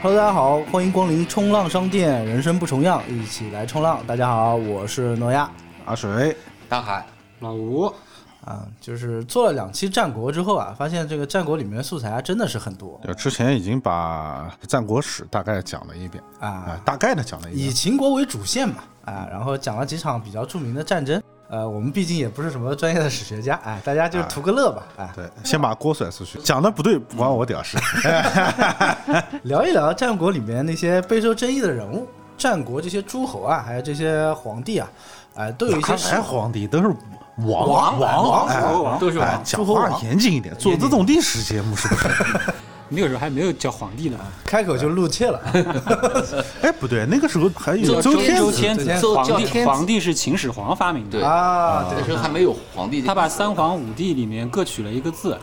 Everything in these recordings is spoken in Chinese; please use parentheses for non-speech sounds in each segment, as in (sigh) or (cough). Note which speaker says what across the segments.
Speaker 1: Hello，大家好，欢迎光临冲浪商店，人生不重样，一起来冲浪。大家好，我是诺亚。
Speaker 2: 阿水，
Speaker 3: 大海，
Speaker 4: 老吴，
Speaker 1: 啊，就是做了两期战国之后啊，发现这个战国里面的素材啊真的是很多
Speaker 2: 就之前已经把战国史大概讲了一遍啊、
Speaker 1: 啊，
Speaker 2: 大概的讲了一
Speaker 1: 以
Speaker 2: 遍。
Speaker 1: 秦国为主线嘛啊，然后讲了几场比较著名的战争。呃，我们毕竟也不是什么专业的史学家，哎，大家就图个乐吧，哎，
Speaker 2: 对，先把锅甩出去，讲的不对不关我屌事。
Speaker 1: 聊一聊战国里面那些备受争议的人物，战国这些诸侯啊，还有这些皇帝啊，哎、都有一
Speaker 2: (laughs)
Speaker 1: 些史
Speaker 2: 还皇帝都是
Speaker 1: 王
Speaker 2: 王
Speaker 1: 王
Speaker 2: 哎
Speaker 4: 王都是
Speaker 2: 哎
Speaker 4: 王，
Speaker 2: 讲话严谨一点，做这种历史节目是不是？ (laughs)
Speaker 4: 那个时候还没有叫皇帝呢，
Speaker 1: 开口就露怯了。
Speaker 2: 哎，不对，那个时候还有
Speaker 4: 叫
Speaker 2: 周天
Speaker 4: 周
Speaker 2: 子，
Speaker 4: 天
Speaker 1: 周天
Speaker 4: 子，
Speaker 3: 子
Speaker 4: 皇
Speaker 3: 叫
Speaker 4: 帝
Speaker 3: 天子
Speaker 4: 皇帝是秦始皇发明的，
Speaker 3: 对
Speaker 1: 啊，对
Speaker 3: 那时候还没有皇帝这个词，
Speaker 4: 他把三皇五帝里面各取了一个字，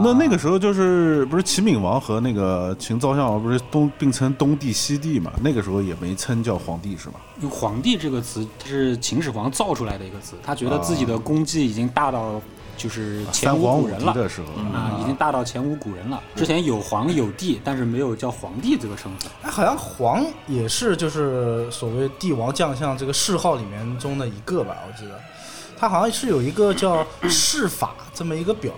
Speaker 2: 那那个时候就是不是齐闵王和那个秦昭襄王不是东并称东帝西帝嘛？那个时候也没称叫皇帝是吗？
Speaker 4: 用“皇帝”这个词它是秦始皇造出来的一个词，他觉得自己的功绩已经大到就是前
Speaker 2: 啊三
Speaker 4: 无
Speaker 2: 皇
Speaker 4: 古
Speaker 2: 五
Speaker 4: 人
Speaker 2: 帝
Speaker 4: 了
Speaker 2: 的时候，
Speaker 4: 啊，已经大到前无古人了。之前有皇有帝，但是没有叫皇帝这个称呼。
Speaker 1: 哎，好像皇也是就是所谓帝王将相这个谥号里面中的一个吧，我记得，他好像是有一个叫谥法这么一个表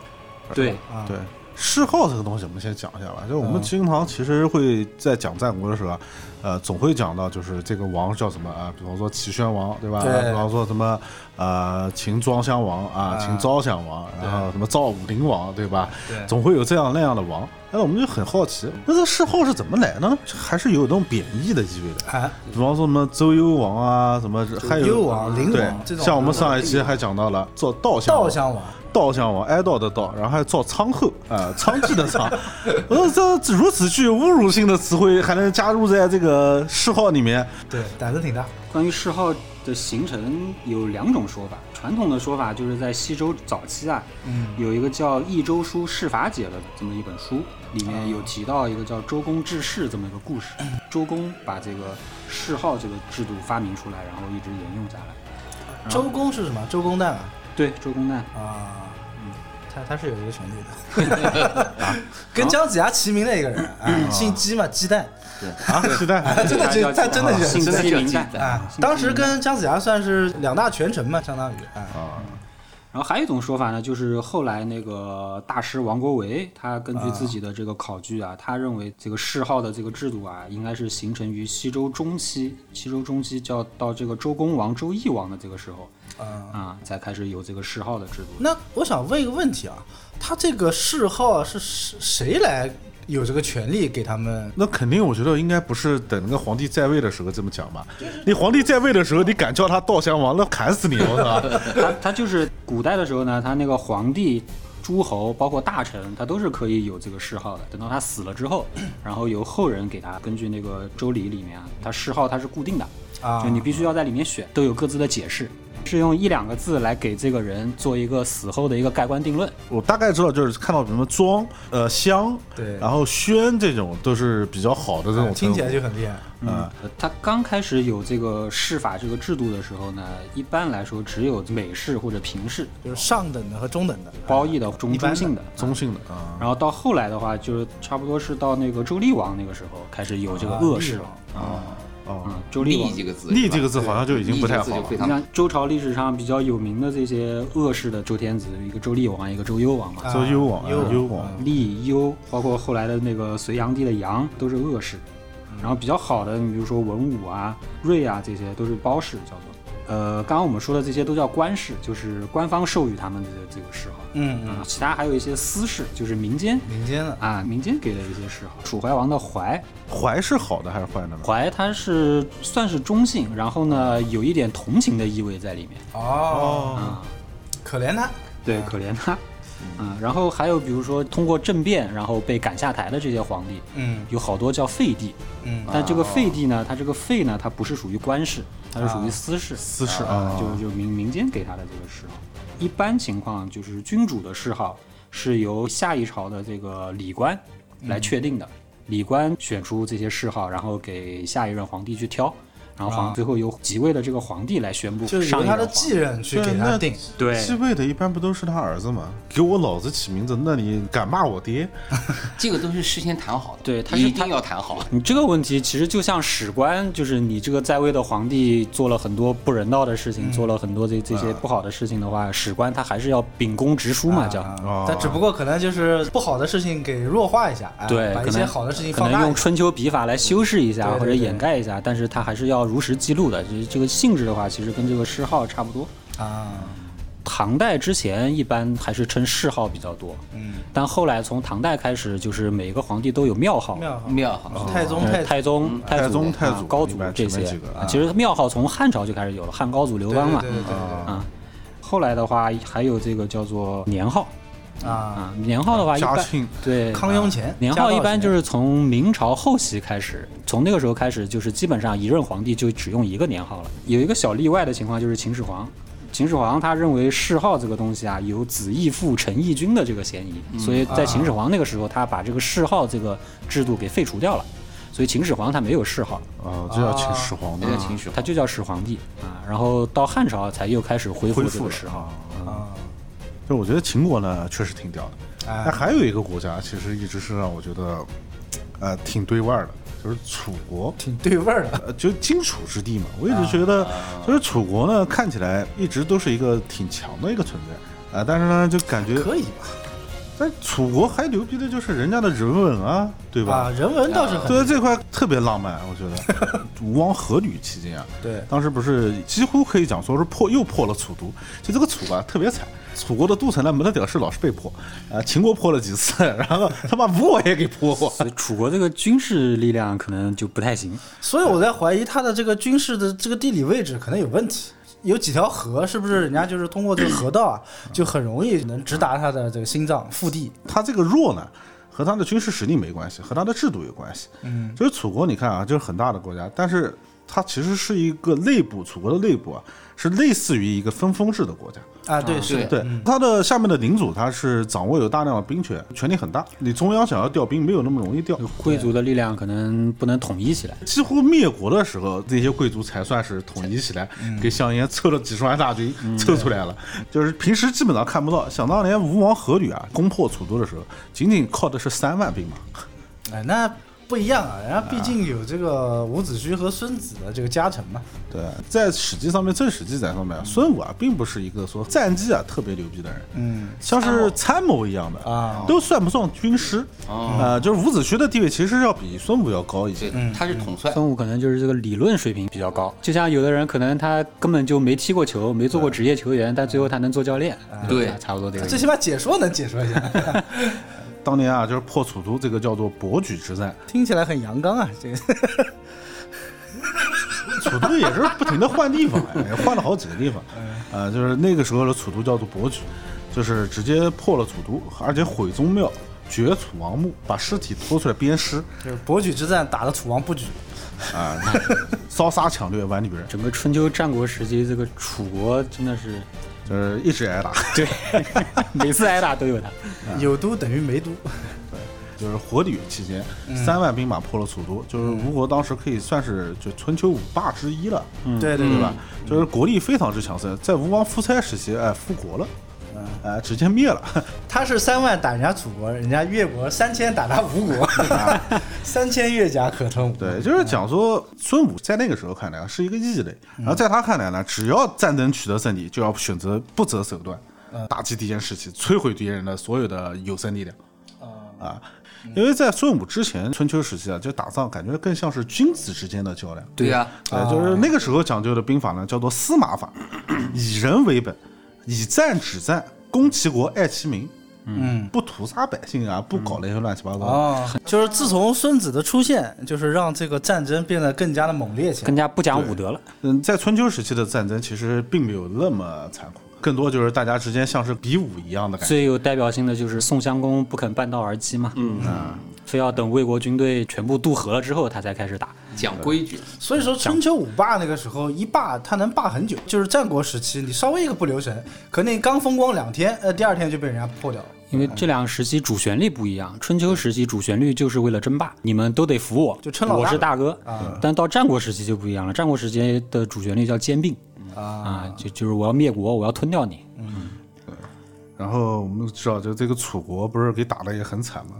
Speaker 4: 对，
Speaker 1: 啊。嗯
Speaker 2: 对，谥号这个东西，我们先讲一下吧。就我们经常其实会在讲战国的时候啊，呃，总会讲到就是这个王叫什么啊，比方说齐宣王，对吧？
Speaker 1: 对
Speaker 2: 比方说什么呃秦庄襄王啊
Speaker 1: 啊，
Speaker 2: 秦昭襄王，然后什么赵武灵王，对吧？
Speaker 1: 对
Speaker 2: 总会有这样那样的王。哎那我们就很好奇，那这谥号是怎么来的呢？还是有那种贬义的意味的。
Speaker 1: 哎，
Speaker 2: 比方说什么周幽王啊，什么还有
Speaker 1: 幽王灵王
Speaker 2: 对
Speaker 1: 这种
Speaker 2: 像我们上一期还讲到了做道相
Speaker 1: 道啊
Speaker 2: 王
Speaker 1: 襄王
Speaker 2: 道相王哀悼的悼，然后还造苍后啊，苍纪的苍。 (laughs) 我说这如此具有侮辱性的词汇，还能加入在这个谥号里面，
Speaker 1: 对胆子挺大，
Speaker 4: 关于谥号的形成有两种说法，传统的说法就是在西周早期啊，
Speaker 1: 嗯
Speaker 4: 有一个叫《益州书释法解》的这么一本书，里面有提到一个叫周公治世这么一个故事。周公把这个谥号这个制度发明出来，然后一直沿用下来。
Speaker 1: 周公是什么？周公旦啊
Speaker 4: 对，周公旦，
Speaker 1: 啊，他他是有一个权利的，跟姜子牙齐名的一个人，啊，姓鸡嘛，鸡蛋
Speaker 2: 啊，期待。
Speaker 1: 真的就 (laughs) 他真的就
Speaker 4: 啊姓
Speaker 3: 真的
Speaker 4: 姬
Speaker 3: 叫
Speaker 4: 名
Speaker 3: 姬
Speaker 4: 旦
Speaker 3: 旦
Speaker 1: 啊，
Speaker 4: 姓
Speaker 1: 当
Speaker 4: 姬
Speaker 1: 时
Speaker 4: 名旦
Speaker 1: 跟姜子牙算是两大权臣嘛，相当于啊，
Speaker 2: 啊，
Speaker 4: 然后还有一种说法呢，就是后来那个大师王国维，他根据自己的这个考据啊，他认为这个谥号的这个制度啊，应该是形成于西周中期，西周中期叫到这个周公王、周懿王的这个时候
Speaker 1: 嗯。
Speaker 4: 啊，才开始有这个谥号的制度。
Speaker 1: 那我想问一个问题啊，他这个谥号啊是谁谁来有这个权利给他们？
Speaker 2: 那肯定，我觉得应该不是等那个皇帝在位的时候这么讲吧？你皇帝在位的时候，你敢叫他道襄王，那砍死你！我操！
Speaker 4: 他他就是古代的时候呢，他那个皇帝。诸侯包括大臣，他都是可以有这个谥号的。等到他死了之后，然后由后人给他根据那个周礼里面啊，他谥号他是固定的，
Speaker 1: 啊
Speaker 4: 就你必须要在里面选，都有各自的解释，是用一两个字来给这个人做一个死后的一个盖棺定论。
Speaker 2: 我大概知道，就是看到什么庄、呃襄，
Speaker 1: 对
Speaker 2: 然后宣这种都是比较好的这种称呼。
Speaker 1: 啊听起来就很厉害。
Speaker 2: 啊，
Speaker 4: 呃他刚开始有这个谥法这个制度的时候呢，一般来说只有美式或者平式、
Speaker 1: 就是上等的和中等的，
Speaker 4: 褒义的、中
Speaker 1: 啊一般
Speaker 4: 中
Speaker 1: 的
Speaker 4: 性的。
Speaker 2: 中性的啊。
Speaker 4: 然后到后来的话，就是差不多是到那个周厉王那个时候开始有这个
Speaker 1: 啊
Speaker 4: 恶
Speaker 1: 厉
Speaker 4: 谥了
Speaker 1: 王
Speaker 4: 啊
Speaker 2: 哦
Speaker 4: 嗯，周厉王
Speaker 3: 逆这个字，
Speaker 2: 逆
Speaker 3: 是吧
Speaker 2: 这个字好像就已经不太好
Speaker 3: 逆这
Speaker 2: 了
Speaker 3: 个字就非
Speaker 4: 你
Speaker 3: 常
Speaker 4: 看周朝历史上比较有名的这些恶氏的周天子，一个周厉王，一个周幽王嘛。
Speaker 1: 啊
Speaker 2: 说幽王啊
Speaker 1: 幽
Speaker 2: 幽王
Speaker 4: 利幽，包括后来的那个隋炀帝的炀，都是恶氏。
Speaker 1: 嗯
Speaker 4: 然后比较好的，你比如说文武啊、瑞啊，这些都是褒氏，叫做。呃，刚刚我们说的这些都叫官氏，就是官方授予他们的这个谥号。
Speaker 1: 嗯
Speaker 4: 啊
Speaker 1: 嗯，，
Speaker 4: 其他还有一些私事，就是民间
Speaker 1: 民间的
Speaker 4: 啊，民间给的一些谥号。楚怀王的怀，
Speaker 2: 怀是好的还是坏的呢？
Speaker 4: 怀它是算是中性，然后呢有一点同情的意味在里面
Speaker 1: 哦，
Speaker 4: 啊。
Speaker 1: 可怜他
Speaker 4: 对，可怜他。
Speaker 1: 嗯
Speaker 4: 啊，然后还有比如说通过政变然后被赶下台的这些皇帝，
Speaker 1: 嗯
Speaker 4: 有好多叫废帝，
Speaker 1: 嗯
Speaker 4: 但这个废帝呢，它这个废呢，它不是属于官事，它是属于私事，
Speaker 2: 私事
Speaker 4: 啊
Speaker 2: 啊，
Speaker 1: 哦
Speaker 4: 就是就是民民间给他的这个谥号。一般情况就是君主的谥号是由下一朝的这个礼官
Speaker 1: 嗯
Speaker 4: 来确定的，礼官选出这些谥号，然后给下一任皇帝去挑。然后皇最后由即位的这个皇帝来宣布
Speaker 1: 啊就是
Speaker 4: 上
Speaker 1: 由
Speaker 4: 一
Speaker 1: 他
Speaker 4: 任
Speaker 1: 的
Speaker 4: 皇
Speaker 1: 继任去
Speaker 2: 对啊
Speaker 1: 给
Speaker 2: 那
Speaker 1: 他定，
Speaker 4: 对
Speaker 2: 继位的一般不都是他儿子吗？给我老子起名字，那你敢骂我爹？
Speaker 3: 这个都是事先谈好的，
Speaker 4: 对他是
Speaker 3: 一定要谈好。
Speaker 4: 你这个问题其实就像史官，就是你这个在位的皇帝做了很多不人道的事情，做了很多这这些不好的事情的话，史官他还是要秉公直书嘛，叫。
Speaker 1: 啊啊但只不过可能就是不好的事情给弱化一下，哎
Speaker 4: 对，
Speaker 1: 把
Speaker 4: 可
Speaker 1: 一
Speaker 4: 能
Speaker 1: 些好的事情
Speaker 4: 可
Speaker 1: 放
Speaker 4: 能
Speaker 1: 大一
Speaker 4: 用
Speaker 1: 下。
Speaker 4: 春秋笔法来修饰一下
Speaker 1: 对对
Speaker 4: 或者
Speaker 1: 对
Speaker 4: 掩盖一下，但是他还是要如实记录的。就是这个性质的话，其实跟这个谥号差不多。
Speaker 1: 啊，
Speaker 4: 唐代之前一般还是称谥号比较多，
Speaker 1: 嗯，
Speaker 4: 但后来从唐代开始，就是每个皇帝都有庙号，
Speaker 1: 妙
Speaker 3: (laughs)
Speaker 1: 好，
Speaker 3: 庙好，
Speaker 1: 太宗
Speaker 4: 呃
Speaker 1: 太
Speaker 4: 太宗、
Speaker 2: 太
Speaker 4: 祖
Speaker 2: 宗太
Speaker 4: 啊
Speaker 2: 祖
Speaker 4: 高
Speaker 2: 一
Speaker 4: 祖
Speaker 2: 般
Speaker 4: 这
Speaker 2: 前面
Speaker 4: 些
Speaker 2: 几个
Speaker 4: 啊其实庙号从汉朝就开始有了，汉高祖刘
Speaker 1: 对
Speaker 4: 邦嘛
Speaker 1: 对。对对对
Speaker 2: 啊
Speaker 4: 啊，后来的话还有这个叫做年号
Speaker 1: 对啊，
Speaker 4: 啊，年号的话一
Speaker 2: 嘉
Speaker 4: 般
Speaker 2: 庆
Speaker 4: 对
Speaker 1: 康雍乾
Speaker 4: 年号一般就
Speaker 1: 嘉道
Speaker 4: 是从明朝后期开始，从那个时候开始，就是基本上一任皇帝就只用一个年号了。有一个小例外的情况就是秦始皇，秦始皇他认为谥号这个东西啊有子义父陈义君的这个嫌疑，所以在秦始皇那个时候，他把这个谥号这个制度给废除掉了，所以秦始皇他没有谥号。
Speaker 2: 啊，这叫秦始皇的
Speaker 1: 哦
Speaker 3: 那叫秦始皇
Speaker 4: 他。就叫始皇帝啊，然后到汉朝才又开始恢复
Speaker 2: 恢
Speaker 4: 这
Speaker 2: 复
Speaker 4: 个
Speaker 2: 了
Speaker 4: 谥号。
Speaker 2: 啊。
Speaker 1: 啊，
Speaker 2: 就我觉得秦国呢，确实挺屌的。
Speaker 1: 哎
Speaker 2: 但还有一个国家，其实一直是让我觉得，呃，挺对味儿的，就是楚国。
Speaker 1: 挺对味儿的。
Speaker 2: 呃，就是荆楚之地嘛，我一直觉得，
Speaker 1: 啊
Speaker 2: 就是楚国呢，看起来一直都是一个挺强的一个存在啊、但是呢，就感觉
Speaker 1: 可以吧？
Speaker 2: 在楚国还牛逼的就是人家的人文啊，对吧？
Speaker 1: 啊，人文倒是很
Speaker 2: 对这块特别浪漫，我觉得。吴王阖闾期间啊，
Speaker 1: 对
Speaker 2: 当时不是几乎可以讲说是破又破了楚都，就这个楚啊特别惨，楚国的都城呢没得屌事，老是被破，啊，秦国破了几次， (laughs) 然后他妈吴国也给破过，
Speaker 4: 所以楚国这个军事力量可能就不太行。
Speaker 1: 所以我在怀疑它的这个军事的这个地理位置可能有问题。有几条河，是不是人家就是通过这个河道啊，就很容易能直达它的这个心脏腹地？
Speaker 2: 他这个弱呢，和他的军事实力没关系，和他的制度有关系。嗯，就是楚国，你看啊，就是很大的国家，但是它其实是一个内部，楚国的内部啊，是类似于一个分封制的国家。
Speaker 1: 啊，对，是的，
Speaker 2: 对，它的下面的领主，他是掌握有大量的兵权，权力很大。你中央想要调兵，没有那么容易调。
Speaker 4: 呃贵族的力量可能不能统一起来。
Speaker 2: 几乎灭国的时候，这些贵族才算是统一起来，给项燕凑了几十万大军，凑出来了。就是平时基本上看不到。想当年吴王阖闾啊，攻破楚都的时候，仅仅靠的是三万兵马。
Speaker 1: 哎，那不一样啊，人家毕竟有这个伍子胥和孙子的这个加成嘛。
Speaker 2: 对，在《史记》上面正史记载上面，孙武啊，并不是一个说战绩啊特别牛逼的人，
Speaker 1: 嗯，
Speaker 2: 像是参谋一样的
Speaker 1: 啊
Speaker 2: 都算不上军师
Speaker 3: 哦
Speaker 2: 啊、就是伍子胥的地位其实要比孙武要高一些
Speaker 3: 对。，他是统帅。
Speaker 4: 孙武可能就是这个理论水平比较高，就像有的人可能他根本就没踢过球，没做过职业球员，但最后他能做教练，
Speaker 3: 对
Speaker 4: 吧差不多这个意
Speaker 1: 最
Speaker 4: 思。
Speaker 1: 起码解说能解说一下，
Speaker 2: 当年啊，就是破楚都这个叫做博举之战，
Speaker 1: 听起来很阳刚啊，这个
Speaker 2: 楚都也是不停的换地方，哎， (laughs) 换了好几个地方，呃，就是那个时候的楚都叫做博举，就是直接破了楚都，而且毁宗庙。掘楚王墓，把尸体拖出来鞭尸，
Speaker 1: 就是博举之战打的楚王不举，
Speaker 2: 啊、烧杀抢掠玩女
Speaker 4: (laughs)
Speaker 2: 人，
Speaker 4: 整个春秋战国时期，这个楚国真的 (laughs) 是
Speaker 2: 就是一直挨打。
Speaker 4: 对，每次挨打都有他。
Speaker 1: 有都等于没都。
Speaker 2: (laughs) 就是火吕期间，三万兵马破了楚都，就是吴国当时可以算是就春秋五霸之一了，
Speaker 1: 对对
Speaker 2: 对
Speaker 1: 对
Speaker 2: 吧？？就是国力非常之强盛，在吴王夫差时期，哎，复国了，哎，直接灭了，
Speaker 1: 他是三万打人家楚国，人家越国三千打他吴国，三千越甲可吞吴。
Speaker 2: 对，就是讲说孙武在那个时候看来啊是一个异类，然后在他看来呢，只要战争取得胜利，就要选择不择手段，打击敌人士气，摧毁敌人的所有的有生力量。啊，因为在孙武之前，春秋时期啊，就打仗感觉更像是君子之间的较量。
Speaker 3: 对呀、
Speaker 2: 对，啊哎就是那个时候讲究的兵法呢，叫做司马法，以人为本，以战止战，攻其国，爱其民。嗯，不屠杀百姓啊，不搞那些乱七八糟的。
Speaker 1: 哦，就是自从孙子的出现，就是让这个战争变得更加的猛烈起来。
Speaker 4: 更加不讲武德了。
Speaker 2: 嗯，在春秋时期的战争其实并没有那么残酷，更多就是大家之间像是比武一样的感觉。
Speaker 4: 最有代表性的就是宋襄公不肯半道而击嘛，嗯啊，非要等魏国军队全部渡河了之后，他才开始打。
Speaker 3: 讲规矩，
Speaker 1: 所以说，春秋五霸那个时候一霸，他能霸很久。就是战国时期，你稍微一个不留神，可能你刚风光两天，呃，第二天就被人家破掉了。
Speaker 4: 因为这两个时期主旋律不一样。春秋时期主旋律就是为了争霸，你们都得服我，
Speaker 1: 就称老大啊
Speaker 4: 我是大哥。但到战国时期就不一样了，战国时期的主旋律叫兼并
Speaker 1: 啊，嗯
Speaker 4: 啊，就就是我要灭国，我要吞掉你。
Speaker 2: 然后我们知道，就这个楚国不是给打的也很惨嘛？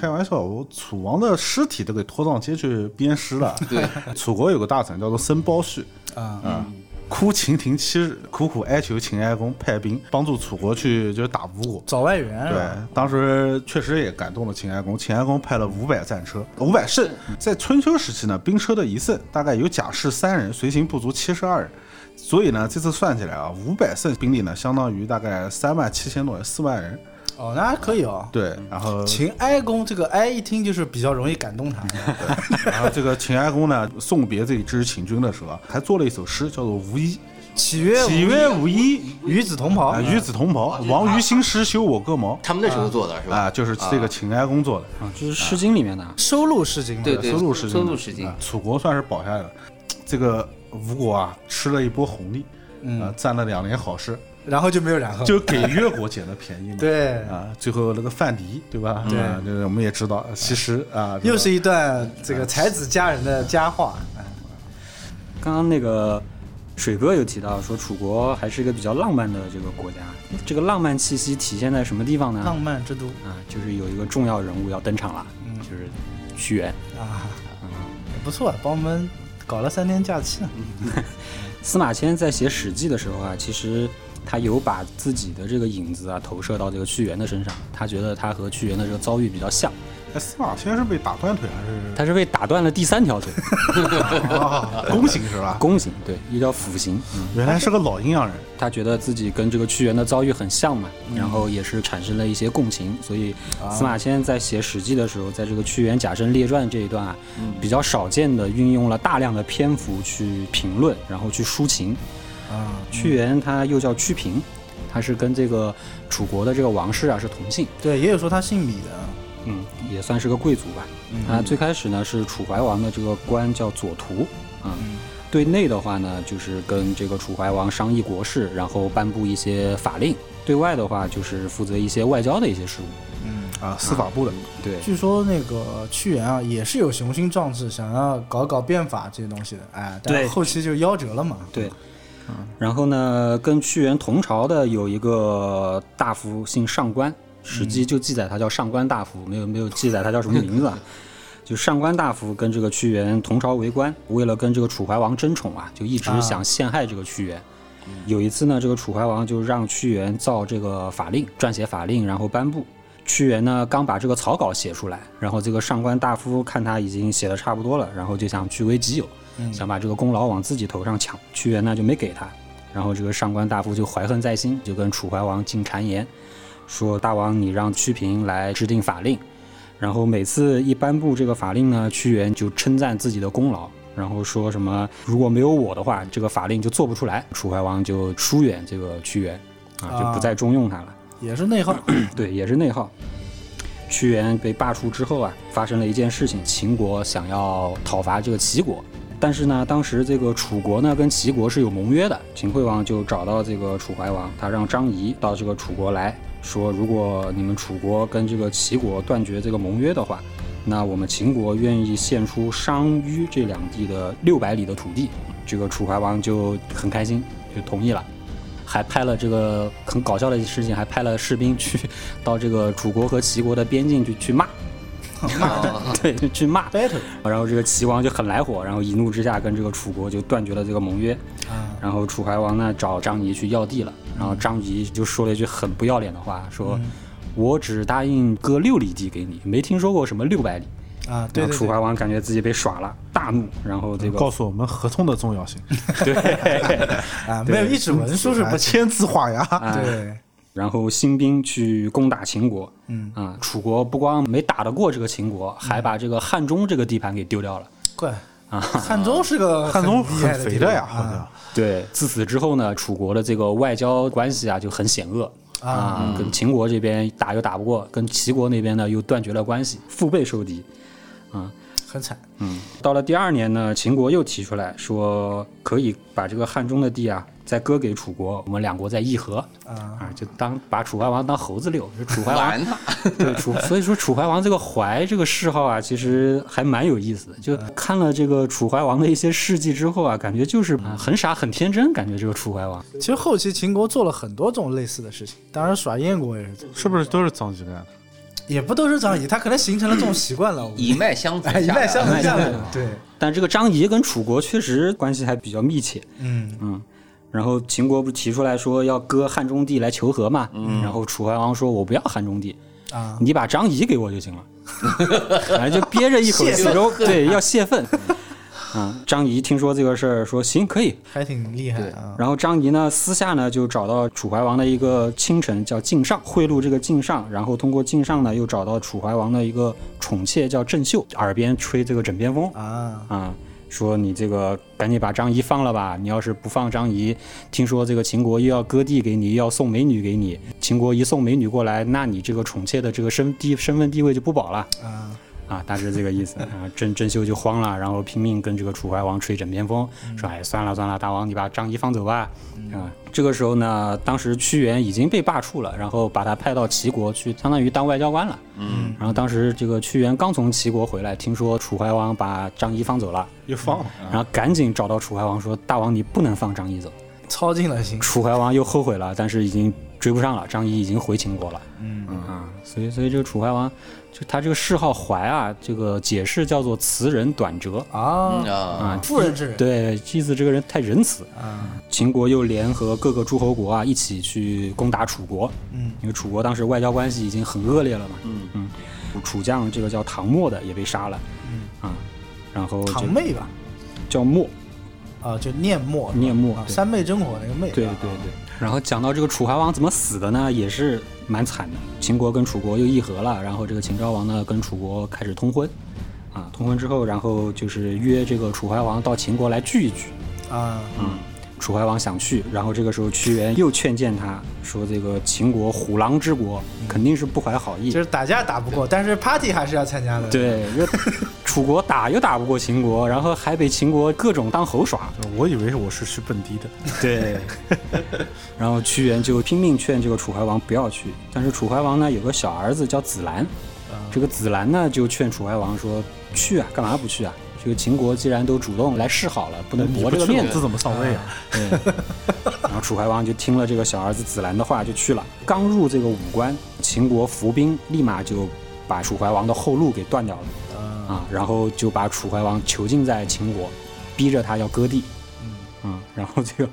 Speaker 2: 开玩笑，我楚王的尸体都给拖上街去鞭尸了。
Speaker 3: 对，
Speaker 2: 楚国有个大臣叫做申包胥
Speaker 1: 啊
Speaker 2: 哭秦廷七日，苦苦哀求秦哀公派兵帮助楚国去就是打吴国。
Speaker 1: 找外援是
Speaker 2: 对
Speaker 1: 吧？，
Speaker 2: 当时确实也感动了秦哀公。秦哀公派了五百战车，五百乘，在春秋时期呢，兵车的一乘大概有甲士三人，随行部卒七十二人。所以呢，这次算起来啊，五百乘兵力呢，相当于大概三万七千多人，四万人。
Speaker 1: 哦，那还可以哦。
Speaker 2: 对，然后
Speaker 1: 秦哀公这个哀一听就是比较容易感动他，
Speaker 2: 然后这个秦哀公呢，送别这支秦军的时候啊，还做了一首诗，叫做《无衣》。
Speaker 1: 岂曰
Speaker 2: 岂曰无衣？
Speaker 1: 与子同袍
Speaker 2: 啊，？与子同袍。王于兴师，修我各毛。
Speaker 3: 他们那时候做的是吧？
Speaker 2: 啊，就是这个秦哀公做的。
Speaker 4: 啊，这是《诗经》里面的。
Speaker 1: 收录诗经嘛
Speaker 3: 对对，
Speaker 2: 收录时
Speaker 3: 收
Speaker 2: 间
Speaker 3: 录时间
Speaker 2: 啊，楚国算是保下来了。这个吴国啊，吃了一波红利，啊，占了两年好事，
Speaker 1: 然后就没有然后。
Speaker 2: 就给越国捡了便宜嘛。
Speaker 1: (laughs) 对，
Speaker 2: 啊，最后那个范蠡，对吧？
Speaker 1: 对
Speaker 2: 啊就是我们也知道，其实啊，
Speaker 1: 又是一段这个才子佳人的佳话。
Speaker 4: 刚刚那个水哥有提到说，楚国还是一个比较浪漫的这个国家。这个浪漫气息体现在什么地方呢？
Speaker 1: 浪漫嗯之都
Speaker 4: 啊，就是有一个重要人物要登场了，就是屈原。
Speaker 1: 啊，也不错，帮我们搞了三天假期呢。
Speaker 2: 嗯
Speaker 4: 司马迁在写《史记》的时候啊，其实他有把自己的这个影子啊投射到这个屈原的身上，他觉得他和屈原的这个遭遇比较像，
Speaker 2: 哎司马迁是被打断腿还是
Speaker 4: 他是被打断了第三条腿，
Speaker 2: 啊弓形是吧？
Speaker 4: 弓形，对，又叫斧形。嗯，
Speaker 2: 原来是个老阴阳人，
Speaker 4: 他觉得自己跟这个屈原的遭遇很像嘛，然后也是产生了一些共情，所以司马迁在写《史记》的时候，在这个屈原贾政列传这一段啊，比较少见的运用了大量的篇幅去评论，然后去抒情。
Speaker 1: 啊，
Speaker 4: 屈原他又叫屈平，他是跟这个楚国的这个王室啊是同姓，
Speaker 1: 对，也有说他姓米的啊。
Speaker 4: 嗯，也算是个贵族吧。他最开始呢是楚怀王的这个官叫左徒啊，对内的话呢就是跟这个楚怀王商议国事，然后颁布一些法令；对外的话就是负责一些外交的一些事务。
Speaker 1: 嗯，
Speaker 2: 啊，司法部的，
Speaker 4: 对，
Speaker 1: 据说那个屈原啊，也是有雄心壮志，想要搞搞变法这些东西的。哎，但
Speaker 4: 对
Speaker 1: 后期就夭折了嘛。
Speaker 4: 对。嗯然后呢，跟屈原同朝的有一个大夫姓上官，《史记》就记载他叫上官大夫，没有没有记载他叫什么名字啊。就上官大夫跟这个屈原同朝为官，为了跟这个楚怀王争宠啊，就一直想陷害这个屈原。有一次呢，这个楚怀王就让屈原造这个法令，撰写法令，然后颁布。屈原呢，刚把这个草稿写出来，然后这个上官大夫看他已经写的差不多了，然后就想据为己有，想把这个功劳往自己头上抢。屈原呢就没给他，然后这个上官大夫就怀恨在心，就跟楚怀王进谗言，说大王你让屈平来制定法令，然后每次一颁布这个法令呢，屈原就称赞自己的功劳，然后说什么如果没有我的话，这个法令就做不出来。楚怀王就疏远这个屈原，啊，就
Speaker 1: 啊
Speaker 4: 不再重用他了。
Speaker 1: 也是
Speaker 2: (laughs)
Speaker 1: 内耗。
Speaker 4: 对，也是内耗。屈原被罢黜之后啊，发生了一件事情，秦国想要讨伐这个齐国，但是呢，当时这个楚国呢跟齐国是有盟约的，秦惠王就找到这个楚怀王，他让张仪到这个楚国来说，如果你们楚国跟这个齐国断绝这个盟约的话，那我们秦国愿意献出商於这两地的六百里的土地，这个楚怀王就很开心，就同意了。还派了这个很搞笑的事情，还派了士兵去到这个楚国和齐国的边境去去骂， (laughs)
Speaker 3: 啊，
Speaker 4: 对，就去骂。
Speaker 1: battle
Speaker 4: 然后这个齐王就很来火，然后一怒之下跟这个楚国就断绝了这个盟约。
Speaker 1: 啊，
Speaker 4: 然后楚怀王呢找张仪去要地了，然后张仪就说了一句很不要脸的话，说：“
Speaker 1: 嗯
Speaker 4: 我只答应割六里地给你，没听说过什么六百里。”
Speaker 1: 啊，对
Speaker 4: 然
Speaker 1: 对
Speaker 4: 后楚
Speaker 1: 对，嗯
Speaker 4: 怀王感觉自己被耍了，大怒，然后这 (laughs)
Speaker 2: 告
Speaker 4: 个
Speaker 2: 诉我们合同的重要性，
Speaker 1: 啊，没有一纸文书是不
Speaker 2: 啊
Speaker 1: 行。
Speaker 2: 签字画押。
Speaker 1: 对，
Speaker 4: 然后兴兵去攻打秦国。嗯啊，楚国不光没打得过这个秦国，还把这个汉中这个地盘给丢掉了。
Speaker 1: 怪啊，汉中是个
Speaker 2: (laughs) 汉中
Speaker 1: 很厉害
Speaker 2: 很
Speaker 1: 地
Speaker 2: 肥的呀，
Speaker 1: 方
Speaker 2: 好像
Speaker 1: 啊。
Speaker 4: 对，自此之后呢，楚国的这个外交关系啊就很险恶啊，跟秦国这边打又打不过，跟齐国那边呢又断绝了关系，腹背受敌。
Speaker 1: 很惨。
Speaker 4: 到了第二年呢，秦国又提出来说，可以把这个汉中的地啊再割给楚国，我们两国再议和啊，就当把楚怀王当猴子遛，就 (laughs) 楚怀王
Speaker 3: 玩他，
Speaker 4: 对楚，所以说楚怀王这个怀这个谥号啊，其实还蛮有意思的。就看了这个楚怀王的一些事迹之后啊，感觉就是啊很傻很天真，感觉这个楚怀王。
Speaker 1: 其实后期秦国做了很多这种类似的事情，当然耍燕国也是这样，
Speaker 2: 是不是都是张继干的？
Speaker 1: 也不都是张仪，他可能形成了这种习惯了。我
Speaker 3: 以脉相
Speaker 1: (laughs) 哎
Speaker 3: 承，
Speaker 1: 一脉相承下来，对，
Speaker 4: 但这个张仪跟楚国确实关系还比较密切，
Speaker 1: 嗯，
Speaker 4: 然后秦国不提出来说要割汉中地来求和嘛，然后楚怀王说我不要汉中地，
Speaker 1: 啊
Speaker 4: 你把张仪给我就行了， (laughs) 反正就憋着一口气说 (laughs) 对要泄愤。啊，张仪听说这个事儿，说行可以。
Speaker 1: 还挺厉害啊。
Speaker 4: 然后张仪呢，私下呢就找到楚怀王的一个亲臣叫敬上，贿赂这个敬上，然后通过敬上呢又找到楚怀王的一个宠妾叫郑袖，耳边吹这个枕边风，
Speaker 1: 啊，
Speaker 4: 啊，说你这个赶紧把张仪放了吧，你要是不放张仪，听说这个秦国又要割地给你，又要送美女给你，秦国一送美女过来，那你这个宠妾的这个身地身份地位就不保了
Speaker 1: 啊。
Speaker 4: 啊，大致这个意思啊。郑郑袖就慌了，然后拼命跟这个楚怀王吹枕边风，说哎算了算了，大王你把张仪放走吧。啊，这个时候呢，当时屈原已经被罢黜了，然后把他派到齐国去，相当于当外交官了。嗯，然后当时这个屈原刚从齐国回来，听说楚怀王把张仪放走了，
Speaker 2: 又放了，
Speaker 4: 然后赶紧找到楚怀王说：“大王，你不能放张仪走。
Speaker 1: 操尽了”心。
Speaker 4: 楚怀王又后悔了，但是已经追不上了，张仪已经回秦国了。
Speaker 1: 嗯
Speaker 4: 啊，所以所以这个楚怀王，就他这个谥号怀啊，这个解释叫做词人短折
Speaker 1: 啊，
Speaker 3: 啊，
Speaker 4: 啊，
Speaker 1: 妇人之仁
Speaker 4: 对，意思这个人太仁慈。
Speaker 1: 啊，
Speaker 4: 秦国又联合各个诸侯国啊，一起去攻打楚国。
Speaker 1: 嗯，
Speaker 4: 因为楚国当时外交关系已经很恶劣了嘛。
Speaker 3: 嗯
Speaker 4: 嗯，楚将这个叫唐末的也被杀了。嗯啊，然后这
Speaker 1: 堂妹吧，
Speaker 4: 叫末。
Speaker 1: 啊，就念墨，
Speaker 4: 念墨
Speaker 1: 啊
Speaker 4: 对
Speaker 1: 三昧真火那个昧，
Speaker 4: 对对
Speaker 1: 啊
Speaker 4: 对。然后讲到这个楚怀王怎么死的呢，也是蛮惨的。秦国跟楚国又议和了，然后这个秦昭王呢跟楚国开始通婚，啊，通婚之后，然后就是约这个楚怀王到秦国来聚一聚。
Speaker 1: 啊，
Speaker 2: 嗯
Speaker 4: 楚怀王想去，然后这个时候屈原又劝谏他说：“这个秦国虎狼之国，
Speaker 2: 嗯
Speaker 4: 肯定是不怀好意
Speaker 1: 就。是打架打不过，但是 party 还是要参加的。，
Speaker 4: 对，又楚国打又打不过秦国，然后还被秦国各种当猴耍。
Speaker 2: 我以为我是去蹦迪的，
Speaker 4: 对， (laughs) 然后屈原就拼命劝这个楚怀王不要去，但是楚怀王呢有个小儿子叫子兰，
Speaker 2: 嗯
Speaker 4: 这个子兰呢就劝楚怀王说去啊，干嘛不去啊？这个秦国既然都主动来示好了，不能
Speaker 2: 你不
Speaker 4: 驳这个
Speaker 2: 去
Speaker 4: 面
Speaker 2: 我
Speaker 4: 子
Speaker 2: 这。怎么上位啊？
Speaker 4: 对然后楚怀王就听了这个小儿子子兰的话，就去了。刚入这个武关，秦国伏兵立马就把楚怀王的后路给断掉
Speaker 1: 啊，
Speaker 4: 了啊，然后就把楚怀王囚禁在秦国，逼着他要割地。嗯，然后这个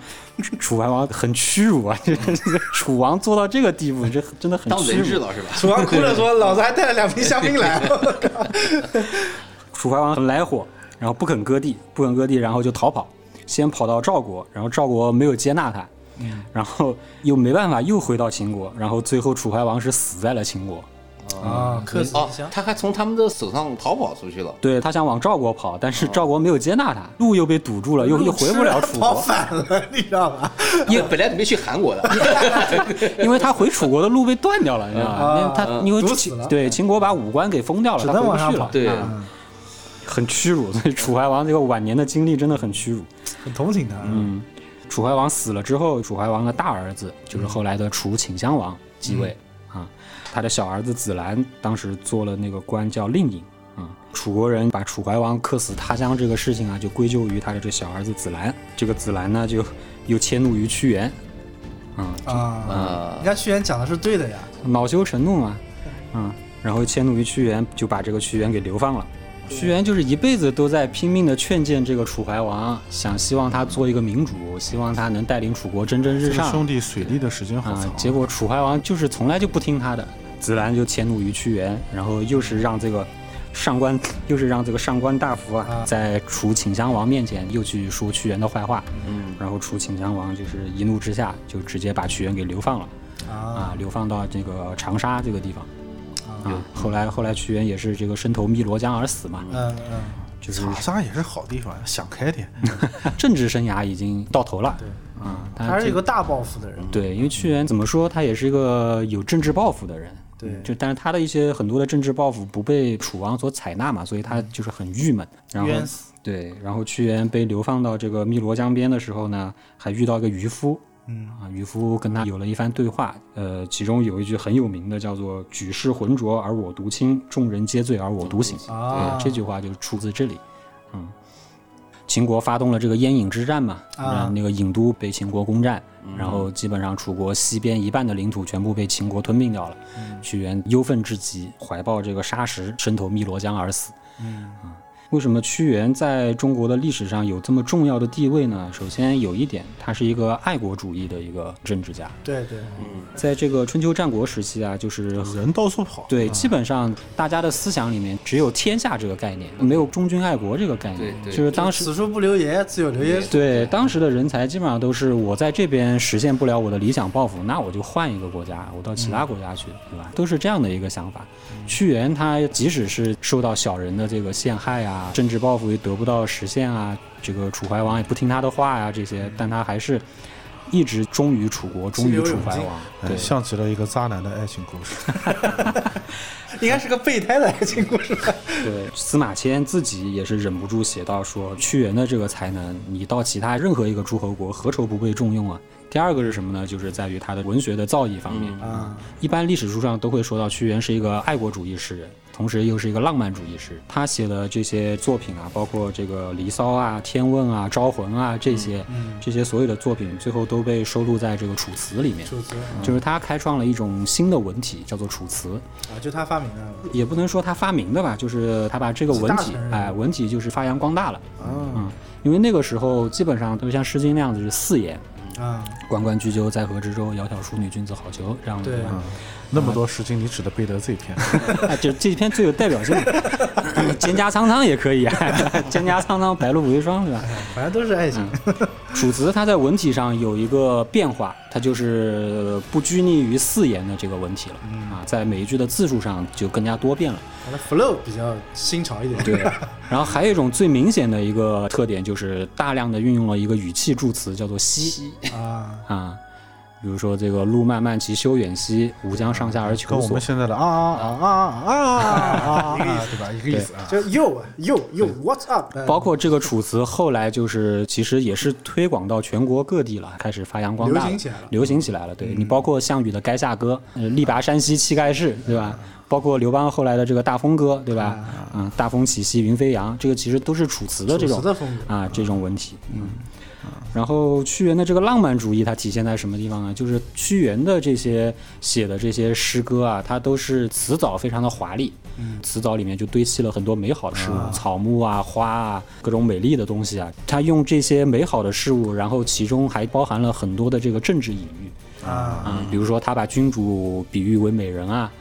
Speaker 4: 楚怀王很屈辱啊，这 (laughs) 这个楚王做到这个地步，这真的很
Speaker 3: 当
Speaker 4: 屈
Speaker 3: 人质
Speaker 4: 辱。
Speaker 3: 了是吧？
Speaker 1: 楚王哭着说：“老子还带了两瓶香槟
Speaker 4: (laughs)
Speaker 1: 来。
Speaker 4: 楚怀王很来火，然后不肯割地，不肯割地，然后就逃跑，先跑到赵国，然后赵国没有接纳他，然后又没办法，又回到秦国，然后最后楚怀王是死在了秦国。”
Speaker 1: 啊，客死异
Speaker 3: 哦
Speaker 1: 乡，。
Speaker 3: 他还从他们的手上逃跑出去了，
Speaker 4: 对他想往赵国跑，
Speaker 1: 哦
Speaker 4: 但是赵国没有接纳他，路又被堵住了，又又回不了楚
Speaker 1: 跑
Speaker 4: 国，
Speaker 1: 反了，你知道吧？
Speaker 3: 因为本来准备去韩国的，
Speaker 4: 因为他回楚国的路被断掉了，你知道吧？因为他因为
Speaker 1: 啊堵死
Speaker 4: 秦
Speaker 1: 了
Speaker 4: 对秦国把武关给封掉了，
Speaker 1: 只
Speaker 4: 他
Speaker 1: 能
Speaker 4: 回不
Speaker 1: 往上
Speaker 4: 去
Speaker 1: 跑
Speaker 4: 了，
Speaker 3: 对，
Speaker 1: 嗯
Speaker 4: 很屈辱。所以楚怀王这个晚年的经历真的很屈辱。
Speaker 1: 很同情他。嗯，
Speaker 4: 楚怀王死了之后，楚怀王的大儿子就是后来的楚顷襄王继位、啊，他的小儿子子兰当时做了那个官叫令尹啊。楚国人把楚怀王客死他乡这个事情啊，就归咎于他的这小儿子子兰。这个子兰呢，就又迁怒于屈原，嗯
Speaker 1: 啊，
Speaker 3: 啊
Speaker 1: 人，家屈原讲的是对的呀。
Speaker 4: 恼羞成怒嘛，嗯，然后迁怒于屈原，就把这个屈原给流放了。屈原就是一辈子都在拼命的劝谏这个楚怀王，想希望他做一个明主，希望他能带领楚国蒸蒸日
Speaker 2: 这个
Speaker 4: 上。
Speaker 2: 兄弟水利的时间好
Speaker 4: 啊、
Speaker 2: 长啊，
Speaker 4: 结果楚怀王就是从来就不听他的，子兰就迁怒于屈原，然后又是让这个上官， (laughs) 又是让这个上官大夫啊，在楚顷襄王面前又去说屈原的坏话，
Speaker 3: 嗯，
Speaker 4: 然后楚顷襄王就是一怒之下就直接把屈原给流放了
Speaker 1: 啊
Speaker 4: 啊，流放到这个长沙这个地方。啊，后来后来屈原也是这个伸头汨罗江而死嘛，
Speaker 1: 嗯嗯，
Speaker 4: 就是
Speaker 2: 长沙也是好地方，想开点。
Speaker 4: (laughs) 嗯政治生涯已经到头了。啊，但
Speaker 1: 还是
Speaker 4: 这
Speaker 1: 有个大抱负的人。
Speaker 4: 对，因为屈原怎么说，他也是一个有政治抱负的人。
Speaker 1: 对，
Speaker 4: 就但是他的一些很多的政治抱负不被楚王所采纳嘛，所以他就是很郁闷。然后
Speaker 1: 冤死，
Speaker 4: 对，然后屈原被流放到这个汨罗江边的时候呢，还遇到一个渔夫，
Speaker 1: 嗯
Speaker 4: 啊，渔夫跟他有了一番对话，呃，其中有一句很有名的叫做“举世浑浊而我独清，众人皆醉而我独醒”，
Speaker 1: 啊
Speaker 4: 对，这句话就出自这里，嗯。秦国发动了这个燕郢之战嘛，
Speaker 1: 啊嗯
Speaker 4: 让那个郢都被秦国攻占，然后基本上楚国西边一半的领土全部被秦国吞并掉了。
Speaker 1: 嗯
Speaker 4: 屈原忧愤至极，怀抱这个沙石，伸头汨罗江而死。为什么屈原在中国的历史上有这么重要的地位呢？首先有一点，他是一个爱国主义的一个政治家，
Speaker 1: 对对，
Speaker 4: 在这个春秋战国时期啊，就是
Speaker 2: 人到处跑，
Speaker 3: 啊
Speaker 4: 对，基本上大家的思想里面只有天下这个概念，没有忠君爱国这个概念。
Speaker 3: 对对
Speaker 4: 就是当时
Speaker 1: 此处不留爷，自有留爷处。
Speaker 4: 对当时的人才基本上都是我在这边实现不了我的理想抱负，那我就换一个国家，我到其他国家去，对吧？都是这样的一个想法。屈原他即使是受到小人的这个陷害啊，政治抱负也得不到实现啊，这个楚怀王也不听他的话呀、这些，但他还是一直忠于楚国，忠于楚怀
Speaker 1: 激流勇进
Speaker 4: 王。
Speaker 2: 哎
Speaker 4: 对，
Speaker 2: 像极了一个渣男的爱情故
Speaker 4: (laughs)
Speaker 2: 事。
Speaker 1: (laughs) 应该是个备胎的爱情故事吧？
Speaker 4: 对，司马迁自己也是忍不住写到说，屈原的这个才能，你到其他任何一个诸侯国，何愁不被重用啊？第二个是什么呢？就是在于他的文学的造诣方面。嗯
Speaker 1: 啊，
Speaker 4: 一般历史书上都会说到屈原是一个爱国主义诗人，同时又是一个浪漫主义诗人。他写的这些作品啊，包括这个《离骚》啊、《天问》啊、《招魂》啊这些，
Speaker 1: 嗯
Speaker 4: 这些所有的作品，最后都被收录在这个《楚辞》里面。
Speaker 1: 楚辞
Speaker 4: 就是他开创了一种新的文体，叫做《楚辞》。
Speaker 1: 啊，就他发明的。
Speaker 4: 也不能说他发明的吧，就是他把这个文
Speaker 1: 集
Speaker 4: 体
Speaker 1: 大成，
Speaker 4: 哎，文体就是发扬光大了。
Speaker 1: 啊
Speaker 4: 嗯，因为那个时候基本上都像《诗经》那样子是四言：
Speaker 1: 啊，
Speaker 4: 关关雎鸠，在河之洲，窈窕淑女，君子好逑。这样的，
Speaker 1: 对
Speaker 4: 吧？
Speaker 2: 那么多诗经，你指的背得这
Speaker 4: (laughs)
Speaker 2: 篇？
Speaker 4: 哎，这这篇最有代表性 (laughs) 的，蒹葭苍苍也可以啊， (laughs) 蒹葭苍苍，白露为霜，是吧？
Speaker 1: 反正都是爱
Speaker 2: 嗯
Speaker 1: 情。
Speaker 4: 楚辞它在文体上有一个变化，它就是不拘泥于四言的这个文体了
Speaker 1: 嗯
Speaker 4: 啊，在每一句的字数上就更加多变了。
Speaker 1: 它的 flow 比较新潮一点。
Speaker 4: 对，然后还有一种最明显的一个特点就是大量的运用了一个语气助词，叫做“兮
Speaker 1: 啊”
Speaker 4: 啊，比如说这个“路漫漫其修远兮，
Speaker 1: 啊
Speaker 4: 吾将上下而
Speaker 2: 跟
Speaker 4: 求
Speaker 2: 我
Speaker 4: 索
Speaker 2: 们现在的啊啊啊啊啊 (laughs) 啊啊，对
Speaker 4: (laughs)
Speaker 2: 吧？一个意思啊。
Speaker 1: 就 yo yo yo what's up？”。呃
Speaker 4: 包括这个《楚辞》后来就是其实也是推广到全国各地了，开始发扬光大，
Speaker 1: 流行起来了嗯
Speaker 4: 流行起来了。对你包括项羽的《垓下歌》，呃力拔山兮气盖世，对
Speaker 1: 啊
Speaker 4: 吧？包括刘邦后来的这个《大风歌》，对吧？嗯，大风起兮云飞扬，这个其实都是《楚辞》的这
Speaker 1: 楚
Speaker 4: 种
Speaker 1: 辞的风格
Speaker 4: 啊，这种文体。嗯，然后屈原的这个浪漫主义，它体现在什么地方呢？就是屈原的这些写的这些诗歌啊，它都是词藻非常的华丽，词藻里面就堆砌了很多美好的事物，草木啊、花啊，各种美丽的东西啊。他用这些美好的事物，然后其中还包含了很多的这个政治隐喻
Speaker 1: 啊，
Speaker 4: 啊，比如说他把君主比喻为美人啊。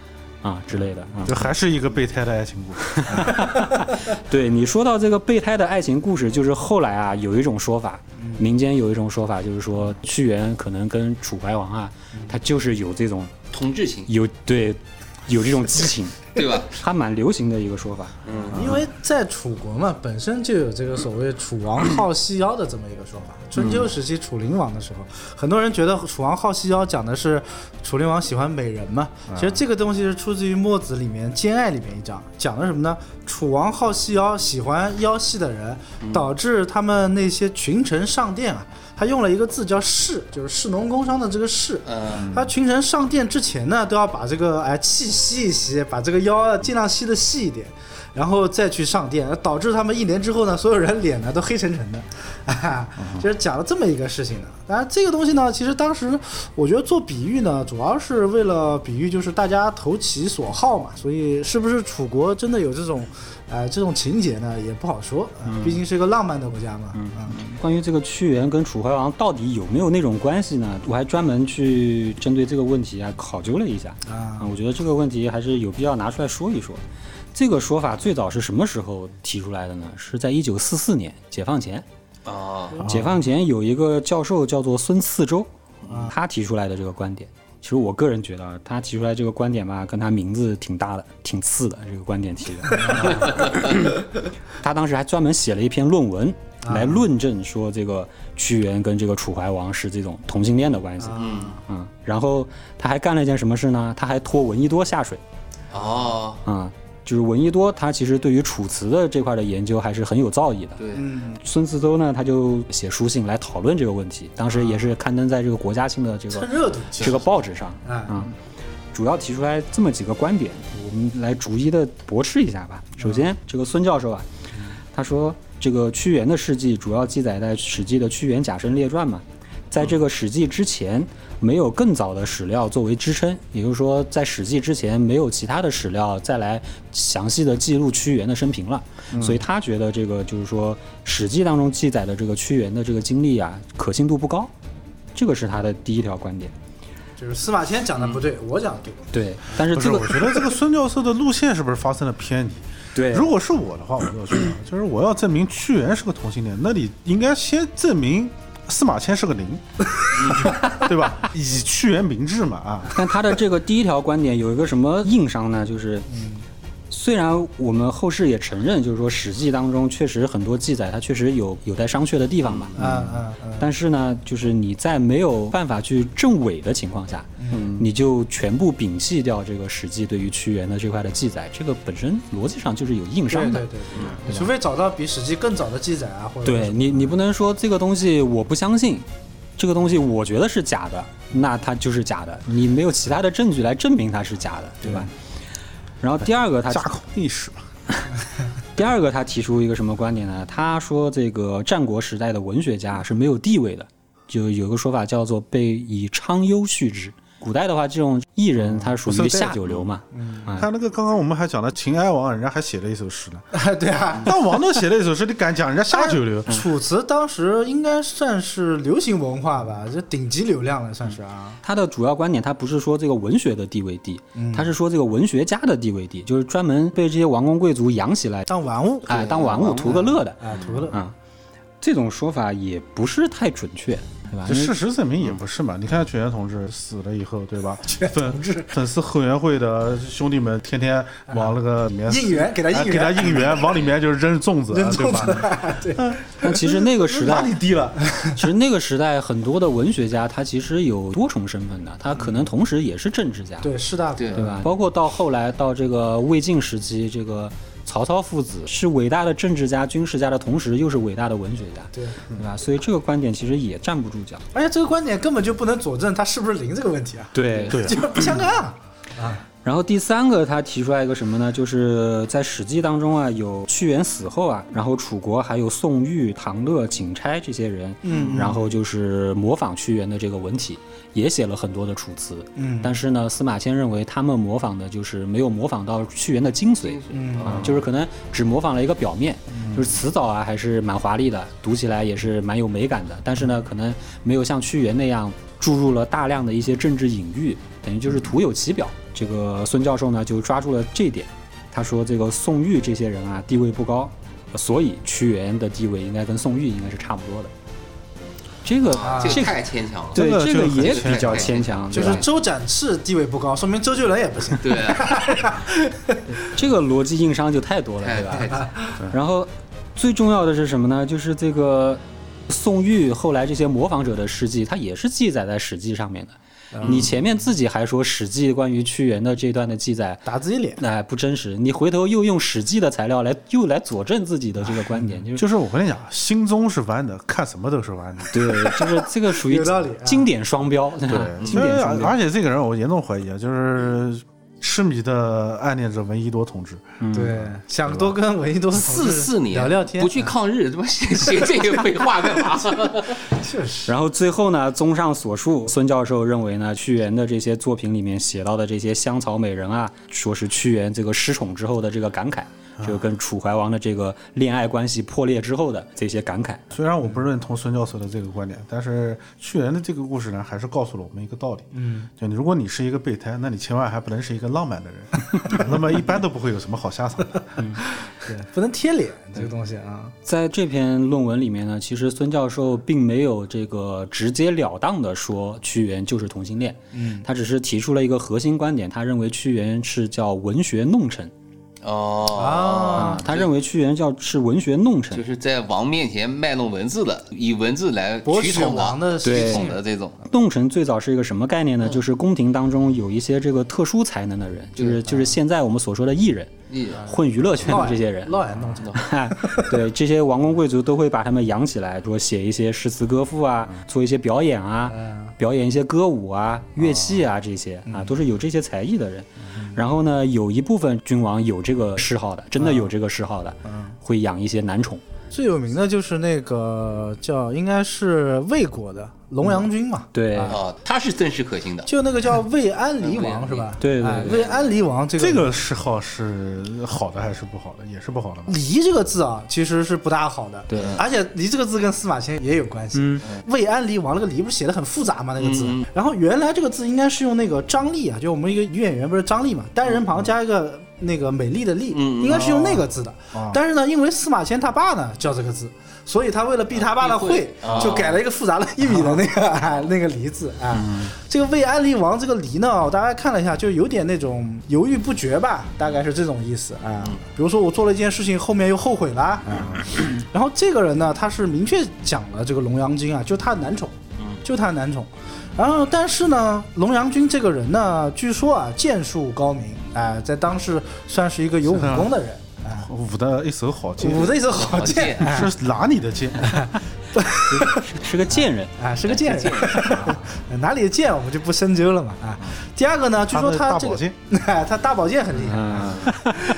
Speaker 4: 啊之类的啊，
Speaker 2: 这还是一个备胎的爱情故事，
Speaker 4: 对你说到这个备胎的爱情故事，就是后来啊有一种说法，民间有一种说法，就是说屈原可能跟楚怀王啊，他就是有这种
Speaker 3: 同志
Speaker 4: (laughs)
Speaker 3: 情，
Speaker 4: 有对有这种激情，
Speaker 3: 对吧？
Speaker 4: 还蛮流行的一个说法。
Speaker 1: 因为在楚国嘛，本身就有这个所谓“楚王好细腰”的这么一个说法。春秋时期楚灵王的时候，很多人觉得“楚王好细腰”讲的是楚灵王喜欢美人嘛。其实这个东西是出自于《墨子》里面《兼爱》里面一章，讲的什么呢？楚王好细腰，喜欢腰细的人，导致他们那些群臣上殿啊，他用了一个字叫“士”，就是士农工商的这个“士”。
Speaker 3: 嗯，
Speaker 1: 他群臣上殿之前呢，都要把这个哎气吸一吸，把这个腰啊尽量吸的细一点，然后再去上殿，导致他们一年之后呢，所有人脸呢都黑沉沉的， (laughs) 啊，就是讲了这么一个事情呢。当然，这个东西呢，其实当时我觉得做比喻呢，主要是为了比喻就是大家投其所好嘛，所以是不是楚国真的有这种，哎这种情节呢，也不好说，啊毕竟是一个浪漫的国家嘛，啊，
Speaker 4: 关于这个屈原跟楚怀王到底有没有那种关系呢？我还专门去针对这个问题啊考究了一下
Speaker 1: 啊
Speaker 4: 我觉得这个问题还是有必要拿出来说一说。这个说法最早是什么时候提出来的呢？是在一九四四年解放前。
Speaker 3: 啊，
Speaker 4: 解放前有一个教授叫做孙四周，他提出来的这个观点，其实我个人觉得啊，他提出来这个观点吧，跟他名字挺搭的，挺次的这个观点提的。他当时还专门写了一篇论文来论证说这个屈原跟这个楚怀王是这种同性恋的关系。
Speaker 3: 嗯，
Speaker 4: 嗯，然后他还干了一件什么事呢？他还拖闻一多下水。
Speaker 3: 哦，
Speaker 4: 啊、就是闻一多他其实对于楚辞的这块的研究还是很有造诣的。
Speaker 3: 对，
Speaker 1: 嗯，
Speaker 4: 孙思邹呢，他就写书信来讨论这个问题，当时也是刊登在这个国家性的这
Speaker 1: 蹭
Speaker 4: 个
Speaker 1: 热度，
Speaker 4: 这个报纸上
Speaker 1: 哎，
Speaker 4: 啊、主要提出来这么几个观点，我们来逐一的驳斥一下
Speaker 2: 嗯
Speaker 4: 吧。首先，这个孙教授啊，他说这个屈原的事迹主要记载在《史记》的《屈原贾生列传》嘛。在这个《史记》之前，没有更早的史料作为支撑，也就是说，在《史记》之前没有其他的史料再来详细的记录屈原的生平了。
Speaker 2: 嗯
Speaker 4: 所以他觉得这个就是说，《史记》当中记载的这个屈原的这个经历啊，可信度不高，这个是他的第一条观点。
Speaker 1: 就是司马迁讲的不对，我讲的对。
Speaker 4: 对，但是
Speaker 2: 不
Speaker 4: 这
Speaker 2: 是，
Speaker 4: 个
Speaker 2: 我觉得这个孙教授的路线是不是发生了偏离？
Speaker 4: (laughs) 对
Speaker 2: 如果是我的话，我要去，就是我要证明屈原是个同性恋，那你应该先证明司马迁是
Speaker 4: (laughs)
Speaker 2: 个零，对吧？以屈原明志嘛
Speaker 4: (laughs)
Speaker 2: 啊，
Speaker 4: 但他的这个第一条观点有一个什么硬伤呢？就是，虽然我们后世也承认，就是说《史记》当中确实很多记载，它确实有有待商榷的地方吧。
Speaker 1: 嗯嗯嗯，
Speaker 4: 但是呢，就是你在没有办法去证伪的情况下，
Speaker 1: 嗯
Speaker 4: 你就全部摒弃掉这个《史记》对于屈原的这块的记载，这个本身逻辑上就是有硬
Speaker 1: 对
Speaker 4: 伤的
Speaker 1: 对。对嗯对，除非找到比《史记》更早的记载啊，或者
Speaker 4: 对你，你不能说这个东西我不相信，这个东西我觉得是假的，那它就是假的。你没有其他的证据来证明它是假的，对吧？然后第二个他
Speaker 2: 架空历史嘛。
Speaker 4: 第二个他提出一个什么观点呢？他说这个战国时代的文学家是没有地位的，就有个说法叫做被以昌优续之。古代的话，这种艺人他属于下九流嘛，啊
Speaker 2: 看那个刚刚我们还讲了秦哀王，人家还写了一首诗
Speaker 1: (laughs)
Speaker 2: 呢。
Speaker 1: 对啊，
Speaker 2: (laughs) 但王东写了一首诗，你敢讲人家下九
Speaker 4: (laughs)
Speaker 2: 流？
Speaker 1: 楚辞当时应该算是流行文化吧，这顶级流量了，算是啊。
Speaker 4: 他的主要观点，他不是说这个文学的地位低，他是说这个文学家的地位低，就是专门被这些王公贵族养起来，
Speaker 1: 当玩物
Speaker 4: 哎，当玩物图个乐的。
Speaker 1: 哎，图了，
Speaker 4: 啊，这种说法也不是太准 (laughs) 确，对吧？
Speaker 2: 这
Speaker 4: 因为
Speaker 2: 事实证明也不是嘛。你看全员同志死了以后，
Speaker 1: (laughs)
Speaker 2: 对吧？粉粉丝后援会的兄弟们天天往那个里面
Speaker 1: 应援给他
Speaker 2: 哎
Speaker 1: 应
Speaker 2: 给他
Speaker 1: (laughs) 援，
Speaker 2: 应援，往里面就是扔粽子，啊
Speaker 1: 扔
Speaker 2: 对
Speaker 1: 粽
Speaker 2: 吧？ (laughs)
Speaker 1: 子，对，
Speaker 4: 但其实那个时
Speaker 1: (laughs)
Speaker 4: 代，
Speaker 2: 低了？
Speaker 4: 其实那个时代很多的文学家，他其实有多重身份的，他可能同时也是政治家，
Speaker 1: 对，士大夫，
Speaker 3: 对
Speaker 4: 对吧？包括到后来到这个魏晋时期，这个曹操父子是伟大的政治家、军事家的同时，又是伟大的文学家，
Speaker 1: 对。
Speaker 4: 对吧？所以这个观点其实也站不住脚。
Speaker 1: 而且这个观点根本就不能佐证他是不是零这个问题啊，
Speaker 4: 对
Speaker 2: 对
Speaker 1: 这个不相干啊。
Speaker 4: 然后第三个，他提出来一个什么呢？就是在《史记》当中啊，有屈原死后啊，然后楚国还有宋玉、唐乐、景差这些人，嗯，然后就是模仿屈原的这个文体，也写了很多的楚辞，嗯，但是呢，司马迁认为他们模仿的就是没有模仿到屈原的精髓，
Speaker 1: 嗯
Speaker 4: 啊，就是可能只模仿了一个表面，就是辞藻啊还是蛮华丽的，读起来也是蛮有美感的，但是呢，可能没有像屈原那样注入了大量的一些政治隐喻，等于就是徒有其表。这个孙教授呢就抓住了这一点，他说这个宋玉这些人啊地位不高，所以屈原的地位应该跟宋玉应该是差不多的。这个、
Speaker 3: 啊这
Speaker 4: 这
Speaker 3: 个
Speaker 4: 个
Speaker 3: 太牵强了。
Speaker 4: 对
Speaker 2: 这个
Speaker 4: 这个
Speaker 2: 就很
Speaker 4: 也
Speaker 2: 牵
Speaker 4: 比较
Speaker 3: 强
Speaker 4: 牵强，
Speaker 1: 就
Speaker 4: 对
Speaker 1: 是
Speaker 4: 吧
Speaker 1: 周展翅地位不高，说明周杰伦也不行。
Speaker 3: 对啊，
Speaker 4: 这个逻辑硬伤就太多了，
Speaker 3: 哎太
Speaker 4: 对吧？
Speaker 3: 太
Speaker 1: 嗯
Speaker 4: 然后最重要的是什么呢？就是这个宋玉后来这些模仿者的事迹，它也是记载在《史记》上面的。
Speaker 1: 嗯
Speaker 4: 你前面自己还说《史记》关于屈原的这段的记载。
Speaker 1: 打自己脸，
Speaker 4: 哎，不真实！你回头又用《史记》的材料来 (laughs) 又来佐证自己的这个观点，
Speaker 1: 嗯
Speaker 4: 就是
Speaker 2: 就是我跟你讲，心中是弯的，看什么都是弯的。
Speaker 4: 对，就是 (laughs) 这个属于
Speaker 1: 有道理啊
Speaker 4: 经典双标，对吧
Speaker 2: 对，
Speaker 4: (laughs)
Speaker 2: 啊
Speaker 4: 经典双
Speaker 2: 而
Speaker 4: 标。
Speaker 2: 而且这个人我严重怀疑啊，就是痴迷的暗恋着闻一多同志。
Speaker 1: 对，想多跟闻一多
Speaker 3: (laughs) 四四年
Speaker 1: 聊聊天，
Speaker 3: 不去抗日，他妈写写这个废话
Speaker 1: (laughs)
Speaker 3: 干嘛？
Speaker 1: 确实，
Speaker 4: 然后最后呢，综上所述，孙教授认为呢，屈原的这些作品里面写到的这些香草美人啊，说是屈原这个失宠之后的这个感慨，就跟楚怀王的这个恋爱关系破裂之后的这些感慨。
Speaker 2: 虽然我不认同孙教授的这个观点，但是屈原的这个故事呢，还是告诉了我们一个道理。嗯，就你如果你是一个备胎，那你千万还不能是一个浪漫的人， (laughs) 那么一般都不会有什么好下场的。
Speaker 1: 对，不能贴脸这个东西啊。
Speaker 4: 在这篇论文里面呢，其实孙教授并没有这个直截了当的说屈原就是同性恋，嗯，他只是提出了一个核心观点，他认为屈原是叫文学弄臣，
Speaker 3: 哦，
Speaker 1: 啊
Speaker 4: 啊，他认为屈原叫是文学弄臣
Speaker 3: 就，是在王面前卖弄文字的，以文字来
Speaker 1: 博
Speaker 3: 取
Speaker 1: 取
Speaker 3: 统
Speaker 1: 王
Speaker 3: 的、
Speaker 1: 的
Speaker 3: 取
Speaker 1: 事
Speaker 3: 统
Speaker 1: 情
Speaker 3: 的这种。
Speaker 4: 弄臣最早是一个什么概念呢？就是宫廷当中有一些这个特殊才能的人，就是就是现在我们所说的艺人，呃
Speaker 3: 艺人
Speaker 4: 混娱乐圈的这些人。
Speaker 1: 闹也弄成
Speaker 4: (laughs) 对这些王公贵族都会把他们养起来，说写一些诗词歌赋啊，做一些表演啊，表演一些歌舞啊、乐器啊这些啊，都是有这些才艺的人。然后呢，有一部分君王有这个嗜好的，真的有这个嗜好的，会养一些男宠。
Speaker 1: 最有名的就是那个叫应该是魏国的龙阳君嘛，
Speaker 4: 对，
Speaker 3: 哦，他是真实可信的。
Speaker 1: 就那个叫魏安离
Speaker 3: 魏安
Speaker 1: 王
Speaker 3: 离
Speaker 1: 是吧？
Speaker 4: 对对
Speaker 1: 哎
Speaker 4: 对
Speaker 1: 魏安离王这个
Speaker 2: 这个嗜好是好的还是不好的？也是不好的吧？ (laughs)
Speaker 1: 离这个字啊，其实是不大好的。
Speaker 4: 对，
Speaker 1: 而且离这个字跟司马迁也有关系。
Speaker 4: 嗯
Speaker 1: 魏安离王那个离不是写的很复杂嘛那个字，
Speaker 3: 嗯
Speaker 1: 然后原来这个字应该是用那个张力啊，就我们一个女演员不是张力嘛，单人旁加一个那个美丽的丽，
Speaker 3: 嗯
Speaker 1: 应该是用那个字的。但是呢，因为司马迁他爸呢叫这个字，所以他为了避他爸的
Speaker 3: 避讳
Speaker 1: 讳，就
Speaker 3: 啊
Speaker 1: 改了一个复杂了一米的那 (laughs) 个、啊、那个离字啊。这个魏安离王这个离呢，我大概看了一下，就有点那种犹豫不决吧，大概是这种意思啊。比如说我做了一件事情，后面又后悔啦。 (clears throat) 然后这个人呢，他是明确讲了这个龙阳经啊，就他的男宠，就他的男宠。然后，但是呢，龙阳君这个人呢，据说啊，剑术高明，哎、在当时算是一个有武功的人，哎、
Speaker 2: 舞的一手好剑，
Speaker 1: 舞的一手好剑，哎
Speaker 2: 是哪里的剑？ (laughs)
Speaker 4: 是个贱人。
Speaker 1: 啊，
Speaker 2: 哎
Speaker 1: 是个贱人， (laughs) 哪里的贱我们就不深究了嘛啊。第二个呢，据说
Speaker 2: 他
Speaker 1: 他
Speaker 2: 的大
Speaker 1: 这
Speaker 2: 宝
Speaker 1: 个
Speaker 2: 剑，
Speaker 1: 哎， (laughs) 他大宝剑很厉害。
Speaker 4: 嗯，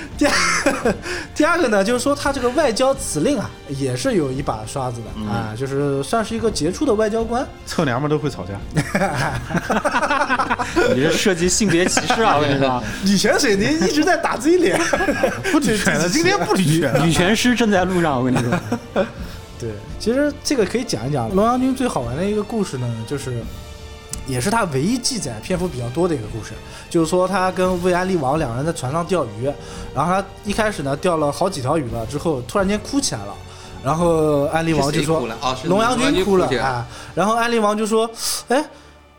Speaker 1: (laughs) 第二 (laughs) 第二个呢，就是说他这个外交辞令啊，也是有一把刷子
Speaker 2: 嗯
Speaker 1: 的啊，就是算是一个杰出的外交官。
Speaker 2: 臭娘们都会吵架。
Speaker 4: 你这涉及性别歧视啊，我跟你说，
Speaker 1: 女权水泥一直在打自己脸，
Speaker 2: 不理
Speaker 1: (laughs)
Speaker 2: 权了，今天不理 (laughs) 权了。
Speaker 4: (laughs) 女拳师正在路上，我跟你说。
Speaker 1: 对，其实这个可以讲一讲龙阳君最好玩的一个故事呢，就是。也是他唯一记载篇幅比较多的一个故事，就是说他跟魏安利王两人在船上钓鱼，然后他一开始呢钓了好几条鱼了，之后突然间哭起来了，然后安利王就说
Speaker 3: 是谁哭了啊是
Speaker 1: 龙阳
Speaker 3: 龙阳
Speaker 1: 君
Speaker 3: 君
Speaker 1: 哭了
Speaker 3: 哭起来了
Speaker 1: 啊，然后安利王就说，哎，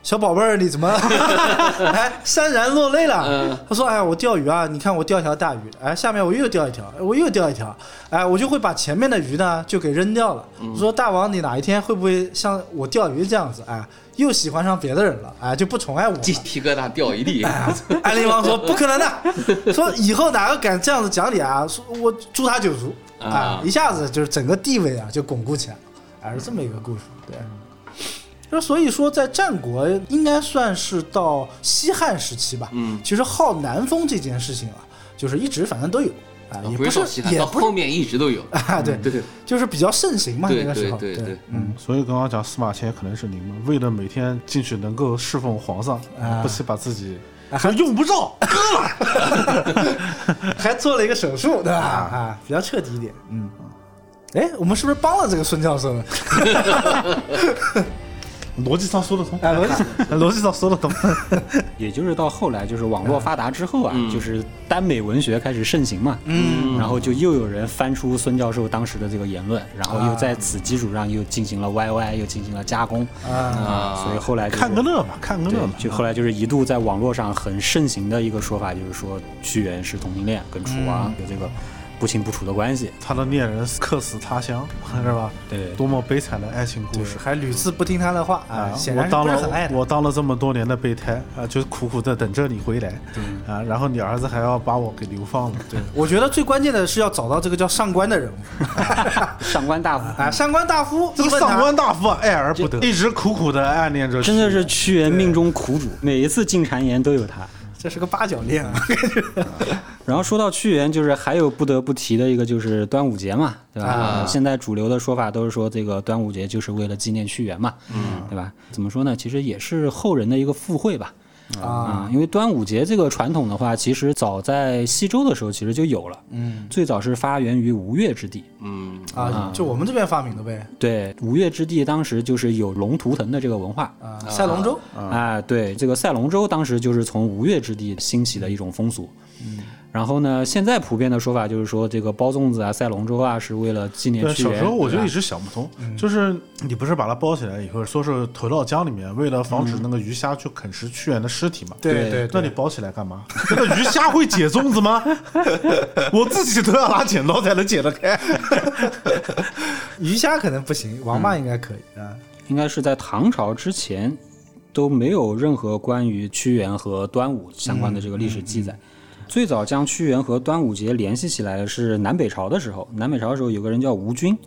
Speaker 1: 小宝贝儿你怎么 (laughs) 哎潸然落泪了？
Speaker 3: 嗯
Speaker 1: 他说：“哎，我钓鱼啊，你看我钓一条大鱼，哎，下面我又钓一条，我又钓一条，哎，我就会把前面的鱼呢就给扔掉了。说大王，你哪一天会不会像我钓鱼这样子，哎，又喜欢上别的人了，哎，就不宠爱我了
Speaker 3: 鸡皮疙瘩掉一地。
Speaker 1: 哎 (laughs) 安陵王说：“不可能的，说以后哪个敢这样子讲你啊？说我诛他九族啊
Speaker 3: 啊！
Speaker 1: 一下子就是整个地位啊就巩固起来了，啊，是这么一个故事。对，那所以说在战国应该算是到西汉时期吧。
Speaker 3: 嗯，
Speaker 1: 其实好南风这件事情啊，就是一直反正都有啊，也
Speaker 3: (laughs) 不
Speaker 1: 不
Speaker 3: 是到西
Speaker 1: 是
Speaker 3: 汉，
Speaker 1: 也
Speaker 3: 到
Speaker 1: 不是
Speaker 3: 后面一直都有。嗯
Speaker 1: 啊，对，
Speaker 3: 对
Speaker 1: 就是比较盛行嘛
Speaker 3: 对
Speaker 1: 那个时候。
Speaker 3: 对对对
Speaker 1: 嗯，
Speaker 2: 所以刚刚讲司马迁可能是你们为了每天进去能够侍奉皇上，不惜把自己
Speaker 1: 啊还用不着割了， (laughs) 还做了一个手术，对吧？啊，比较彻底一点，嗯。哎，我们是不是帮了这个孙教授呢？
Speaker 2: 逻辑上说得通，
Speaker 1: 哎，
Speaker 2: (laughs)
Speaker 1: 我
Speaker 2: 啊逻辑上说得 (laughs) 通。
Speaker 4: (laughs) 也就是到后来，就是网络发达之后啊，就是耽美文学开始盛行嘛，嗯，然后就又有人翻出孙教授当时的这个言论，然后又在此基础上又进行了 YY，又进行了加工
Speaker 1: 啊，
Speaker 3: 啊
Speaker 4: 所以后来就是
Speaker 2: 看个乐嘛，看个乐嘛
Speaker 4: 对，。就后来就是一度在网络上很盛行的一个说法，就是说屈原是同性恋，跟楚
Speaker 2: 嗯
Speaker 4: 王有这个不清不楚的关系，
Speaker 2: 他的恋人客死他乡， (laughs) 是吧？
Speaker 4: 对
Speaker 2: 多么悲惨的爱情故
Speaker 1: 就
Speaker 2: 事
Speaker 1: 是。还屡次不听他的话啊，显
Speaker 2: 我
Speaker 1: 然是
Speaker 2: 当
Speaker 1: 不是很爱
Speaker 2: 了
Speaker 1: 他。
Speaker 2: 我当了这么多年的备胎啊，就苦苦的等着你回来，啊，然后你儿子还要把我给流放了，对，
Speaker 1: 我觉得最关键的是要找到这个叫上官的人物 (laughs)
Speaker 4: 上官大夫。
Speaker 2: 哎
Speaker 1: 啊，上官大夫。
Speaker 2: (laughs) 这
Speaker 1: 一
Speaker 2: 个
Speaker 1: 问他
Speaker 2: 上官大夫啊爱而不得，一直苦苦的暗恋着，
Speaker 4: 真的是屈原命中苦主，每一次进谗言都有他。
Speaker 1: 这是个八角恋啊，
Speaker 4: 然后说到屈原，就是还有不得不提的一个就是端午节嘛，对吧？
Speaker 3: 啊
Speaker 4: 现在主流的说法都是说这个端午节就是为了纪念屈原嘛，嗯，对吧？怎么说呢？其实也是后人的一个附会吧，
Speaker 1: 啊，
Speaker 4: 因为端午节这个传统的话，其实早在西周的时候其实就有了，嗯，最早是发源于吴越之地，
Speaker 3: 嗯，
Speaker 1: 啊，就我们这边发明的呗
Speaker 4: 对，吴越之地当时就是有龙图腾的这个文化，
Speaker 1: 啊，赛龙舟
Speaker 4: 哎啊，对，这个赛龙舟当时就是从吴越之地兴起的一种风俗。然后呢，现在普遍的说法就是说，这个包粽子啊、赛龙舟啊，是为了纪念
Speaker 2: 对，
Speaker 4: 屈
Speaker 2: 小
Speaker 4: 原。
Speaker 2: 时候我
Speaker 4: 对
Speaker 2: 就
Speaker 4: 吧
Speaker 2: 一直想不通，就是你不是把它包起来以后，说是投到江里面，为了防止那个鱼虾去啃食屈原的尸体嘛？
Speaker 1: 对
Speaker 4: 对
Speaker 1: 对
Speaker 2: 那你包起来干嘛？ (laughs) 那个鱼虾会解粽子吗？ (laughs) 我自己都要拿剪刀才能剪得开。
Speaker 1: 鱼虾可能不行，王八应该可以啊。
Speaker 4: 应该是在唐朝之前都没有任何关于屈原和端午相关的这个历史记载。最早将屈原和端午节联系起来的是南北朝的时候，南北朝的时候有个人叫吴均，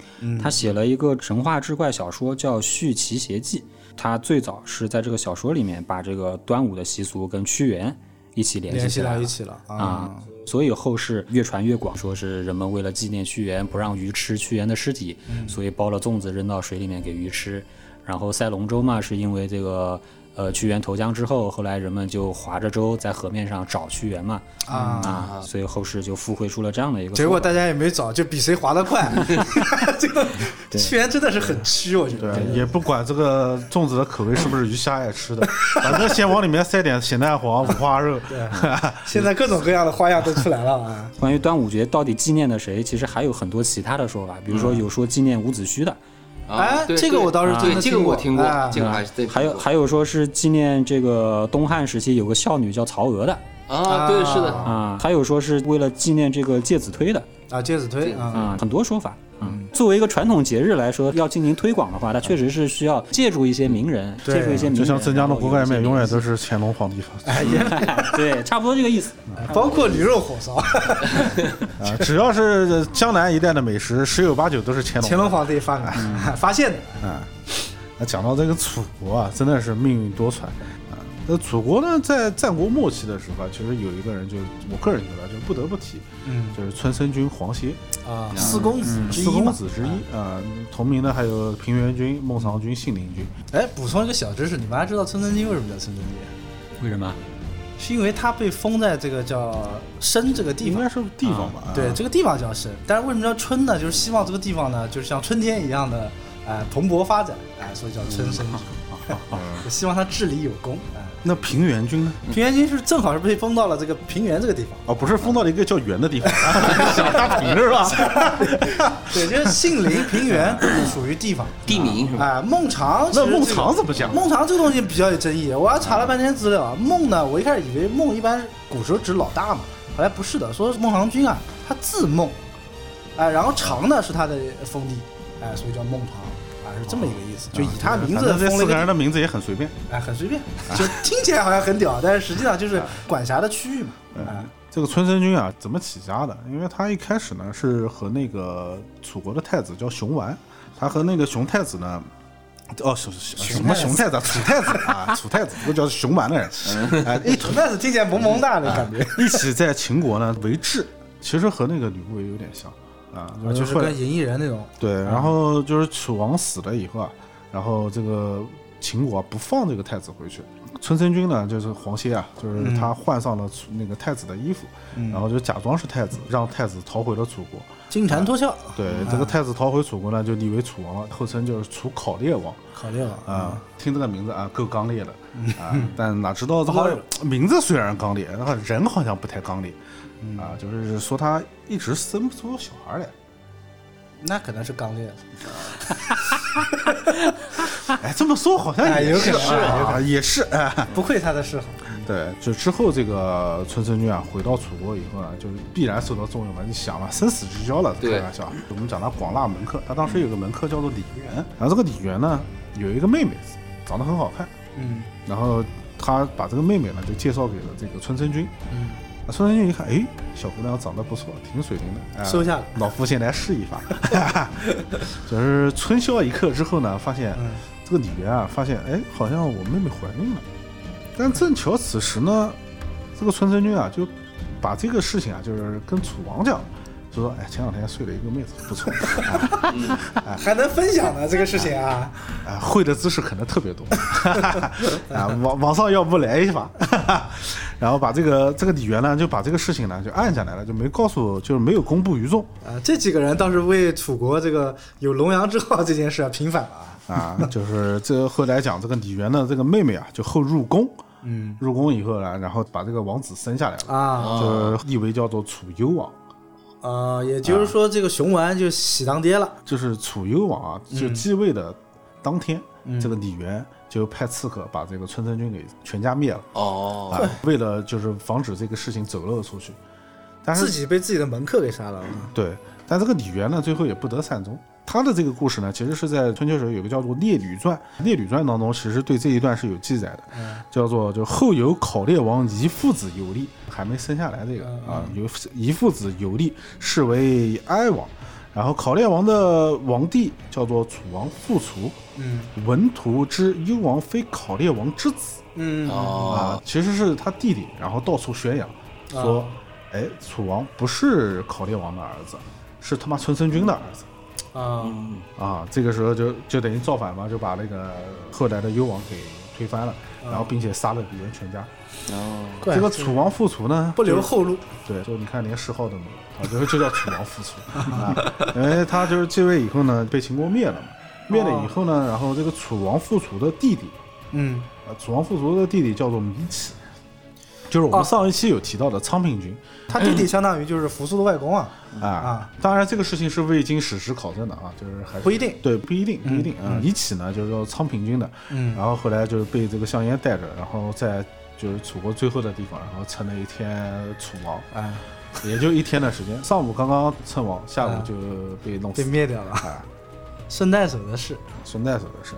Speaker 4: 他写了一个神话志怪小说叫《续奇邪记》，他最早是在这个小说里面把这个端午的习俗跟屈原一起联系
Speaker 1: 联
Speaker 4: 起
Speaker 1: 系
Speaker 4: 来
Speaker 1: 到
Speaker 4: 了
Speaker 1: 一起了啊。
Speaker 4: 啊，所以后世越传越广，说是人们为了纪念屈原，不让鱼吃屈原的尸体，
Speaker 1: 嗯
Speaker 4: 所以包了粽子扔到水里面给鱼吃。然后赛龙舟嘛，是因为这个呃屈原投江之后，后来人们就划着舟在河面上找屈原嘛啊，所以后世就附会出了这样的一
Speaker 1: (laughs)
Speaker 4: 个
Speaker 1: 结
Speaker 4: 说
Speaker 1: 果
Speaker 4: 法
Speaker 1: 大家也没找，就比谁划得
Speaker 2: (laughs)
Speaker 1: 快。这个屈原真的是很屈，我觉得。
Speaker 2: 对，也不管这个粽子的口味是不是鱼虾爱吃的， (laughs) 反正先往里面塞点咸蛋黄、五花肉。
Speaker 1: 现在各种各样的花样都出来了啊。
Speaker 4: 关于端午节到底纪念的谁，其实还有很多其他的说法，比
Speaker 1: 嗯
Speaker 4: 如说有说纪念伍子胥的，
Speaker 1: 哎
Speaker 3: 啊，对
Speaker 1: 这个
Speaker 3: 对
Speaker 1: 我倒是真的
Speaker 3: 对这个我
Speaker 1: 听
Speaker 3: 听
Speaker 1: 过
Speaker 3: 过
Speaker 1: 哎，
Speaker 3: 这个还是真
Speaker 4: 还有
Speaker 3: 听过
Speaker 4: 还有说是纪念这个东汉时期有个孝女叫曹娥的
Speaker 3: 啊，对，是的，
Speaker 4: 啊，还有说是为了纪念这个介子推的。
Speaker 1: 啊，介子推啊，
Speaker 4: 啊、很多说法。嗯，作为一个传统节日来说，要进行推广的话，它确实是需要借助一些名人，
Speaker 1: 对
Speaker 4: 借助一些名人，
Speaker 2: (laughs) 就像镇江的
Speaker 4: 然后
Speaker 2: 锅
Speaker 4: 有一
Speaker 2: 盖
Speaker 4: 些
Speaker 2: 面永远
Speaker 4: 联系
Speaker 2: 都是乾隆皇帝发
Speaker 4: (laughs) 对，差不多这个意思。
Speaker 2: 嗯
Speaker 1: 包括驴肉火烧，
Speaker 2: 啊，只要是江南一带的美食，十有八九都是乾隆。
Speaker 1: 乾隆皇帝发
Speaker 2: 嗯
Speaker 1: 明 (laughs) 发现的。
Speaker 2: 那讲到这个楚国啊，真的是命运多舛啊。那楚国呢，在战国末期的时候啊，其实有一个人就，我个人觉得就不得不提，
Speaker 1: 嗯
Speaker 2: 就是春申君黄歇，嗯
Speaker 1: 啊，四公子之一
Speaker 2: 四公
Speaker 1: 嘛嗯
Speaker 2: 子之一啊。同名的还有平原君、孟尝君、信陵君。
Speaker 1: 哎，补充一个小知识，你们还知道村曾经为什么叫村曾经？
Speaker 4: 为什么？
Speaker 1: 是因为他被封在这个叫深这个地
Speaker 2: 应
Speaker 1: 方
Speaker 2: 该。是地方吧？啊
Speaker 1: 对，，这个地方叫深，但是为什么叫春呢？就是希望这个地方呢，就是像春天一样的，哎，蓬勃发展，哎，所以叫春生之，就
Speaker 2: 嗯
Speaker 1: (laughs) 希望他治理有功。哎，
Speaker 2: 那平原君呢？
Speaker 1: 平原君是正好是被封到了这个平原这个地方。
Speaker 2: 哦，不是封到了一个叫原的
Speaker 1: (laughs)
Speaker 2: 地方，想大平是吧？
Speaker 1: 对，就是杏林平原都是属于地方。
Speaker 3: 地名是吧？
Speaker 1: 啊，孟尝其实
Speaker 2: 嗯那
Speaker 1: 这个
Speaker 2: 孟尝怎么讲？
Speaker 1: 孟尝这个东西比较有争议，我还查了半天资料啊。孟呢，我一开始以为孟一般古时候指老大嘛，后来不是的，说是孟尝君啊，他字孟，哎，然后尝呢是他的封地，哎，所以叫孟尝，啊，是这么一个意思，就以他名字
Speaker 2: 哦反正这
Speaker 1: 封了
Speaker 2: 四
Speaker 1: 一
Speaker 2: 个
Speaker 1: 个
Speaker 2: 人的名字也很随便。
Speaker 1: 地，哎，很随便，就听起来好像很屌，但是实际上就是管辖的区域嘛，哎，
Speaker 2: 这个春申君啊，怎么起家的？因为他一开始呢是和那个楚国的太子叫熊完，他和那个熊太子呢。哦，什什么熊太子啊，楚太子啊，楚太子都叫熊完的 (laughs) 人，哎，一
Speaker 1: 那是听起来萌萌哒的感觉，
Speaker 2: 一起在秦国呢为质，其实和那个吕不韦有点像啊，
Speaker 1: 就是
Speaker 2: 后来
Speaker 1: 跟银翼人那种，
Speaker 2: 对，然后就是楚王死了以后啊，然后这个秦国啊不放这个太子回去，春申君呢就是黄歇啊，
Speaker 1: 嗯
Speaker 2: 就是他换上了楚那个太子的衣服，然后就假装是太子，让太子逃回了楚国。
Speaker 1: 金蝉脱壳，
Speaker 2: 对，这个太子逃回楚国呢，就立为楚王了，后称就是楚考烈王。
Speaker 1: 考虑了啊。
Speaker 2: 啊、听这个名字啊，够刚烈的
Speaker 1: 嗯
Speaker 2: 啊，但哪
Speaker 1: (laughs)
Speaker 2: 知道这个名字虽然刚烈，然后人好像不太刚烈
Speaker 1: 嗯
Speaker 2: 啊，就是说他一直生不出小
Speaker 1: (laughs)
Speaker 2: 孩来。
Speaker 1: 那可能是刚烈的，
Speaker 2: 哎，这么说好像
Speaker 1: 哎
Speaker 2: 也
Speaker 1: 有
Speaker 2: 是，
Speaker 1: 可能啊
Speaker 2: 啊
Speaker 1: 有可
Speaker 2: 也是，哎，
Speaker 1: (laughs) 不愧他的嗜好。
Speaker 2: 对，就之后这个春申君啊，回到楚国以后呢，就是必然受到重用嘛。你想嘛，生死之交了，
Speaker 3: 对
Speaker 2: 开玩笑。啊我们讲他广纳门客，他当时有个门客叫做李元，然后这个李元呢有一个妹妹，长得很好看，
Speaker 1: 嗯
Speaker 2: 然后他把这个妹妹呢就介绍给了这个春申君。
Speaker 1: 嗯，
Speaker 2: 那春申君一看，哎，小姑娘长得不错，挺水灵的，哎、
Speaker 1: 收下了
Speaker 2: 老夫先来试一发。 (laughs) 就是春宵一刻之后呢，发现、
Speaker 1: 嗯
Speaker 2: 这个李元啊，发现哎，好像我妹妹怀孕了。但正巧此时呢，这个春申君啊，就把这个事情啊，就是跟楚王讲，就说哎，前两天睡了一个妹子，不错， (laughs)
Speaker 1: 还能分享呢这个事情啊，
Speaker 2: 啊，会的姿势可能特别多， (laughs) 啊，网网上要不来一把， (laughs) 然后把这个这个李元呢，就把这个事情呢就按下来了，就没告诉，就是没有公布于众
Speaker 1: 啊，这几个人倒是为楚国这个有龙阳之好这件事啊平反了啊。
Speaker 2: (laughs) 啊，就是这后来讲这个李元的这个妹妹啊，就后入宫
Speaker 1: 嗯
Speaker 2: 入宫以后呢，然后把这个王子生下来了，
Speaker 1: 啊
Speaker 2: 就立为叫做楚幽王。
Speaker 1: 啊，也就是说这个熊丸就喜当爹了，
Speaker 2: 就是楚幽王啊，
Speaker 1: 嗯
Speaker 2: 就继位的当天，这个李元就派刺客把这个春申君给全家灭了
Speaker 3: 哦，
Speaker 2: 啊，为了就是防止这个事情走漏出去。但
Speaker 1: 自
Speaker 2: 是
Speaker 1: 己被自己的门客给杀了。啊
Speaker 2: 对，但这个李元呢，最后也不得善终。他的这个故事呢，其实是在春秋时候有个叫做《列吕传》，《列吕传》当中其实对这一段是有记载的，
Speaker 1: 嗯
Speaker 2: 叫做就后有考烈王遗父子游历，还没生下来这个
Speaker 1: 嗯
Speaker 2: 啊，有遗父子游历，是为哀王。然后考烈王的王弟叫做楚王父楚，
Speaker 1: 嗯
Speaker 2: 文图之幽王非考烈王之子
Speaker 1: 嗯
Speaker 2: 啊
Speaker 3: 哦，，
Speaker 2: 其实是他弟弟，然后到处宣扬
Speaker 1: 啊
Speaker 2: 说，哎，楚王不是考烈王的儿子，是他妈春申君的儿子
Speaker 1: 啊
Speaker 2: 啊。这个时候就就等于造反嘛，就把那个后来的幽王给推翻了，然后并且杀了别人全家。
Speaker 3: 哦，
Speaker 1: 啊怪
Speaker 2: 这个楚王复仇呢，
Speaker 1: 不留
Speaker 2: 就
Speaker 1: 后路。
Speaker 2: 对，就你看连谥号都没有，啊，就就叫楚王复仇 (laughs) 啊，因为他就是继位以后呢，被秦国灭了嘛，灭了以后
Speaker 1: 哦
Speaker 2: 呢，然后这个楚王复仇的弟弟。
Speaker 1: 嗯
Speaker 2: 呃，楚王复仇的弟弟叫做弥启，就是我
Speaker 1: 啊
Speaker 2: 们上一期有提到的昌平君
Speaker 1: 他弟弟相当于就是扶苏的外公啊，
Speaker 2: 啊。
Speaker 1: 啊
Speaker 2: 当然，这个事情是未经史实考证的啊，就是还是
Speaker 1: 不一定
Speaker 2: 对，不一定，不一定啊。弥启呢，就是叫昌平君的，
Speaker 1: 嗯
Speaker 2: 然后后来就是被这个项燕带着，然后在就是楚国最后的地方，然后称了一天楚王，
Speaker 1: 哎，
Speaker 2: 也就一天的时间。上午刚刚称王，下午
Speaker 1: 啊
Speaker 2: 就被弄
Speaker 1: 被
Speaker 2: 死。
Speaker 1: 灭掉了，
Speaker 2: 啊，
Speaker 1: 顺带手的事。
Speaker 2: 宋代手的事。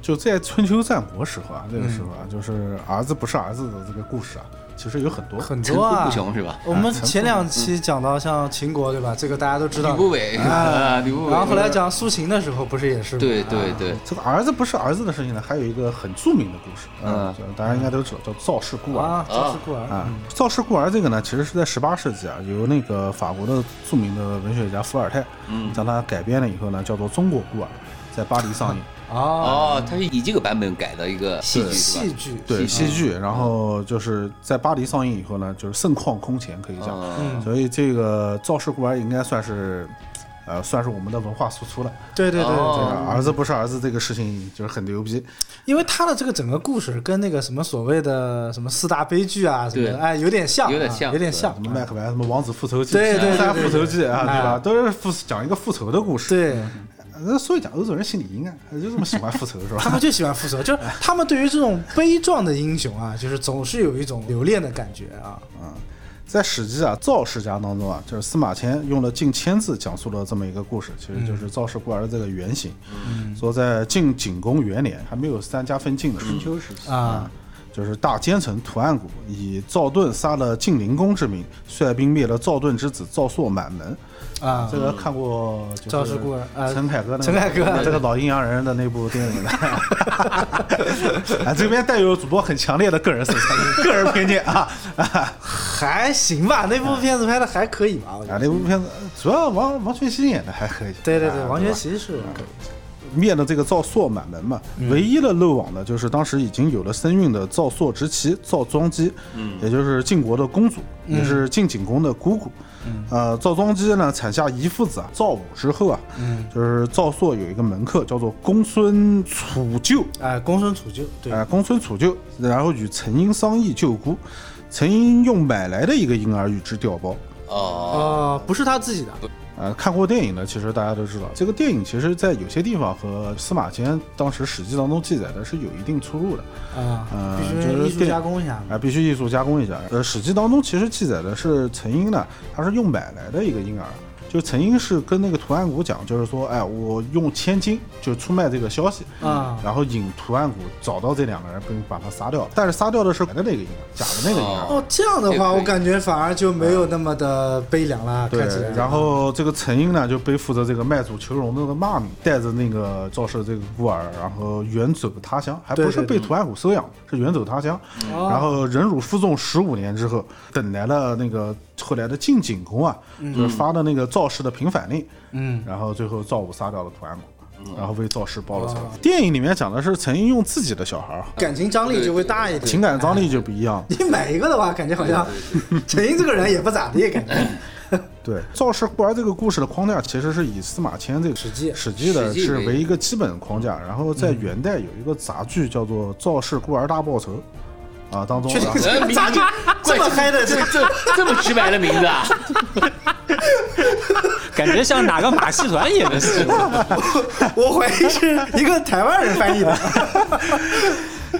Speaker 2: 就在春秋战国时候啊，那个时候
Speaker 1: 嗯
Speaker 2: 啊，就是儿子不是儿子的这个故事啊，其实有很多
Speaker 1: 很
Speaker 3: 层
Speaker 1: 多
Speaker 3: 出
Speaker 1: 啊
Speaker 3: 不，穷是吧？
Speaker 1: 我们前两期讲到像秦国对吧？这个大家都知
Speaker 3: 吕
Speaker 1: 道。
Speaker 3: 不韦 (laughs) 啊，吕不韦，
Speaker 1: 然后后来讲苏秦的时候，不是也是吗
Speaker 3: 对对对，
Speaker 2: 这个儿子不是儿子的事情呢，还有一个很著名的故事，啊
Speaker 3: 嗯
Speaker 2: 就是大家应该都知道，叫赵氏孤儿。
Speaker 1: 啊，赵氏孤儿
Speaker 2: 啊，赵氏孤儿这个呢，其实是在十八世纪啊，由那个法国的著名的文学家伏尔泰，
Speaker 3: 嗯
Speaker 2: 将它改编了以后呢，叫做《中国孤儿》，在巴黎上映，
Speaker 1: 啊，
Speaker 3: 哦，他是以这个版本改的一个戏剧是
Speaker 1: 戏
Speaker 3: 吧？
Speaker 1: 剧
Speaker 2: 对，
Speaker 3: 戏
Speaker 2: 戏剧。嗯然后就是在巴黎上映以后呢，就是盛况空前，可以讲。
Speaker 3: 嗯
Speaker 2: 所以这个赵氏孤儿应该算是，呃，算是我们的文化输出了。
Speaker 1: 对对对对
Speaker 3: 哦
Speaker 2: 这个儿子不是儿子这个事情就是很牛逼，
Speaker 1: 因为他的这个整个故事跟那个什么所谓的什么四大悲剧啊什么的，
Speaker 3: 对
Speaker 1: 哎，有点像啊，
Speaker 3: 有点像
Speaker 1: 有点像
Speaker 2: 什。么麦克白，什么王子复仇记，
Speaker 1: 对对对
Speaker 2: 三
Speaker 1: 对
Speaker 2: 复仇记啊，
Speaker 1: 对哎
Speaker 2: 对吧？都是复讲一个复仇的故事。
Speaker 1: 对，
Speaker 2: 那所以讲欧洲人心理阴暗，就这么喜欢复仇是
Speaker 1: (laughs) 他
Speaker 2: 吧
Speaker 1: 们？就喜欢复仇，就是他们对于这种悲壮的英雄啊，就是总是有一种留恋的感觉啊。
Speaker 2: 在《史记》啊，赵世家当中啊，就是司马迁用了近千字讲述了这么一个故事，其实
Speaker 1: 嗯
Speaker 2: 就是赵氏孤儿的这个原型。说在晋景公元年，还没有三家分晋的时候，
Speaker 4: 秋时期
Speaker 1: 啊，
Speaker 2: 就是大奸臣屠岸贾以赵盾杀了晋灵公之名，率兵灭了赵盾之子赵朔满门。
Speaker 1: 啊
Speaker 2: 这个看过就是
Speaker 1: 赵氏孤儿呃
Speaker 2: 陈凯歌那个
Speaker 1: 陈凯歌
Speaker 2: 这个老阴阳人的那部电影的。
Speaker 1: (laughs)
Speaker 2: 啊，这边带有主播很强烈的个人色彩、个人偏见啊啊！
Speaker 1: 还行吧，那部片子拍的还可以吧，我觉
Speaker 2: 啊，
Speaker 1: 得。
Speaker 2: 那部片子主要王王全熙演的还可以。
Speaker 1: 对对对，
Speaker 2: 啊
Speaker 1: 王学
Speaker 2: 吧
Speaker 1: 圻是可以
Speaker 2: 灭了这个赵朔满门嘛，唯一的漏网呢，就是当时已经有了身孕的赵朔之妻赵庄姬，也就是晋国的公主，也是晋景公的姑姑。呃，赵庄姬呢产下一父子啊，赵武之后啊，就是赵朔有一个门客叫做公孙楚臼，
Speaker 1: 啊，公孙楚臼对，
Speaker 2: 啊，公孙楚臼，然后与陈英商议救孤，陈英用买来的一个婴儿与之调包。
Speaker 3: 哦，
Speaker 1: 哦，不是他自己的，
Speaker 2: 呃，看过电影的，其实大家都知道，这个电影其实在有些地方和司马迁当时《史记》当中记载的是有一定出入的，
Speaker 1: 啊
Speaker 2: 呃，
Speaker 1: 必
Speaker 2: 就
Speaker 1: 须
Speaker 2: 是
Speaker 1: 艺术
Speaker 2: 电
Speaker 1: 加工一下
Speaker 2: 啊、。必须艺术加工一下。呃，《史记》当中其实记载的是陈英呢，他是用买来的一个婴儿，就陈英是跟那个屠岸贾讲，就是说，哎，我用千金就出卖这个消息，
Speaker 1: 啊
Speaker 2: 然后引屠岸贾找到这两个人，并把他杀掉了，但是杀掉的是假的那个婴儿，假的那个婴儿。
Speaker 1: 哦，这样的
Speaker 3: 也
Speaker 1: 话，
Speaker 3: 可以
Speaker 1: 我感觉反而就没有那么的悲凉了，
Speaker 2: 对
Speaker 1: 看起来。，
Speaker 2: 然后这个陈英呢就背负着这个卖主求荣的这个骂名，带着那个赵氏这个孤儿，然后远走他乡，还
Speaker 1: 对
Speaker 2: 不是
Speaker 1: 对
Speaker 2: 被屠岸贾收养，是远走他乡。
Speaker 1: 哦
Speaker 2: 然后忍辱负重十五年之后，等来了那个后来的晋景公啊，就是发的那个赵氏的平反令，
Speaker 1: 嗯，
Speaker 2: 然后最后赵武杀掉了屠岸贾，然后为赵氏报
Speaker 1: 哦
Speaker 2: 了仇。电影里面讲的是陈英用自己的小孩儿，
Speaker 1: 感情张力就会大一点。
Speaker 2: 情感张力
Speaker 1: 哎
Speaker 2: 就不一样了。
Speaker 1: 你买一个的话，感觉好像陈英这个人也不咋地，感
Speaker 2: 哦
Speaker 1: 觉。
Speaker 2: 对，赵氏孤儿这个故事的框架其实是以司马迁这个《
Speaker 1: 史记
Speaker 2: 史记》的
Speaker 3: 史记
Speaker 2: 是
Speaker 3: 为
Speaker 2: 为一个基本框架，然后在元代有一个杂剧叫做《赵氏孤儿大报仇》，啊，当中
Speaker 1: 确
Speaker 2: 啊
Speaker 1: 实
Speaker 3: 人民
Speaker 1: 咋就这么嗨的？这
Speaker 3: 这这这么直白的名字啊？ (laughs)
Speaker 4: 感觉像哪个马戏团演的似的，
Speaker 1: 我怀疑是一个台湾人翻译的。
Speaker 2: (laughs)
Speaker 4: (laughs)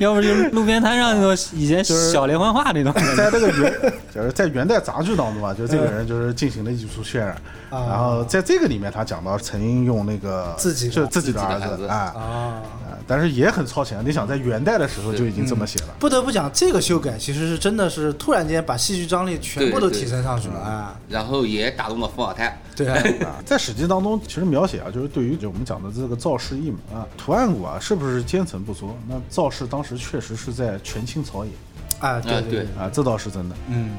Speaker 4: 要不就是路边摊上那种以前小连环画那种。
Speaker 2: 在这个元，就是在元代杂剧当中啊，就是这个人就是进行了艺术渲染，
Speaker 1: 啊
Speaker 2: 然后在这个里面他讲到曾经用那个
Speaker 1: 自己的
Speaker 2: 就是自己的
Speaker 3: 自己
Speaker 2: 儿
Speaker 3: 的孩
Speaker 2: 子
Speaker 3: 子
Speaker 2: 啊，
Speaker 1: 啊，
Speaker 2: 啊但是也很超前。你想在元代的时候就已经这么写了，
Speaker 1: 不得不讲，这个修改其实是真的是突然间把戏剧张力全部都提升上去了啊！
Speaker 3: 然后也打动了冯小泰，
Speaker 1: 对啊，
Speaker 2: 啊，在《史记》当中，其实描写啊，就是对于就我们讲的这个赵氏一门啊，图案股啊，是不是奸臣不说，那赵氏当时确实是在权倾朝野
Speaker 1: 啊，对对对，
Speaker 2: 啊，这倒是真的。啊
Speaker 1: 嗯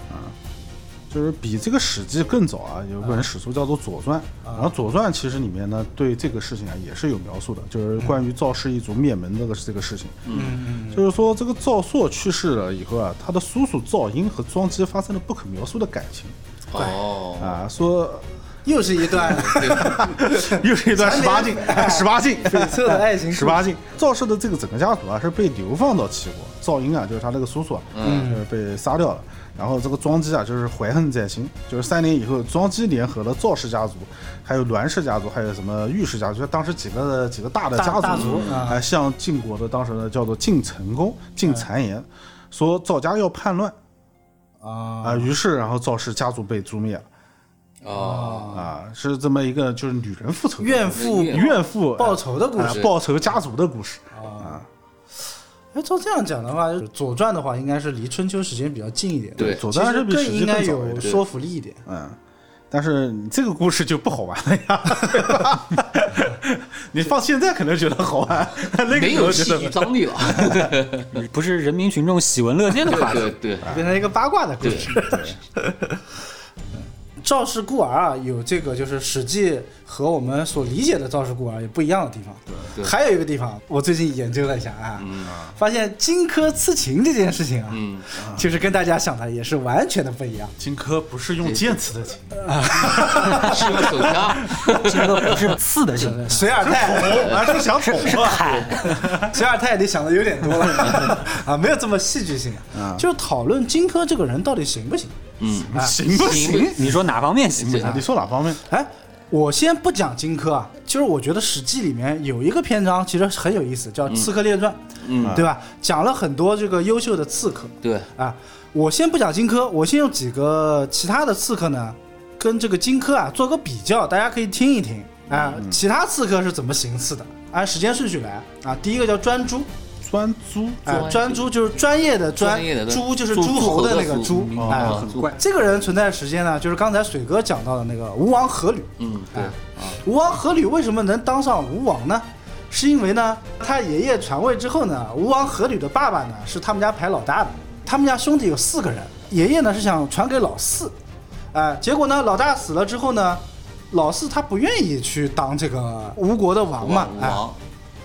Speaker 2: 就是比这个《史记》更早啊，有
Speaker 1: 嗯
Speaker 2: 本史书叫做《左传》，然后《左传》其实里面呢对这个事情啊也是有描述的，就是关于赵氏一族灭门这个这个事情。
Speaker 1: 嗯
Speaker 2: 就是说这个赵朔去世了以后啊，他的叔叔赵婴和庄姬发生了不可描述的感情
Speaker 3: 哦，
Speaker 2: 啊，说
Speaker 1: 嗯，又是一段 (laughs)
Speaker 2: (laughs) 又是一段十八禁，十
Speaker 1: (laughs)
Speaker 2: 八禁，
Speaker 1: 翡翠的爱情故事
Speaker 2: 十八禁。赵氏的这个整个家族啊是被流放到齐国，赵婴啊就是他那个叔叔啊，嗯，就是被杀掉了。然后这个庄姬啊就是怀恨在心，就是三年以后，庄姬联合了赵氏家族，还有栾氏家族，还有什么玉氏家族，就当时几个几个大的
Speaker 1: 大
Speaker 2: 家族，
Speaker 1: 大族啊嗯
Speaker 2: 哎向晋国的当时呢叫做晋成公、晋谗言，说赵家要叛乱
Speaker 1: 啊，
Speaker 2: 啊，于是然后赵氏家族被诛灭了
Speaker 3: 哦，
Speaker 2: 啊，是这么一个就是女人复仇的
Speaker 1: 怨妇
Speaker 2: 怨妇哎
Speaker 1: 报仇的故
Speaker 2: 啊
Speaker 1: 事。
Speaker 2: 报仇家族的故事。
Speaker 1: 哎，照这样讲的话，《左传》的话应该是离春秋时间比较近一点，
Speaker 3: 对
Speaker 2: 左
Speaker 1: 其
Speaker 2: 传
Speaker 1: 实
Speaker 2: 是比
Speaker 1: 更
Speaker 2: 史
Speaker 1: 应
Speaker 2: 记
Speaker 1: 该
Speaker 2: 更早一
Speaker 1: 有
Speaker 2: 点，
Speaker 1: 说服力一点。
Speaker 2: 嗯，但是你这个故事就不好玩了呀。 (laughs) 你放现在可能觉得好玩，那个
Speaker 3: 没
Speaker 2: 时候
Speaker 3: 有
Speaker 2: 觉
Speaker 3: 戏剧
Speaker 2: 得
Speaker 1: (laughs)
Speaker 3: 张力了，
Speaker 4: 不是人民群众喜闻乐见的话题。
Speaker 3: 对对
Speaker 1: 变成一个八卦的故
Speaker 3: 对
Speaker 1: 事。 (laughs) 赵氏孤儿啊，有这个就是《史记》和我们所理解的赵氏孤儿有不一样的地方。
Speaker 3: 对
Speaker 1: 还有一个地方，我最近研究了一下啊，发现荆轲刺秦这件事情啊，
Speaker 3: 嗯
Speaker 1: 就是跟大家想的也是完全的不一样。
Speaker 2: 荆轲不是用剑刺的秦，
Speaker 3: 是个手枪，
Speaker 1: (laughs)
Speaker 4: 荆轲不是刺的荆轲，
Speaker 1: 水尔泰，
Speaker 2: 我还是想捅啊。
Speaker 1: 水尔泰，你想的有点
Speaker 3: (laughs)
Speaker 1: 多了啊，没有这么戏剧性啊。就是讨论荆轲这个人到底行不行？
Speaker 3: 嗯，
Speaker 2: 啊行不行？
Speaker 4: 你说哪方面行不
Speaker 2: 啊
Speaker 4: 行
Speaker 2: 你？说哪方面？
Speaker 1: 哎，我先不讲荆轲啊，就是我觉得《史记》里面有一个篇章其实很有意思，叫《刺客列传》，
Speaker 3: 嗯
Speaker 1: 对吧？讲了很多这个优秀的刺客
Speaker 3: 对，
Speaker 1: 啊。我先不讲荆轲，我先用几个其他的刺客呢，跟这个荆轲啊做个比较，大家可以听一听啊，
Speaker 3: 嗯
Speaker 1: 其他刺客是怎么行刺的。按时间顺序来啊，第一个叫专诸，
Speaker 2: 专诸哎
Speaker 1: 啊，
Speaker 3: 专
Speaker 1: 专诸就是专业的专
Speaker 3: 专业的，嗯啊
Speaker 1: 诸就是诸侯的那个诸
Speaker 3: 诸，
Speaker 2: 侯
Speaker 1: 哎，
Speaker 2: 哦
Speaker 3: 很
Speaker 4: 怪
Speaker 1: 这个人存在的时间呢，就是刚才水哥讲到的那个吴王阖闾。
Speaker 3: 嗯对
Speaker 1: 哎，吴王阖闾为什么能当上吴王呢？是因为呢，他爷爷传位之后呢，吴王阖闾的爸爸呢是他们家排老大的，他们家兄弟有四个人，爷爷呢是想传给老四，哎、结果呢老大死了之后呢，老四他不愿意去当这个吴国的王嘛，
Speaker 3: 王
Speaker 1: 哎、
Speaker 3: 王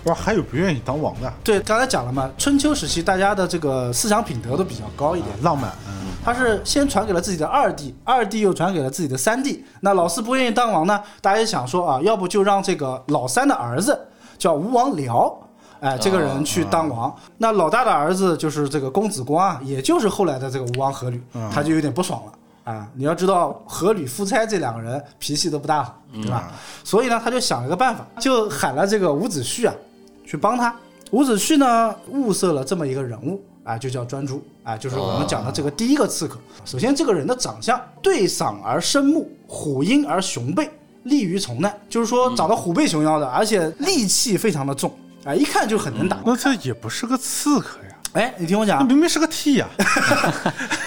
Speaker 2: 哇，还有不愿意当王的，
Speaker 1: 对，刚才讲了嘛，春秋时期大家的这个思想品德都比较高一点，
Speaker 2: 浪漫。嗯
Speaker 1: 他是先传给了自己的二弟，二弟又传给了自己的三弟。那老四不愿意当王呢，大家就想说啊，要不就让这个老三的儿子叫吴王僚，哎，这个人去当王。那老大的儿子就是这个公子光啊，也就是后来的这个吴王阖闾，他就有点不爽了。啊，你要知道，阖闾、夫差这两个人脾气都不大好，对吧？所以呢，他就想了个办法，就喊了这个伍子胥啊，去帮他。伍子胥呢，物色了这么一个人物啊，就叫专诸啊，就是我们讲的这个第一个刺客。首先，这个人的长相对嗓而生目，虎鹰而雄背，利于从难，就是说长得虎背熊腰的，而且戾气非常的重啊，一看就很能打。
Speaker 2: 那这也不是个刺客呀，
Speaker 1: 哎，你听我讲
Speaker 2: 那
Speaker 1: 啊，
Speaker 2: (laughs) 明明是个 T 呀。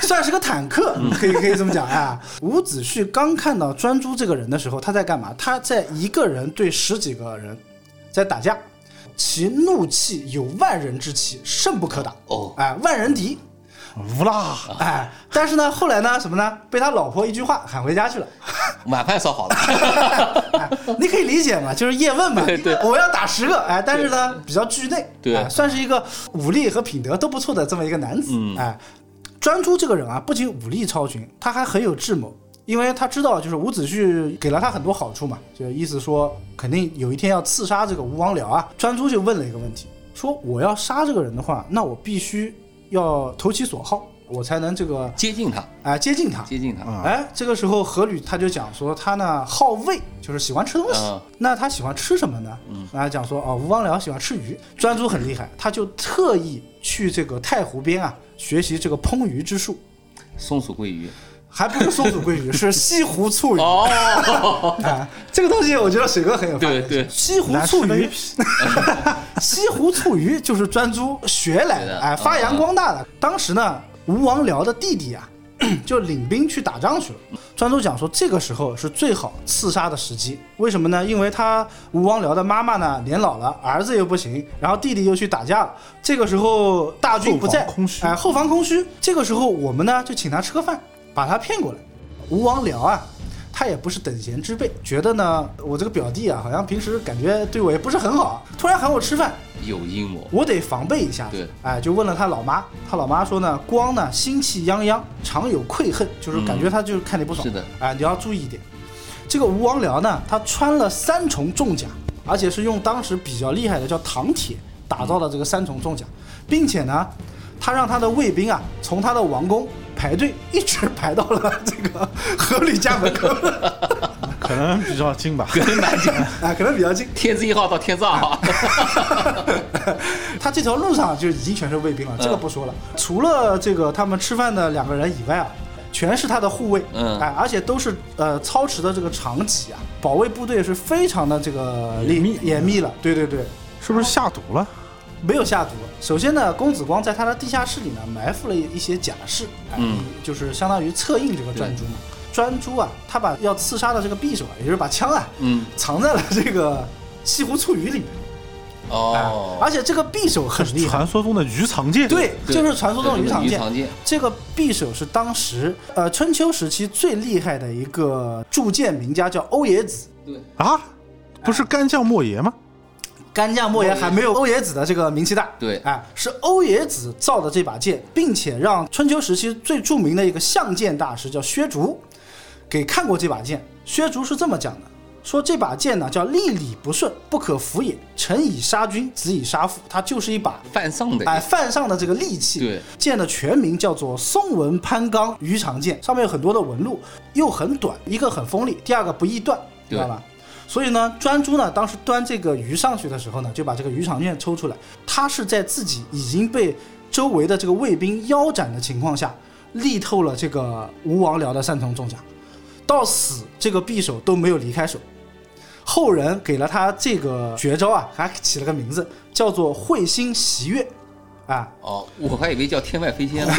Speaker 1: 算是个坦克，可以可以这么讲啊。伍子胥刚看到专诸这个人的时候，他在干嘛？他在一个人对十几个人在打架，其怒气有万人之气，胜不可打。
Speaker 3: 哦
Speaker 1: 哎，万人敌。
Speaker 2: 无啦，
Speaker 1: 哎，但是呢，后来呢，什么呢？被他老婆一句话喊回家去了。
Speaker 3: 晚饭烧
Speaker 1: (laughs)
Speaker 3: 好了，
Speaker 1: 哎，你可以理解嘛，
Speaker 3: (laughs)
Speaker 1: 就是叶问嘛。
Speaker 3: 对对
Speaker 1: 我要打十个，哎，但是呢，比较惧内，
Speaker 3: 对
Speaker 1: 哎算是一个武力和品德都不错的这么一个男子。
Speaker 3: 嗯
Speaker 1: 哎，专诸这个人啊，不仅武力超群，他还很有智谋。因为他知道，就是伍子胥给了他很多好处嘛，就意思说肯定有一天要刺杀这个吴王僚啊。专诸就问了一个问题，说我要杀这个人的话，那我必须要投其所好，我才能这个
Speaker 3: 接近他，
Speaker 1: 啊、接近他。
Speaker 3: 接近他。
Speaker 1: 哎，这个时候何吕他就讲说他呢好味，就是喜欢吃东西。
Speaker 3: 嗯
Speaker 1: 那他喜欢吃什么呢？啊，讲说哦，吴王僚喜欢吃鱼，专诸很厉害，他就特意去这个太湖边啊学习这个烹鱼之术，
Speaker 3: 松鼠桂鱼，
Speaker 1: 还不是松鼠
Speaker 3: (laughs)
Speaker 1: 桂鱼，是西湖醋鱼。
Speaker 3: 哦，
Speaker 1: 啊，这个东西我觉得水哥很有发言权
Speaker 3: 对对
Speaker 1: 西湖醋鱼，西湖醋鱼就是专诸学来
Speaker 3: 学
Speaker 1: 的，
Speaker 3: 的
Speaker 1: 哎，发扬
Speaker 3: 嗯嗯
Speaker 1: 光大的。当时呢，吴王僚的弟弟啊， (clears throat) 就领兵去打仗去了。专诸讲说，这个时候是最好刺杀的时机，为什么呢？因为他吴王僚的妈妈呢年老了，儿子又不行，然后弟弟又去打架了。这个时候大军不在，
Speaker 2: 后方空虚
Speaker 1: 哎，后方空虚。这个时候我们呢就请他吃个饭，把他骗过来。吴王僚啊，他也不是等闲之辈，觉得呢我这个表弟啊，好像平时感觉对我也不是很好，突然喊我吃饭，
Speaker 3: 有阴谋。
Speaker 1: 我得防备一下。
Speaker 3: 对，
Speaker 1: 哎，就问了他老妈，他老妈说呢，光呢心气泱泱，常有愧恨，就是感觉他就是看你不爽。
Speaker 3: 嗯是的，
Speaker 1: 哎，你要注意一点。这个吴王僚呢，他穿了三重重甲，而且是用当时比较厉害的叫唐铁打造的这个三重重甲，并且呢，他让他的卫兵啊，从他的王宫排队一直 (laughs) 排到了这个 (laughs) 阖闾家门口，
Speaker 2: 可能比较近吧。
Speaker 1: (laughs) 哎，可能比较近。
Speaker 3: 天字一号到天字二号，
Speaker 1: 哎 (laughs) 他这条路上就已经全是卫
Speaker 3: 嗯
Speaker 1: 兵了，这个不说了。除了这个他们吃饭的两个人以外啊，全是他的护卫，
Speaker 3: 嗯
Speaker 1: 哎，而且都是呃操持的这个长戟啊，保卫部队是非常的这个严密严密了，对对对。
Speaker 2: 是不是下毒了？
Speaker 1: 没有下毒。首先呢，公子光在他的地下室里呢埋伏了一些假释，哎、
Speaker 3: 嗯
Speaker 1: 就是相当于策应这个专诸嘛。专诸啊，他把要刺杀的这个匕首啊，也就是把枪啊，
Speaker 3: 嗯，
Speaker 1: 藏在了这个西湖醋鱼里面。哎而
Speaker 3: 哦，
Speaker 1: 且这个匕首很厉害，
Speaker 2: 传说中的鱼肠剑。
Speaker 1: 对，
Speaker 3: 对
Speaker 1: 就是传说中的
Speaker 3: 对
Speaker 1: 鱼场
Speaker 3: 鱼
Speaker 1: 剑
Speaker 3: 场剑。
Speaker 1: 这个匕首是当时呃春秋时期最厉害的一个铸剑名家，叫欧冶子。
Speaker 3: 对，
Speaker 2: 啊，不是干将莫邪吗？
Speaker 1: 干将莫邪还没有欧冶子的这个名气大。
Speaker 3: 对
Speaker 1: 哎，是欧冶子造的这把剑，并且让春秋时期最著名的一个相剑大师叫薛竹给看过这把剑。薛竹是这么讲的。说这把剑呢叫历理不顺，不可服也。臣以杀君，子以杀父，它就是一把
Speaker 3: 犯上的
Speaker 1: 哎，犯上的这个利器，
Speaker 3: 对，
Speaker 1: 剑的全名叫做松纹攀钢鱼肠剑，上面有很多的纹路，又很短，一个很锋利，第二个不易断，知
Speaker 3: 对
Speaker 1: 道吧？所以呢，专诸呢，当时端这个鱼上去的时候呢，就把这个鱼肠剑抽出来，他是在自己已经被周围的这个卫兵腰斩的情况下，力透了这个吴王僚的三重重甲，到死这个匕首都没有离开手。后人给了他这个绝招啊，还起了个名字，叫做会心袭月，啊，
Speaker 3: 哦，我还以为叫天外飞
Speaker 1: (laughs)
Speaker 3: 仙呢。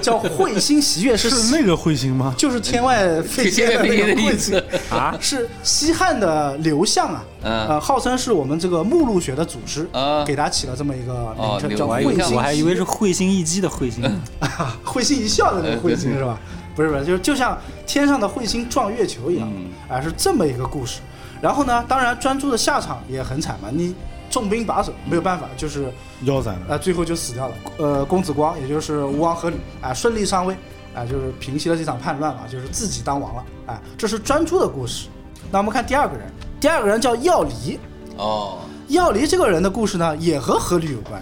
Speaker 1: 叫会心袭月是
Speaker 2: 是那个彗星吗？
Speaker 1: 就是天外飞仙的那个贵子
Speaker 3: 天外
Speaker 1: 啊，是西汉的刘向啊，
Speaker 3: 嗯
Speaker 1: 呃，号称是我们这个目录学的祖师，
Speaker 3: 啊
Speaker 1: 给他起了这么一个名
Speaker 3: 哦
Speaker 1: 称，
Speaker 3: 刘
Speaker 1: 叫
Speaker 4: 我还以
Speaker 1: 会
Speaker 4: 为
Speaker 1: 心袭月。
Speaker 4: 我还以
Speaker 1: (laughs)
Speaker 4: 为是会心一击的会心，
Speaker 1: 啊会心一笑的那个会心
Speaker 3: 哎对
Speaker 1: 是吧？不是不是，就是就像天上的彗星撞月球一样，啊，是这么一个故事。然后呢，当然专诸的下场也很惨嘛，你重兵把守没有办法，就是
Speaker 2: 腰斩了。
Speaker 1: 呃最后就死掉了。呃，公子光也就是吴王阖闾啊，顺利上位啊，就是平息了这场叛乱嘛，就是自己当王了啊。这是专诸的故事。那我们看第二个人，第二个人叫药离，
Speaker 3: 哦，
Speaker 1: 药离这个人的故事呢，也和阖闾有关。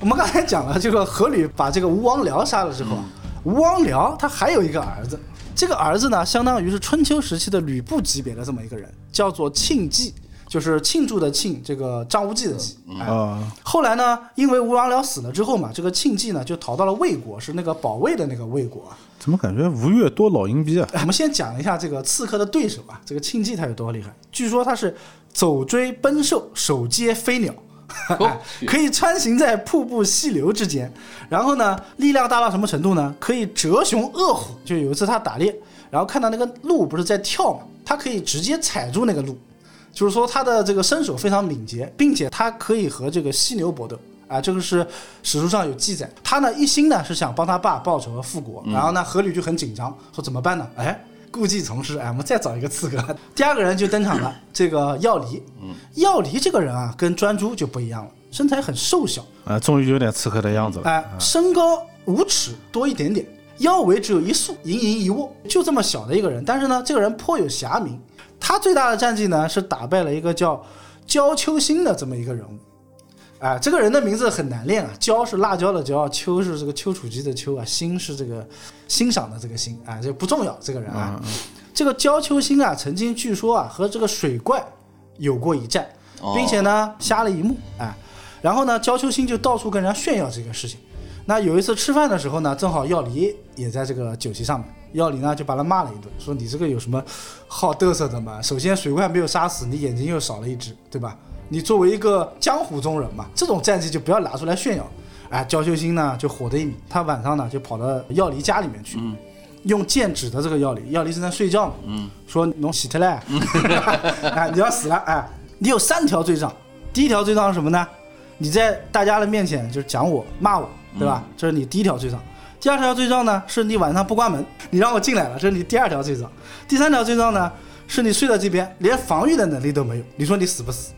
Speaker 1: 我们刚才讲了，这个阖闾把这个吴王僚杀了之后啊，吴王僚他还有一个儿子，这个儿子呢，相当于是春秋时期的吕布级别的这么一个人，叫做庆忌，就是庆祝的庆，这个张无忌的忌。哎
Speaker 2: 啊，
Speaker 1: 后来呢，因为吴王僚死了之后嘛，这个庆忌呢就逃到了魏国，是那个保卫的那个魏国 (laughs) 啊。
Speaker 2: 怎么感觉吴越多老阴逼啊？
Speaker 1: 我们先讲一下这个刺客的对手啊，这个庆忌他有多厉害？据说他是走追奔兽，手接飞鸟。 (laughs)
Speaker 3: 哦
Speaker 1: 可以穿行在瀑布溪流之间，然后呢，力量大到什么程度呢？可以折熊扼虎。就有一次他打猎，然后看到那个鹿不是在跳嘛，他可以直接踩住那个鹿，就是说他的这个身手非常敏捷，并且他可以和这个犀牛搏斗。啊，这个是史书上有记载。他呢一心呢是想帮他爸报仇和复国，然后呢阖闾就很紧张，说怎么办呢？哎，故技重施，哎，我们再找一个刺客。第二个人就登场了，这个药离。药离这个人啊，跟专诸就不一样了，身材很瘦小，
Speaker 2: 啊，终于有点刺客的样子了。嗯
Speaker 1: 哎、身高五尺多一点点，腰围只有一束，盈盈一握，就这么小的一个人。但是呢，这个人颇有侠名。他最大的战绩呢是打败了一个叫焦秋兴的这么一个人物。啊，这个人的名字很难念啊，椒是辣椒的椒，丘是这个丘处机的丘啊，欣是这个欣赏的这个欣啊，这不重要，这个人
Speaker 2: 嗯
Speaker 1: 啊，这个焦丘欣啊，曾经据说啊和这个水怪有过一战，并且呢瞎了一幕啊，然后呢焦丘欣就到处跟人家炫耀这个事情。那有一次吃饭的时候呢，正好药理也在这个酒席上面，药理呢就把他骂了一顿，说你这个有什么好嘚瑟的嘛？首先水怪没有杀死，你眼睛又少了一只，对吧？你作为一个江湖中人嘛，这种战绩就不要拿出来炫耀。哎，焦秀星呢就火得一米，他晚上呢就跑到药理家里面去，用剑指的这个药理，药理正在睡觉嘛，说侬死特嘞，哎，你要死了，哎，你有三条罪状，第一条罪状是什么呢？你在大家的面前就是讲我骂我，对吧？这是你第一条罪状。第二条罪状呢，是你晚上不关门，你让我进来了，这是你第二条罪状。第三条罪状呢，是你睡在这边连防御的能力都没有，你说你死不死？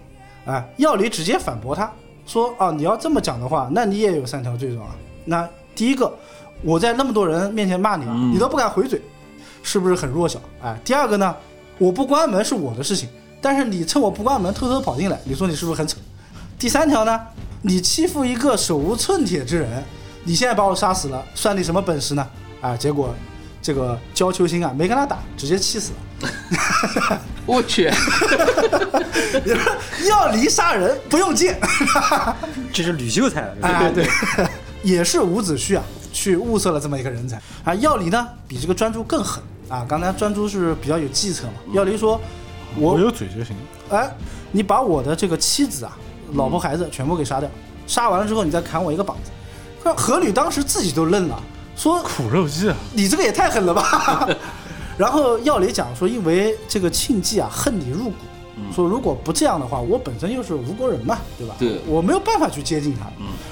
Speaker 1: 啊，药理直接反驳他说：“啊，你要这么讲的话，那你也有三条罪状啊。那第一个，我在那么多人面前骂你，啊你都不敢回嘴，是不是很弱小？哎，第二个呢，我不关门是我的事情，但是你趁我不关门偷偷跑进来，你说你是不是很蠢？第三条呢，你欺负一个手无寸铁之人，你现在把我杀死了，算你什么本事呢？啊，结果这个焦秋兴啊没跟他打，直接气死了。 (laughs)
Speaker 3: 我去，
Speaker 1: 你说要离杀人不用剑，
Speaker 4: 这是吕秀
Speaker 1: (laughs)
Speaker 4: 才了，这是
Speaker 1: 哎，对，也是伍子胥啊，去物色了这么一个人才啊。药理呢，比这个专诸更狠啊。刚才专诸是比较有计策嘛，药理说，
Speaker 2: 我
Speaker 1: 嗯我
Speaker 2: 有嘴就行。
Speaker 1: 哎，你把我的这个妻子啊、老婆、孩子全部给杀掉，杀完了之后你再砍我一个膀子。可何吕当时自己都愣了，说
Speaker 2: 苦肉计啊，
Speaker 1: 你这个也太狠了吧！然后药理讲说，因为这个庆忌啊恨你入骨，说如果不这样的话，我本身又是吴国人嘛，对吧？
Speaker 3: 对
Speaker 1: 我没有办法去接近他。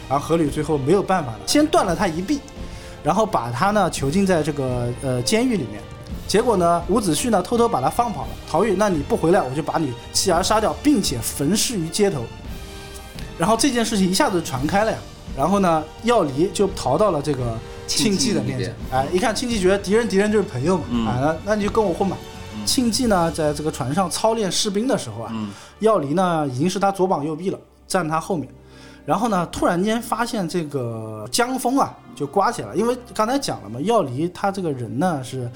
Speaker 1: 然后何吕最后没有办法了，先断了他一臂，然后把他呢囚禁在这个呃监狱里面。结果呢，伍子胥呢偷偷把他放跑了。陶玉，那你不回来，我就把你妻儿杀掉，并且焚尸于街头。然后这件事情一下子传开了呀。然后呢，药离就逃到了这个庆忌的面前
Speaker 3: 庆忌。
Speaker 1: 哎，一看庆忌觉得敌人敌人就是朋友嘛，
Speaker 3: 嗯
Speaker 1: 啊，那那你就跟我混吧。庆忌呢，在这个船上操练士兵的时候啊，
Speaker 3: 嗯
Speaker 1: 药离呢已经是他左膀右臂了，站他后面。然后呢，突然间发现这个江风啊就刮起来了，因为刚才讲了嘛，药离他这个人呢是，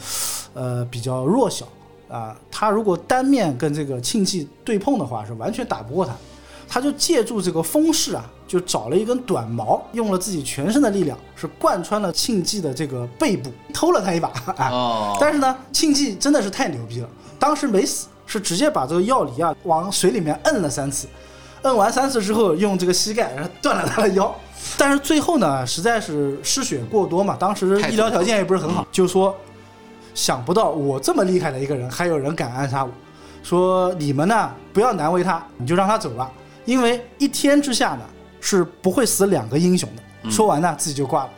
Speaker 1: 呃，比较弱小啊、他如果单面跟这个庆忌对碰的话，是完全打不过他。他就借助这个风势啊，就找了一根短矛，用了自己全身的力量，是贯穿了庆忌的这个背部，偷了他一把啊。
Speaker 3: 哦，
Speaker 1: 但是呢，庆忌真的是太牛逼了，当时没死，是直接把这个药理啊往水里面摁了三次，摁完三次之后，用这个膝盖然后断了他的腰。但是最后呢，实在是失血过多嘛，当时医疗条件也不是很好，就说想不到我这么厉害的一个人，还有人敢暗杀我，说你们呢不要难为他，你就让他走吧，因为一天之下呢是不会死两个英雄的。说完呢，自己就挂了。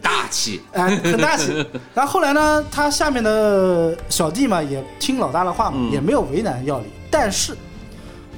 Speaker 3: 大气，
Speaker 1: 哎，很大气。然后后来呢，他下面的小弟嘛，也听老大的话嘛，
Speaker 3: 嗯
Speaker 1: 也没有为难药离。但是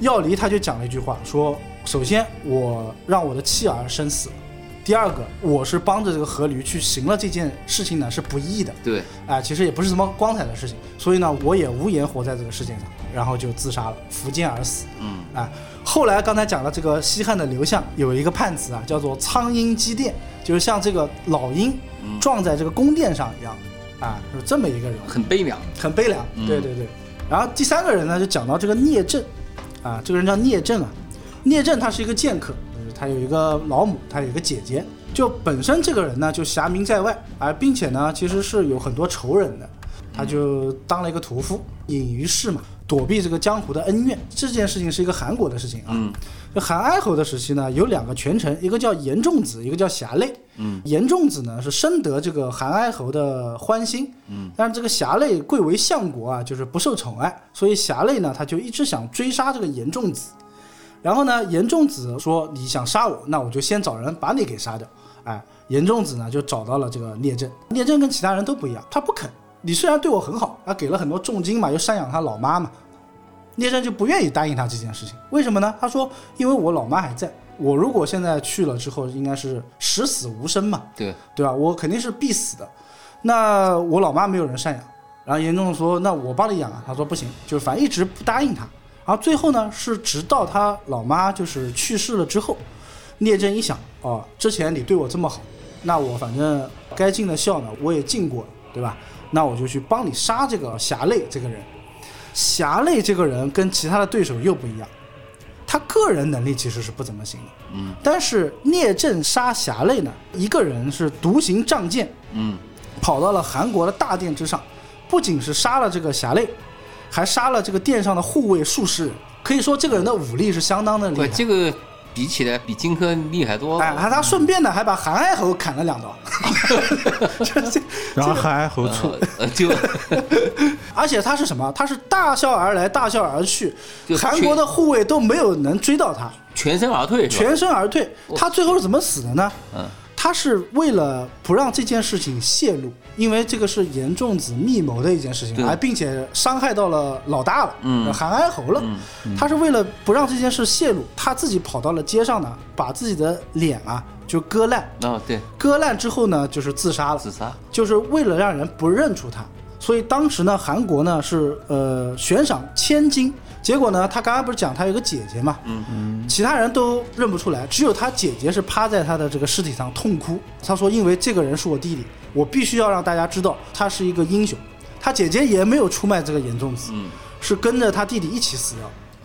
Speaker 1: 药离他就讲了一句话，说：首先我让我的妻儿生死了，第二个我是帮着这个阖闾去行了这件事情呢是不易的，
Speaker 3: 对，
Speaker 1: 啊、其实也不是什么光彩的事情，所以呢，我也无颜活在这个世界上，然后就自杀了，伏剑而死。
Speaker 3: 嗯，
Speaker 1: 啊、后来刚才讲的这个西汉的刘向有一个判词啊，叫做“苍鹰击殿”，就是像这个老鹰
Speaker 3: 嗯
Speaker 1: 撞在这个宫殿上一样，啊、有这么一个人物。
Speaker 3: 很悲凉，
Speaker 1: 很悲凉。对对对。然后第三个人呢，就讲到这个聂政，啊，这个人叫聂政啊，聂政他是一个剑客，就是他有一个老母，他有一个姐姐。就本身这个人呢，就侠名在外啊，并且呢，其实是有很多仇人的，他就当了一个屠夫，隐于市嘛，躲避这个江湖的恩怨。这件事情是一个韩国的事情啊。就韩哀侯的时期呢，有两个权臣，一个叫严仲子，一个叫侠类。嗯，严仲子呢是深得这个韩哀侯的欢心，嗯，但是这个侠类贵为相国啊，就是不受宠爱，所以侠类呢他就一直想追杀这个严仲子。然后呢，严仲子说你想杀我，那我就先找人把你给杀掉。哎，严仲子呢就找到了这个聂政，聂政跟其他人都不一样，他不肯。你虽然对我很好，他给了很多重金嘛，又赡养他老妈嘛，聂政就不愿意答应他这件事情。为什么呢？他说，因为我老妈还在，我如果现在去了之后，应该是十死无生嘛，
Speaker 3: 对，
Speaker 1: 对吧？我肯定是必死的。那我老妈没有人赡养，然后严仲说，那我帮你养啊。他说不行，就是反正一直不答应他。然后最后呢，是直到他老妈就是去世了之后，聂政一想，哦，之前你对我这么好，那我反正该尽的孝呢，我也尽过了，对吧？那我就去帮你杀这个侠类这个人。侠类这个人跟其他的对手又不一样，他个人能力其实是不怎么行的。嗯，但是聂政杀侠类呢，一个人是独行仗剑，
Speaker 3: 嗯，
Speaker 1: 跑到了韩国的大殿之上，不仅是杀了这个侠类，还杀了这个殿上的护卫数十人。可以说这个人的武力是相当的厉
Speaker 3: 不，
Speaker 1: 害。
Speaker 3: 这个比起来比荆轲厉害多
Speaker 1: 哎，
Speaker 3: 了。
Speaker 1: 还他顺便呢还把韩爱侯砍了两刀， (laughs) 这这
Speaker 2: 然后还侯
Speaker 3: 呃
Speaker 2: 错，
Speaker 3: 呃，
Speaker 1: (laughs)
Speaker 3: 就
Speaker 1: 而且他是什么？他是大笑而来，大笑而去
Speaker 3: 就，
Speaker 1: 韩
Speaker 3: 全
Speaker 1: 国的护卫都没有能追到他，
Speaker 3: 全身而退，是吧
Speaker 1: 全身而退。他最后是怎么死的呢？
Speaker 3: 嗯，
Speaker 1: 他是为了不让这件事情泄露，因为这个是严仲子密谋的一件事情，
Speaker 3: 对
Speaker 1: 还并且伤害到了老大了，
Speaker 3: 嗯
Speaker 1: 韩安侯了。他是为了不让这件事泄露，他自己跑到了街上呢，把自己的脸啊就割烂，
Speaker 3: 啊，对，
Speaker 1: 割烂之后呢就是自杀了，
Speaker 3: 自杀，
Speaker 1: 就是为了让人不认出他。所以当时呢，韩国呢是呃悬赏千金，结果呢，他刚刚不是讲他有个姐姐嘛，
Speaker 3: 嗯
Speaker 1: 嗯，其他人都认不出来，只有他姐姐是趴在他的这个尸体上痛哭。他说：“因为这个人是我弟弟，我必须要让大家知道他是一个英雄。”他姐姐也没有出卖这个严仲子，
Speaker 3: 嗯，
Speaker 1: 是跟着他弟弟一起死掉。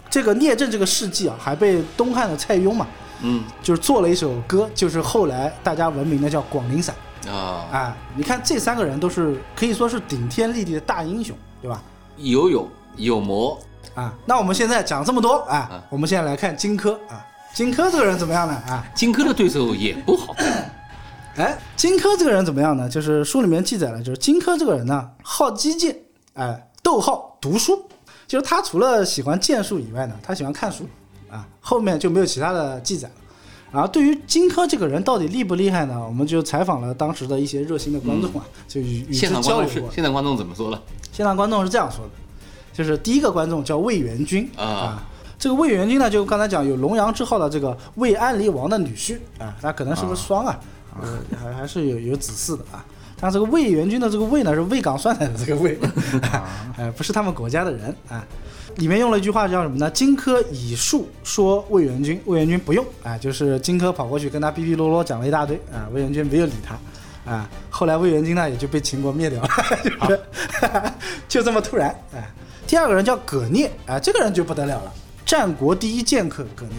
Speaker 1: 这个聂政这个事迹啊，还被东汉的蔡邕嘛，
Speaker 3: 嗯
Speaker 1: 就是做了一首歌，就是后来大家闻名的叫《广陵散》。
Speaker 3: 啊，
Speaker 1: 哎，你看这三个人都是可以说是顶天立地的大英雄，对吧？
Speaker 3: 有勇有谋，
Speaker 1: 啊，那我们现在讲这么多啊，
Speaker 3: 啊
Speaker 1: 我们现在来看荆轲啊，荆轲这个人怎么样呢？啊，
Speaker 3: 荆轲的对手也不好，
Speaker 1: 哎，荆轲这个人怎么样呢？就是书里面记载了，就是荆轲这个人呢，好击剑，哎，逗号读书，就是他除了喜欢剑术以外呢，他喜欢看书啊，后面就没有其他的记载了。然后对于荆轲这个人到底厉不厉害呢？我们就采访了当时的一些热心的观众啊，就 (laughs) 与与之
Speaker 3: 嗯现场
Speaker 1: 交流啊
Speaker 3: 观众是
Speaker 1: 过。
Speaker 3: 现场观众怎么说了？
Speaker 1: 现场观众是这样说的，就是第一个观众叫魏元君
Speaker 3: 啊
Speaker 1: 这个魏元君呢，就刚才讲有龙阳之号的这个魏安离王的女婿啊，他可能是个双啊，呃还、还是有有子嗣的啊。但这个魏元君的这个魏呢，是魏港酸奶的这个魏，哎，不是他们国家的人啊。里面用了一句话叫什么呢？荆轲以术说魏元君，魏元君不用啊，就是荆轲跑过去跟他哔哔啰啰讲了一大堆啊，魏元君没有理他。啊，后来魏元军呢也就被秦国灭掉了， (laughs) 就是、 (laughs) 就这么突然啊。第二个人叫葛聂啊，这个人就不得了了，战国第一剑客葛聂，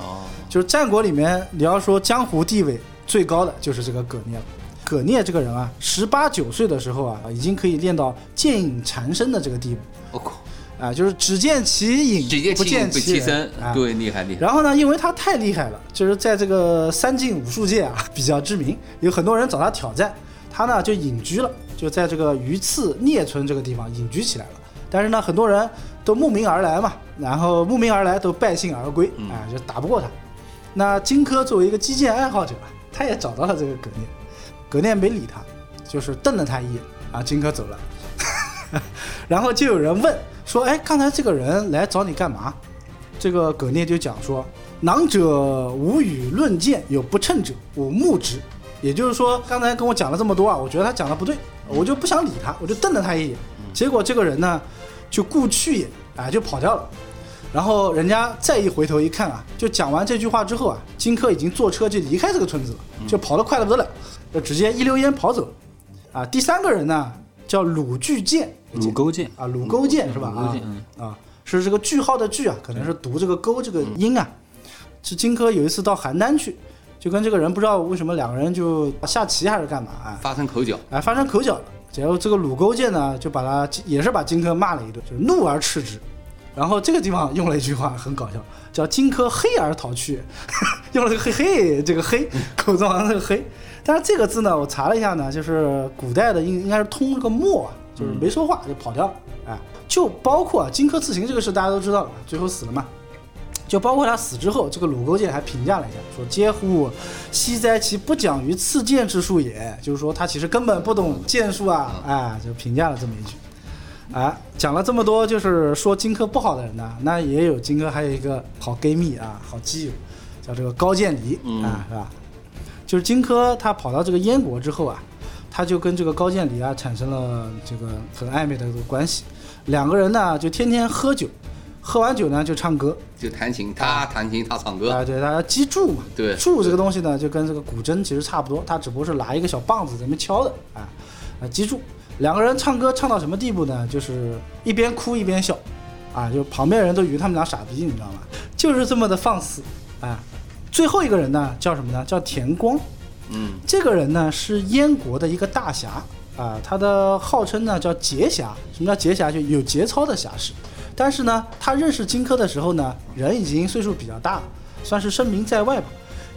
Speaker 3: 哦，
Speaker 1: 就是战国里面你要说江湖地位最高的就是这个葛聂了。葛聂这个人啊，十八九岁的时候啊，已经可以练到剑影缠身的这个地步
Speaker 3: 我
Speaker 1: (laughs)
Speaker 3: 靠，
Speaker 1: 啊，就是只见其影，
Speaker 3: 直接
Speaker 1: 不
Speaker 3: 起
Speaker 1: 见
Speaker 3: 不
Speaker 1: 其
Speaker 3: 起身
Speaker 1: 人啊，
Speaker 3: 对，厉害厉害。
Speaker 1: 然后呢，因为他太厉害了，就是在这个三晋武术界啊 (laughs) 比较知名，有很多人找他挑战，他呢就隐居了，就在这个榆次聂村这个地方隐居起来了。但是呢，很多人都慕名而来嘛，然后慕名而来都败兴而归，
Speaker 3: 嗯
Speaker 1: 啊、就打不过他。那荆轲作为一个击剑爱好者，他也找到了这个葛聂，葛聂没理他，就是瞪了他一眼，啊，荆轲走了。然后就有人问说：“哎，刚才这个人来找你干嘛？”这个葛聂就讲说：“囊者无与论剑，有不称者，我目之。”也就是说，刚才跟我讲了这么多啊，我觉得他讲的不对，我就不想理他，我就瞪了他一眼。结果这个人呢，就故去也啊，就跑掉了。然后人家再一回头一看啊，就讲完这句话之后啊，荆轲已经坐车就离开这个村子了，就跑得快得不得了，就直接一溜烟跑走了。啊，第三个人呢叫鲁巨剑，
Speaker 4: 鲁沟剑，
Speaker 1: 啊，鲁勾践是吧？
Speaker 4: 鲁
Speaker 1: 啊
Speaker 4: 勾践嗯
Speaker 1: 啊，是这个句号的句啊，可能是读这个勾这个音啊。是荆轲有一次到邯郸去，就跟这个人不知道为什么两个人就下棋还是干嘛啊，
Speaker 3: 发生口角，
Speaker 1: 哎发生口角了。结果这个鲁勾践呢，就把他也是把荆轲骂了一顿，就是怒而斥之。然后这个地方用了一句话很搞笑，叫“荆轲黑而逃去”， (laughs) 用了这个“嘿嘿”这个“黑”，口字旁这个“黑”。但是这个字呢，我查了一下呢，就是古代的应应该是通这个墨啊，就是没说话就跑掉了。哎，就包括啊荆轲刺秦这个事大家都知道了，最后死了嘛。就包括他死之后，这个鲁勾践还评价了一下，说：“嗟乎，惜哉其不讲于刺剑之术也。”就是说他其实根本不懂剑术啊，哎，就评价了这么一句。啊，讲了这么多，就是说荆轲不好的人呢，那也有荆轲还有一个好闺蜜啊，好基友，叫这个高渐离、啊，是吧？就是荆轲他跑到这个燕国之后啊，他就跟这个高渐离啊产生了这个很暧昧的这个关系，两个人呢就天天喝酒，喝完酒呢就唱歌
Speaker 3: 就弹琴，他弹琴，他唱
Speaker 1: 啊，
Speaker 3: 歌，
Speaker 1: 对，它击筑嘛，
Speaker 3: 对
Speaker 1: 筑这个东西呢就跟这个古筝其实差不多，它只不过是拿一个小棒子在那边敲的啊，啊，击筑。两个人唱歌唱到什么地步呢？就是一边哭一边笑，啊，就旁边人都以为他们俩傻逼，你知道吗？就是这么的放肆啊。最后一个人呢叫什么呢？叫田光。
Speaker 3: 嗯，
Speaker 1: 这个人呢是燕国的一个大侠啊，他的号称呢叫节侠。什么叫节侠？就有节操的侠士。但是呢，他认识荆轲的时候呢，人已经岁数比较大了，算是声名在外吧。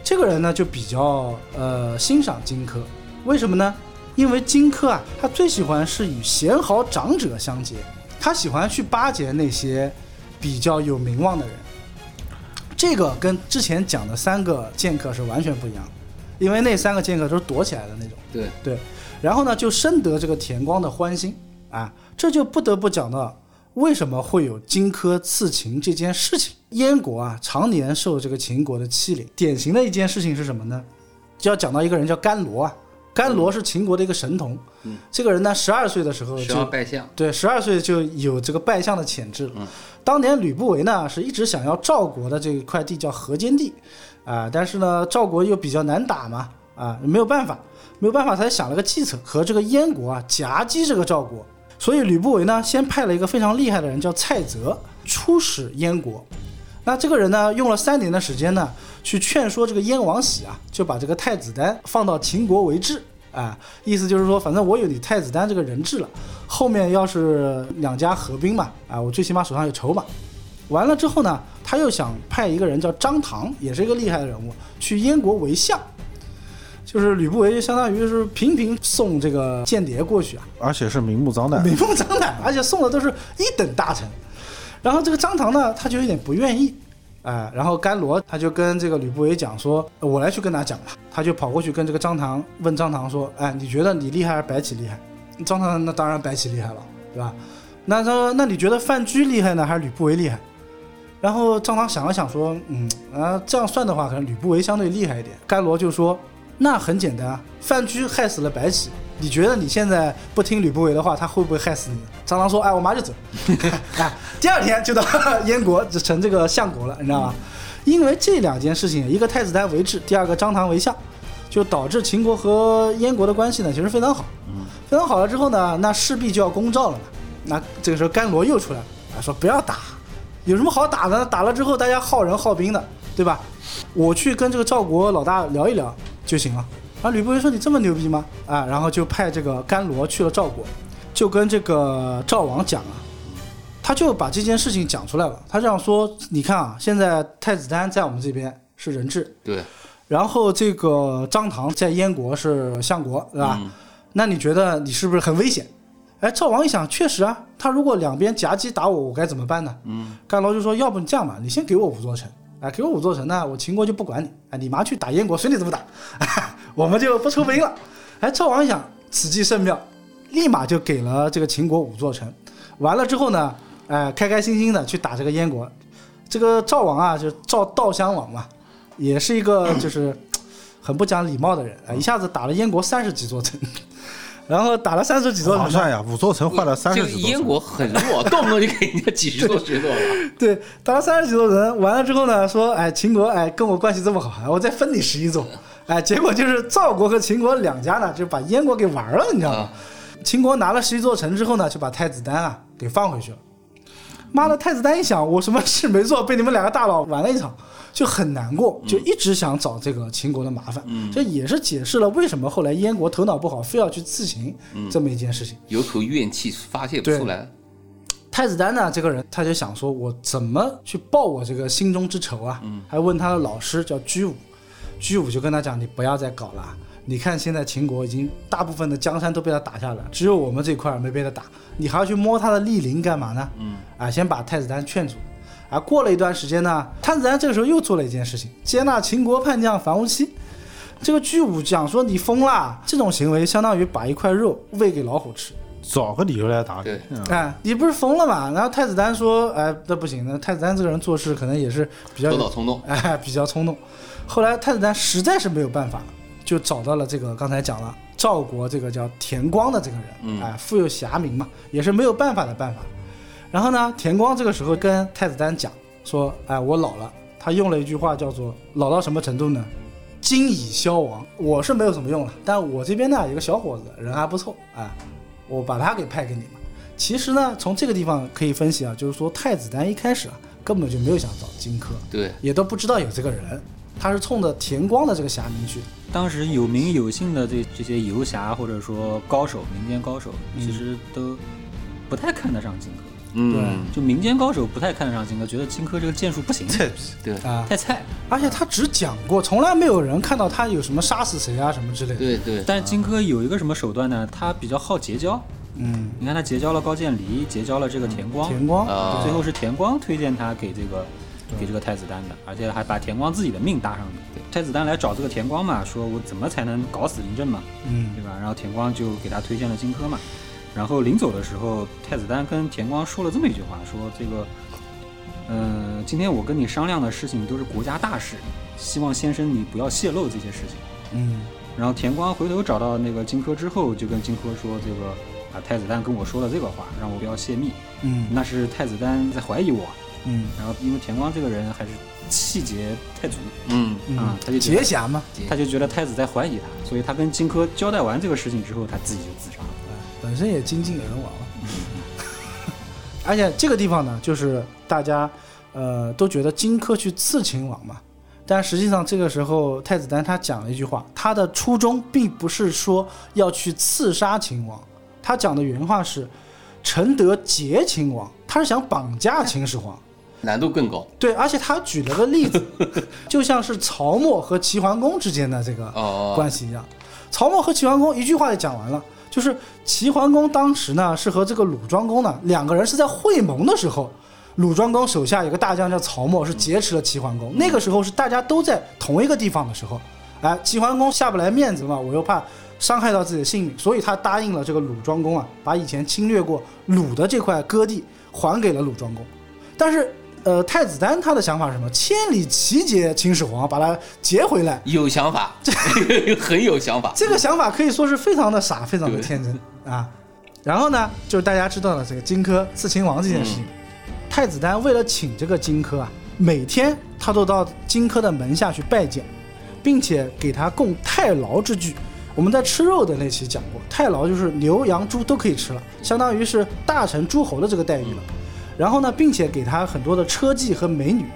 Speaker 1: 这个人呢就比较呃欣赏荆轲，为什么呢？因为荆轲啊，他最喜欢是与贤豪长者相结，他喜欢去巴结那些比较有名望的人。这个跟之前讲的三个剑客是完全不一样的，因为那三个剑客都是躲起来的那种。
Speaker 3: 对，
Speaker 1: 对，然后呢，就深得这个田光的欢心啊，这就不得不讲到为什么会有荆轲刺秦这件事情。燕国啊，常年受这个秦国的欺凌，典型的一件事情是什么呢？就要讲到一个人叫甘罗啊，甘罗是秦国的一个神童，
Speaker 3: 嗯
Speaker 1: 这个人呢，十二岁的时候
Speaker 3: 十
Speaker 1: 就
Speaker 3: 二拜相，
Speaker 1: 对，十二岁就有这个拜相的潜质了。当年吕不韦呢，是一直想要赵国的这一块地叫河间地，啊、但是呢，赵国又比较难打嘛，啊、没有办法，没有办法，才想了个计策，和这个燕国啊夹击这个赵国。所以吕不韦呢，先派了一个非常厉害的人叫蔡泽出使燕国。那这个人呢，用了三年的时间呢，去劝说这个燕王喜啊，就把这个太子丹放到秦国为质啊，意思就是说，反正我有你太子丹这个人质了，后面要是两家合兵嘛，啊，我最起码手上有筹码。完了之后呢，他又想派一个人叫张唐，也是一个厉害的人物，去燕国为相。就是吕不韦就相当于是频频送这个间谍过去啊，
Speaker 2: 而且是明目张胆。
Speaker 1: 明目张胆，而且送的都是一等大臣。然后这个张唐呢，他就有点不愿意，啊、然后甘罗他就跟这个吕不韦讲说，呃我来去跟他讲吧。他就跑过去跟这个张唐问张唐说，哎，你觉得你厉害还是白起厉害？张唐那当然白起厉害了，对吧？那他说那你觉得范雎厉害呢，还是吕不韦厉害？然后张唐想了想说，嗯啊、这样算的话，可能吕不韦相对厉害一点。甘罗就说，那很简单啊，范雎害死了白起，你觉得你现在不听吕不韦的话，他会不会害死你？张唐说，哎，我马上就走。哎，第二天就到燕国，就成这个相国了，你知道吗？因为这两件事情，一个太子丹为质，第二个张唐为相，就导致秦国和燕国的关系呢，其实非常好。非常好了之后呢，那势必就要攻赵了嘛。那这个时候甘罗又出来了，啊，说不要打，有什么好打的？打了之后大家耗人耗兵的，对吧？我去跟这个赵国老大聊一聊就行了。啊，吕不韦说你这么牛逼吗？啊，然后就派这个甘罗去了赵国，就跟这个赵王讲啊，他就把这件事情讲出来了。他这样说：你看啊，现在太子丹在我们这边是人质，
Speaker 3: 对，
Speaker 1: 然后这个张唐在燕国是相国，
Speaker 3: 嗯
Speaker 1: 对吧？那你觉得你是不是很危险？哎，赵王一想，确实啊，他如果两边夹击打我，我该怎么办呢？嗯，甘罗就说，要不你这样吧，你先给我五座城，哎，给我五座城呢，我秦国就不管你，哎，你妈去打燕国，随你怎么打，哎我们就不出兵了。哎，赵王一想，此计甚妙，立马就给了这个秦国五座城。完了之后呢，哎，开开心心的去打这个燕国。这个赵王啊，就是赵悼襄王嘛，也是一个就是很不讲礼貌的人啊，一下子打了燕国三十几座城， (laughs) 然后打了三十几座城
Speaker 2: 划
Speaker 1: 呢，
Speaker 2: 算呀，五座城换了三
Speaker 3: 这
Speaker 2: 十
Speaker 3: 个
Speaker 2: 几座
Speaker 3: 燕
Speaker 2: 城。
Speaker 3: 国很
Speaker 1: (laughs)
Speaker 3: 弱，动不动就给人家几十座、十座了。
Speaker 1: 对，打了三十几座人，完了之后呢，说哎，秦国哎跟我关系这么好，哎我再分你十一座，哎，结果就是赵国和秦国两家呢，就把燕国给玩了，你知道吗
Speaker 3: 啊？
Speaker 1: 秦国拿了十一座城之后呢，就把太子丹啊给放回去了。妈的，太子丹一想，我什么事没做，被你们两个大佬玩了一场，就很难过，就一直想找这个秦国的麻烦。这也是解释了为什么后来燕国头脑不好，非要去刺秦这么一件事情。
Speaker 3: 有口怨气发泄不
Speaker 1: 对
Speaker 3: 出来，
Speaker 1: 太子丹呢，这个人他就想说，我怎么去报我这个心中之仇啊？还问他的老师叫居武，居武就跟他讲，你不要再搞了啊。你看现在秦国已经大部分的江山都被他打下来了，只有我们这块儿没被他打，你还要去摸他的逆鳞干嘛呢？嗯，啊，先把太子丹劝住。啊，过了一段时间呢，太子丹这个时候又做了一件事情，接纳秦国叛将樊无期。这个居武讲说你疯啦，这种行为相当于把一块肉喂给老虎吃。
Speaker 2: 找个理由来打你
Speaker 3: 对。
Speaker 2: 嗯
Speaker 1: 哎，你不是疯了嘛？然后太子丹说，哎，那不行，那太子丹这个人做事可能也是比较
Speaker 3: 头脑冲动。
Speaker 1: 哎，比较冲动。后来太子丹实在是没有办法了，就找到了这个刚才讲了赵国这个叫田光的这个人，哎，富有侠名嘛，也是没有办法的办法。然后呢，田光这个时候跟太子丹讲说：“哎，我老了。”他用了一句话叫做“老到什么程度呢？今已消亡。”我是没有什么用了，但我这边呢有个小伙子人还不错啊，我把他给派给你们。其实呢，从这个地方可以分析啊，就是说太子丹一开始啊根本就没有想找荆轲，
Speaker 3: 对，
Speaker 1: 也都不知道有这个人，他是冲着田光的这个侠名去的。
Speaker 4: 当时有名有姓的这这些游侠或者说高手，民间高手，
Speaker 1: 嗯
Speaker 4: 其实都不太看得上荆轲。
Speaker 3: 嗯，
Speaker 4: 就民间高手不太看得上荆轲，觉得荆轲这个剑术不行，
Speaker 2: 菜逼，
Speaker 3: 对，
Speaker 1: 啊，
Speaker 4: 太菜。
Speaker 1: 而且他只讲过，从来没有人看到他有什么杀死谁啊什么之类的。
Speaker 3: 对对，
Speaker 4: 但是荆轲有一个什么手段呢？他比较好结交。
Speaker 1: 嗯，
Speaker 4: 你看他结交了高渐离，结交了这个田光，
Speaker 1: 田光，
Speaker 3: 啊，
Speaker 4: 最后是田光推荐他给这个给这个太子丹的，而且还把田光自己的命搭上了。太子丹来找这个田光嘛，说我怎么才能搞死嬴政嘛，
Speaker 1: 嗯
Speaker 4: 对吧？然后田光就给他推荐了荆轲嘛。然后临走的时候，太子丹跟田光说了这么一句话，说这个，呃，今天我跟你商量的事情都是国家大事，希望先生你不要泄露这些事情。
Speaker 1: 嗯
Speaker 4: 然后田光回头找到那个荆轲之后，就跟荆轲说：“这个啊，太子丹跟我说了这个话，让我不要泄密。
Speaker 1: 嗯
Speaker 4: 那是太子丹在怀疑我。
Speaker 1: 嗯
Speaker 4: 然后因为田光这个人还是气节太足
Speaker 3: 嗯，
Speaker 4: 啊
Speaker 1: 嗯，，
Speaker 4: 他就觉
Speaker 1: 劫
Speaker 4: 得
Speaker 1: 侠嘛，
Speaker 4: 他就觉得太子在怀疑他，所以他跟荆轲交代完这个事情之后，他自己就自杀了。
Speaker 1: 本身也精尽人亡了。而且这个地方呢，就是大家呃都觉得荆轲去刺秦王嘛，但实际上这个时候太子丹他讲了一句话，他的初衷并不是说要去刺杀秦王，他讲的原话是“臣得劫秦王”，他是想绑架秦始皇。
Speaker 3: 难度更高
Speaker 1: 对，而且他举了个例
Speaker 3: (laughs)
Speaker 1: 子，就像是曹沫和齐桓公之间的这个
Speaker 3: 哦，
Speaker 1: 关系一样。曹沫和齐桓公一句话就讲完了，就是齐桓公当时呢是和这个鲁庄公呢两个人是在会盟的时候，鲁庄公手下有个大将叫曹沫，是劫持了齐桓公。那个时候是大家都在同一个地方的时候，哎，齐桓公下不来面子嘛，我又怕伤害到自己的性命，所以他答应了这个鲁庄公啊，把以前侵略过鲁的这块割地还给了鲁庄公。但是，呃，太子丹他的想法是什么？千里齐劫秦始皇，把他劫回来。
Speaker 3: 有想法， (laughs) 很有想法，
Speaker 1: 这个想法可以说是非常的傻，非常的
Speaker 3: 对
Speaker 1: 天真啊。然后呢，就是大家知道了这个荆轲刺秦王这件事情，
Speaker 3: 嗯
Speaker 1: 太子丹为了请这个荆轲啊，每天他都到荆轲的门下去拜见，并且给他供太牢之具。我们在吃肉的那期讲过，太牢就是牛、羊、猪都可以吃了，相当于是大臣、诸侯的这个待遇了。然后呢，并且给他很多的车技和美女，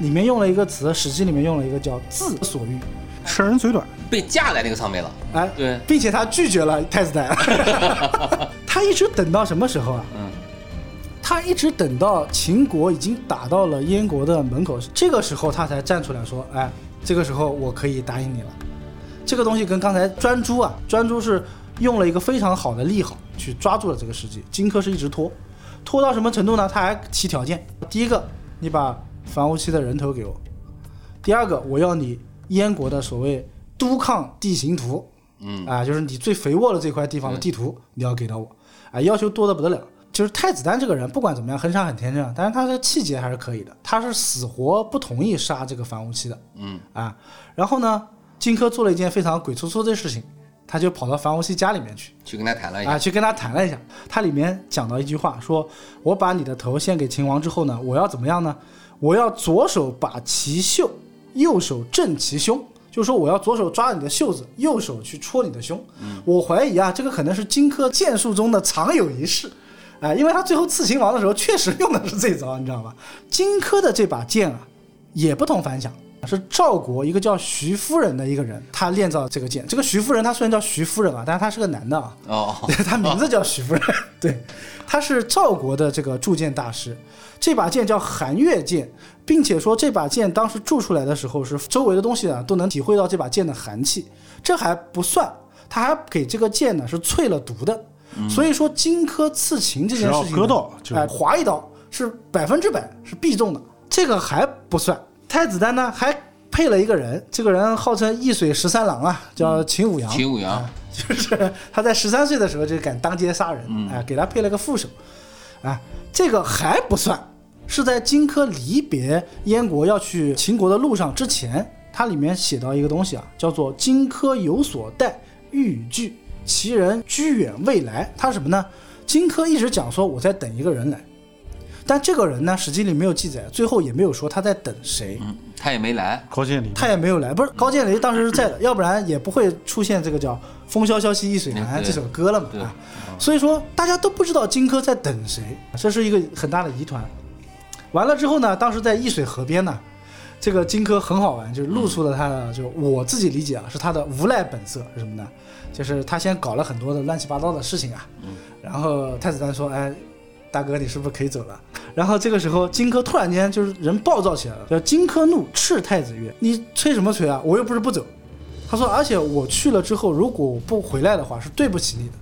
Speaker 1: 里面用了一个词，《史记》里面用了一个叫“自所欲
Speaker 2: 吃人嘴短，
Speaker 3: 被架在那个上面了，”，
Speaker 1: 哎，
Speaker 3: 对，
Speaker 1: 并且他拒绝了太子
Speaker 3: (laughs)
Speaker 1: 丹，他一直等到什么时候啊？
Speaker 3: 嗯，
Speaker 1: 他一直等到秦国已经打到了燕国的门口，这个时候他才站出来说：“哎，这个时候我可以答应你了。”这个东西跟刚才专诸啊，专诸是用了一个非常好的利好去抓住了这个时机，荆轲是一直拖，拖到什么程度呢？他还提条件：第一个，你把樊无期的人头给我；第二个，我要你燕国的所谓都抗地形图，
Speaker 3: 嗯
Speaker 1: 啊，就是你最肥沃的这块地方的地图，你要给到我，啊，要求多的不得了。就是太子丹这个人，不管怎么样，很傻很天真，啊但是他的气节还是可以的。他是死活不同意杀这个樊无期的，
Speaker 3: 嗯
Speaker 1: 啊，然后呢，荆轲做了一件非常鬼粗粗的事情，他就跑到樊无期家里面去，
Speaker 3: 去跟他谈了一
Speaker 1: 啊，
Speaker 3: 下，
Speaker 1: 去跟他谈了一下。他里面讲到一句话，说我把你的头献给秦王之后呢，我要怎么样呢？我要左手把其袖，右手正其胸。就是说，我要左手抓你的袖子，右手去戳你的胸。
Speaker 3: 嗯
Speaker 1: 我怀疑啊，这个可能是荆轲剑术中的常有一式，哎、因为他最后刺秦王的时候确实用的是这招，你知道吧？荆轲的这把剑啊，也不同凡响，是赵国一个叫徐夫人的一个人，他练造这个剑。这个徐夫人，他虽然叫徐夫人啊，但是他是个男的啊，
Speaker 3: 哦，
Speaker 1: 对， (laughs) 他名字叫徐夫人，
Speaker 2: 哦
Speaker 1: (laughs) 对，他是赵国的这个铸剑大师，这把剑叫寒月剑，并且说这把剑当时铸出来的时候是周围的东西啊都能体会到这把剑的寒气，这还不算，他还给这个剑呢是淬了毒的，所以说荆轲刺秦这
Speaker 2: 嗯只
Speaker 1: 件事
Speaker 2: 要
Speaker 1: 情呢，
Speaker 2: 割到就
Speaker 1: 哎，划一刀是百分之百是必中的，这个还不算。太子丹呢还配了一个人，这个人号称易水十三郎啊，叫秦舞阳。
Speaker 3: 秦舞阳，
Speaker 1: 啊 (laughs) 就是他在十三岁的时候就敢当街杀人，哎，给他配了个副手，啊，这个还不算，是在荆轲离别燕国要去秦国的路上之前，它里面写到一个东西啊，叫做“荆轲有所待，欲与聚，其人居远未来”。他什么呢？荆轲一直讲说我在等一个人来，但这个人呢，史记里没有记载，最后也没有说他在等谁，
Speaker 3: 嗯他也没来，
Speaker 2: 高渐离
Speaker 1: 他也没有来。不是高渐离当时是在
Speaker 3: (clears throat)
Speaker 1: 的，要不然也不会出现这个叫《风萧萧兮易水寒
Speaker 3: 嗯》对
Speaker 1: 这首歌了嘛。
Speaker 3: 对
Speaker 1: 啊所以说大家都不知道荆轲在等谁，这是一个很大的疑团。完了之后呢，当时在易水河边呢，这个荆轲很好玩，就是露出了他的，就我自己理解啊，是他的无赖本色是什么呢？就是他先搞了很多的乱七八糟的事情啊，然后太子丹说：“哎，大哥，你是不是可以走了？”然后这个时候，荆轲突然间就是人暴躁起来了，叫荆轲怒，斥太子曰：“你催什么催啊？我又不是不走。”他说：“而且我去了之后，如果我不回来的话，是对不起你的。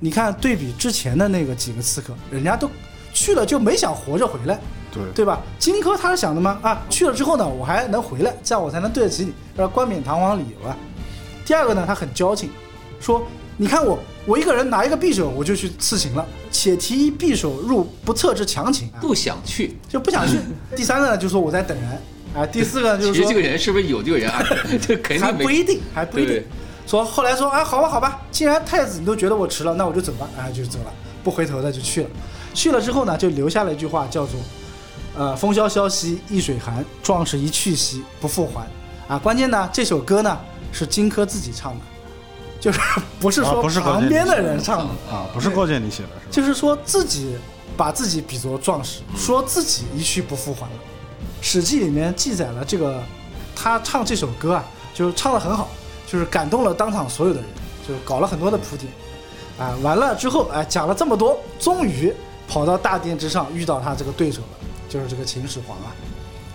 Speaker 1: 你看，对比之前的那个几个刺客，人家都去了就没想活着回来，
Speaker 2: 对
Speaker 1: 对吧？荆轲他是想的吗？啊，去了之后呢，我还能回来，这样我才能对得起你，让冠冕堂皇的理由啊。第二个呢，他很矫情，说你看我，我一个人拿一个匕首我就去刺秦了，且提一匕首入不测之强秦，啊
Speaker 3: 不想去。
Speaker 1: 就不想去。第三个呢，就说我在等人，啊，第四个呢就是
Speaker 3: 其实
Speaker 1: 说
Speaker 3: 这个人是不是有这个人啊？ (laughs) 这肯
Speaker 1: 还
Speaker 3: 定
Speaker 1: 不
Speaker 3: 没
Speaker 1: 一定，还不一定
Speaker 3: 对。
Speaker 1: 说后来说啊，好吧，好吧，既然太子你都觉得我迟了，那我就走吧，啊，就走了，不回头的就去了。去了之后呢，就留下了一句话，叫做“呃，风萧萧兮易水寒，壮士一去兮不复还”。啊，关键呢，这首歌呢是荆轲自己唱的，就是不是
Speaker 2: 啊
Speaker 1: 说
Speaker 2: 不是高
Speaker 1: 旁
Speaker 2: 渐离
Speaker 1: 边的人唱的，
Speaker 2: 啊，不是高渐离写的，是吧？
Speaker 1: 就是说自己把自己比作壮士，说自己一去不复还了。《史记》里面记载了这个，他唱这首歌啊，就是唱的很好，就是感动了当场所有的人，就是搞了很多的铺垫，啊，完了之后，哎，讲了这么多，终于跑到大殿之上遇到他这个对手了，就是这个秦始皇啊。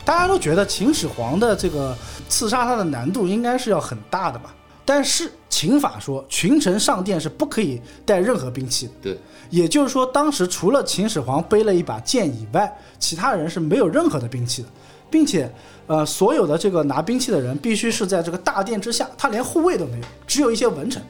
Speaker 1: 大家都觉得秦始皇的这个刺杀他的难度应该是要很大的吧，但是秦法说群臣上殿是不可以带任何兵器的，
Speaker 3: 对，
Speaker 1: 也就是说，当时除了秦始皇背了一把剑以外，其他人是没有任何的兵器的，并且，呃，所有的这个拿兵器的人必须是在这个大殿之下，他连护卫都没有，只有一些文臣。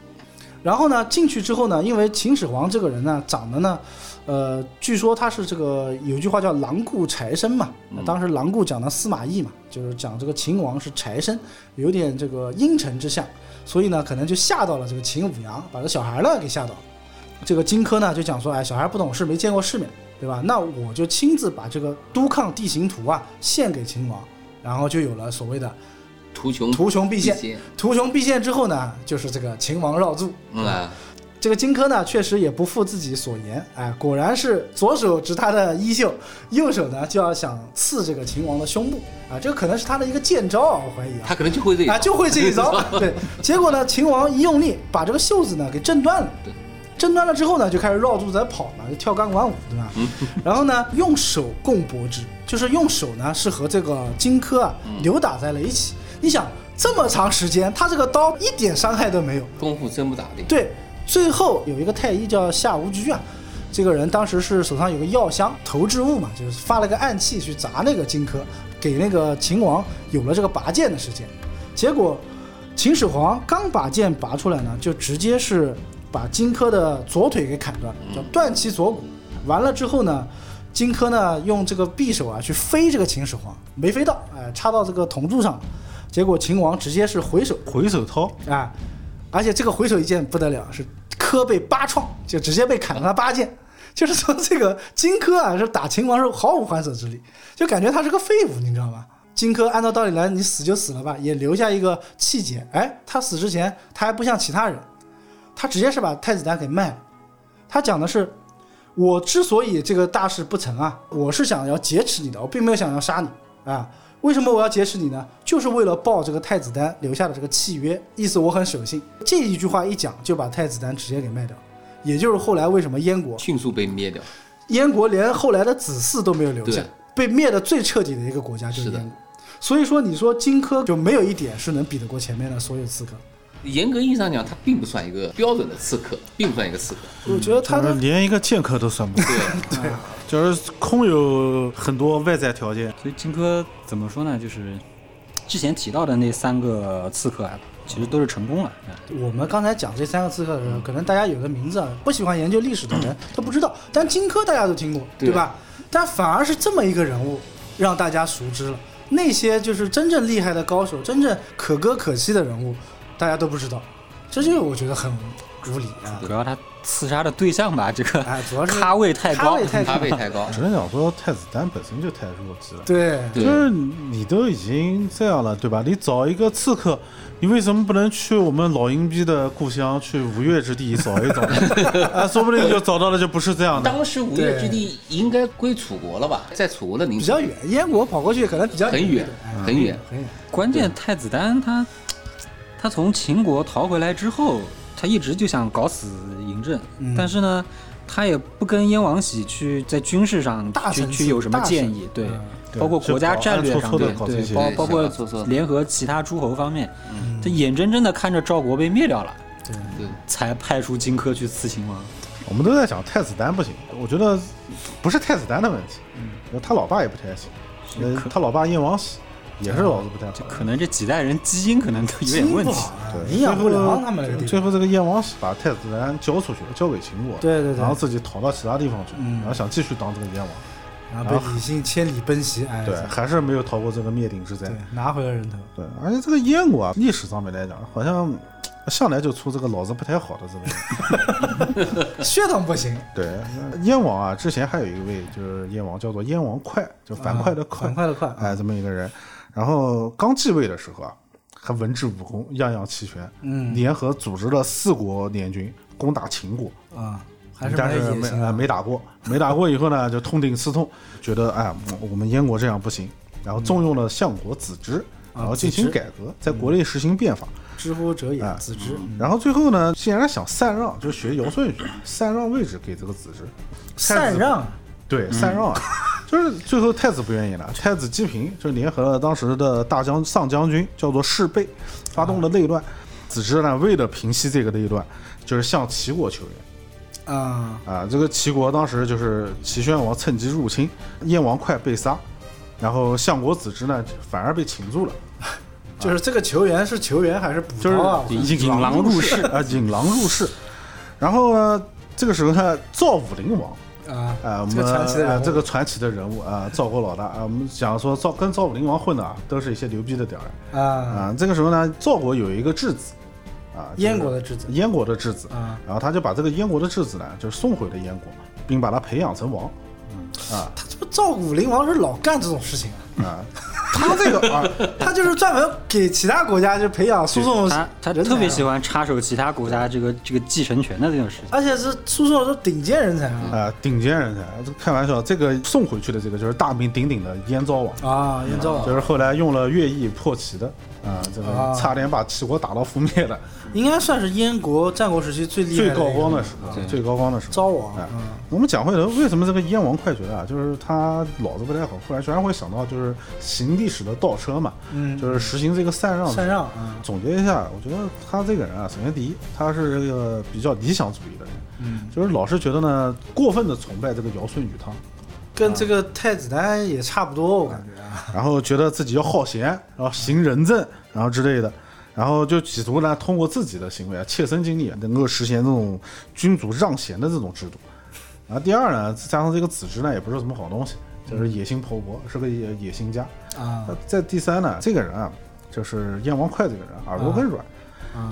Speaker 1: 然后呢，进去之后呢，因为秦始皇这个人呢，长得呢，呃，据说他是这个有一句话叫“狼顾柴生”嘛，那当时狼顾讲的司马懿嘛，就是讲这个秦王是柴生，有点这个阴沉之相，所以呢，可能就吓到了这个秦舞阳，把这小孩呢给吓到了。这个荆轲呢就讲说，哎，小孩不懂事，没见过世面，对吧？那我就亲自把这个都抗地形图啊献给秦王，然后就有了所谓的
Speaker 3: 图穷
Speaker 1: 图穷匕
Speaker 3: 匕
Speaker 1: 见
Speaker 3: 见。
Speaker 1: 图穷匕见之后呢，就是这个秦王绕柱。
Speaker 3: 嗯啊，
Speaker 1: 这个荆轲呢，确实也不负自己所言，哎，果然是左手执他的衣袖，右手呢就要想刺这个秦王的胸部啊，这个可能是他的一个剑招啊，我怀疑啊。
Speaker 3: 他可能就会这一
Speaker 1: 啊，
Speaker 3: 招。
Speaker 1: 就会这一招。
Speaker 3: (laughs)
Speaker 1: 对，结果呢，秦王一用力把这个袖子呢给震断了
Speaker 3: 对。
Speaker 1: 震断了之后呢，就开始绕柱在跑嘛，就跳钢管舞，对吧？
Speaker 3: 嗯
Speaker 1: 然后呢，用手共搏之，就是用手呢是和这个荆轲啊
Speaker 3: 嗯
Speaker 1: 扭打在了一起。你想这么长时间，他这个刀一点伤害都没有，
Speaker 3: 功夫真不打的。
Speaker 1: 对，最后有一个太医叫夏无居啊，这个人当时是手上有个药箱投掷物嘛，就是发了个暗器去砸那个荆轲，给那个秦王有了这个拔剑的时间。结果秦始皇刚把剑拔出来呢，就直接是把荆轲的左腿给砍断了，叫断其左骨。完了之后呢，荆轲呢用这个匕首啊去飞这个秦始皇，没飞到，哎、插到这个铜柱上了。结果秦王直接是回手
Speaker 2: 回首掏，
Speaker 1: 啊，而且这个回手一剑不得了，是科被八创，就直接被砍了八剑。就是说，这个荆轲啊，是打秦王是毫无还手之力，就感觉他是个废物，你知道吗？荆轲按照道理来，你死就死了吧，也留下一个气节。哎，他死之前，他还不像其他人，他直接是把太子丹给卖了。他讲的是，我之所以这个大事不成啊，我是想要劫持你的，我并没有想要杀你啊。为什么我要劫持你呢？就是为了报这个太子丹留下的这个契约，意思我很守信。这一句话一讲，就把太子丹直接给卖掉，也就是后来为什么燕国
Speaker 3: 迅速被灭掉，
Speaker 1: 燕国连后来的子嗣都没有留下
Speaker 3: 对，
Speaker 1: 被灭的最彻底的一个国家就是
Speaker 3: 是的
Speaker 1: 燕国。所以说，你说荆轲就没有一点是能比得过前面的所有刺客。
Speaker 3: 严格意义上讲，他并不算一个标准的刺客，并不算一个刺客。
Speaker 1: 我觉得他
Speaker 2: 就是
Speaker 1: 的
Speaker 2: 连一个剑客都算不上，嗯
Speaker 3: 对，
Speaker 2: 就是空有很多外在条件。
Speaker 4: 所以荆轲怎么说呢？就是之前提到的那三个刺客啊，其实都是成功了。啊
Speaker 1: 我们刚才讲这三个刺客的时
Speaker 3: 嗯
Speaker 1: 候，可能大家有的名字啊，不喜欢研究历史的人他不知道，但荆轲大家都听过，
Speaker 3: 嗯对
Speaker 1: 对吧？但反而是这么一个人物让大家熟知了，那些就是真正厉害的高手，真正可歌可泣的人物，大家都不知道，这就是我觉得很无理啊。
Speaker 4: 主要他刺杀的对象吧，这个
Speaker 1: 哎主要是
Speaker 4: 咖位太
Speaker 1: 咖
Speaker 4: 高嗯
Speaker 1: 位，太
Speaker 3: 咖位太
Speaker 1: (laughs)
Speaker 3: 高，
Speaker 2: 只能讲说太子丹本身就太弱鸡了。
Speaker 1: 对，
Speaker 3: 对
Speaker 2: 就是你都已经这样了，对吧？你找一个刺客，你为什么不能去我们老阴逼的故乡，去吴越之地找一找？啊，说不定就找到了，就不是这样的。
Speaker 3: 当时吴越之地应该归楚国了吧？在楚国的领
Speaker 1: 比
Speaker 3: 土
Speaker 1: 较远，嗯燕国跑过去可能比较
Speaker 3: 很远很远，
Speaker 1: 很远。
Speaker 4: 关键太子丹他他从秦国逃回来之后，他一直就想搞死嬴政，但是呢，他也不跟燕王喜去在军事上
Speaker 1: 大
Speaker 4: 去
Speaker 1: 臣
Speaker 4: 去有什么
Speaker 1: 大臣
Speaker 4: 建议，对
Speaker 1: 嗯，
Speaker 2: 对
Speaker 4: 包括国家战略
Speaker 2: 就
Speaker 4: 上
Speaker 2: 搞暗
Speaker 4: 对
Speaker 2: 搓搓地搞这些
Speaker 4: 对，包
Speaker 3: 对
Speaker 4: 包括
Speaker 3: 小搓嗯搓
Speaker 4: 联合其他诸侯方面，他眼睁睁的看着赵国被灭掉了，
Speaker 3: 对，
Speaker 4: 才派出荆轲去刺秦王。
Speaker 2: 我们都在讲太子丹不行，我觉得不是太子丹的问题，他老爸也不太行，呃他老爸燕王喜也是脑子不太好。
Speaker 4: 可能这几代人基因可能都有点问题。
Speaker 2: 对
Speaker 1: 营啊养不
Speaker 2: 最后
Speaker 1: 良，他们那个地
Speaker 2: 最
Speaker 1: 方。
Speaker 2: 后这个燕王喜把太子丹交出去了，交给秦国，
Speaker 1: 对对对
Speaker 2: 然后自己逃到其他地方去，
Speaker 1: 嗯
Speaker 2: 然后想继续当这个燕王。
Speaker 1: 然啊后被李信千里奔袭，哎，
Speaker 2: 对，还是没有逃过这个灭顶之灾
Speaker 1: 对。，拿回了人头。
Speaker 2: 对，而且这个燕国啊，历史上面来讲，好像嘖向来就出这个脑子不太好的这么一个。
Speaker 1: 血统不行，
Speaker 2: 对，那燕王啊，之前还有一位就是燕王叫做燕王哙，就樊哙的哙，
Speaker 1: 很啊快的快，
Speaker 2: 哎，这么一个人。然后刚继位的时候啊，还文治武功，样样齐全，
Speaker 1: 嗯
Speaker 2: 联合组织了四国联军攻打秦国。
Speaker 1: 啊，还是
Speaker 2: 但
Speaker 1: 蛮
Speaker 2: 是
Speaker 1: 有野
Speaker 2: 没
Speaker 1: 心
Speaker 2: 呃
Speaker 1: 的。
Speaker 2: 没
Speaker 1: (laughs)
Speaker 2: 打过，没打过以后呢，就痛定思痛，觉得哎，我我们燕国这样不行，然后
Speaker 1: 嗯
Speaker 2: 重用了相国子之，
Speaker 1: 啊
Speaker 2: 然后进行改革，在国内实行变法，
Speaker 1: 知乎者也
Speaker 2: 哎，
Speaker 1: 子之。
Speaker 2: 然后最后呢，竟然想禅让，就是学尧舜禹，禅让位置给这个子之，太
Speaker 1: 禅
Speaker 2: 子
Speaker 1: 让，
Speaker 2: 对禅让啊。 (laughs) 就是最后太子不愿意了，太子姬平就联合了当时的大将上将军叫做士备，发动了内乱。子之呢，为了平息这个内乱，就是向齐国求援。
Speaker 1: 啊，
Speaker 2: 啊，这个齐国当时就是齐宣王趁机入侵，燕王哙被杀，然后相国子之呢反而被擒住了，
Speaker 1: 就是这个球员是球员还是补
Speaker 2: 就是
Speaker 1: 刀啊？
Speaker 4: 对
Speaker 2: 引
Speaker 4: 引狼入室
Speaker 2: 啊，引狼入室。然后呢，这个时候呢，赵武灵王
Speaker 1: 啊
Speaker 2: 啊，我
Speaker 1: 这个
Speaker 2: 们
Speaker 1: 传奇的
Speaker 2: 啊
Speaker 1: 人物
Speaker 2: 这个传奇的人物啊，赵国老大啊，我们讲说赵跟赵武灵王混的啊，都是一些牛逼的屌人
Speaker 1: 啊，
Speaker 2: 啊。这个时候呢，赵国有一个质子啊，就是
Speaker 1: 燕国的质子
Speaker 2: 燕国的质子
Speaker 1: 啊，
Speaker 2: 然后他就把这个燕国的质子呢，就是送回了燕国，并把他培养成王。啊，
Speaker 1: 他这不赵武灵王是老干这种事情啊，
Speaker 2: 啊，他这个啊，
Speaker 1: 他就是专门给其他国家就培养输送
Speaker 4: 他他
Speaker 1: 人才啊
Speaker 4: 特别喜，欢插手其他国家这个这个继承权的这种事情。
Speaker 1: 而且是输送的都顶尖人才啊
Speaker 2: 啊，顶尖人才，这开玩笑，这个送回去的这个就是大名鼎鼎的燕昭王，
Speaker 1: 啊，燕赵
Speaker 2: 嗯就是后来用了乐毅破齐的，啊，这
Speaker 1: 啊
Speaker 2: 个差点把齐国打到覆灭的，
Speaker 1: 应该算是燕国战国时期最厉害
Speaker 2: 最
Speaker 1: 的
Speaker 2: 高光
Speaker 1: 一个
Speaker 2: 的时候，最高光的时候。
Speaker 1: 昭王
Speaker 2: 哎
Speaker 1: 啊，
Speaker 2: 我们讲回头，为什么这个燕王快觉啊，就是他脑子不太好，忽然居然会想到就是行历史的倒车嘛，
Speaker 1: 嗯
Speaker 2: 就是实行这个禅让制。
Speaker 1: 禅让啊，
Speaker 2: 总结一下，我觉得他这个人啊，首先第一，他是这个比较理想主义的人，
Speaker 1: 嗯，
Speaker 2: 就是老是觉得呢，过分的崇拜这个尧舜禹汤，
Speaker 1: 跟这个太子丹也差不多，我感觉啊，
Speaker 2: 然后觉得自己要好贤，然后行仁政，然后之类的，然后就企图呢通过自己的行为啊，切身经历能够实现这种君主让贤的这种制度。然后第二呢，加上这个子之呢，也不是什么好东西，就是野心勃勃，是个野野心家。
Speaker 1: 啊
Speaker 2: 那在第三呢，这个人啊，就是燕王哙这个人，啊耳朵根软。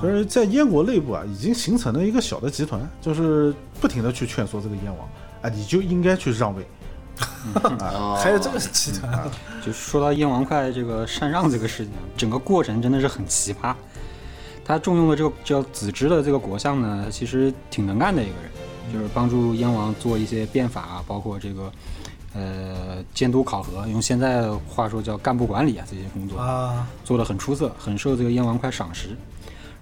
Speaker 2: 就是在燕国内部啊，已经形成了一个小的集团，就是不停的去劝说这个燕王，啊，你就应该去让位，啊
Speaker 3: 哦
Speaker 1: 还有这个集团，啊
Speaker 4: 就说到燕王哙这个禅让这个事情，整个过程真的是很奇葩。他重用的这个叫子之的这个国相呢，其实挺能干的一个人，就是帮助燕王做一些变法啊，包括这个呃监督考核，用现在话说叫干部管理啊这些工作。
Speaker 1: 啊，
Speaker 4: 做得很出色，很受这个燕王哙赏识。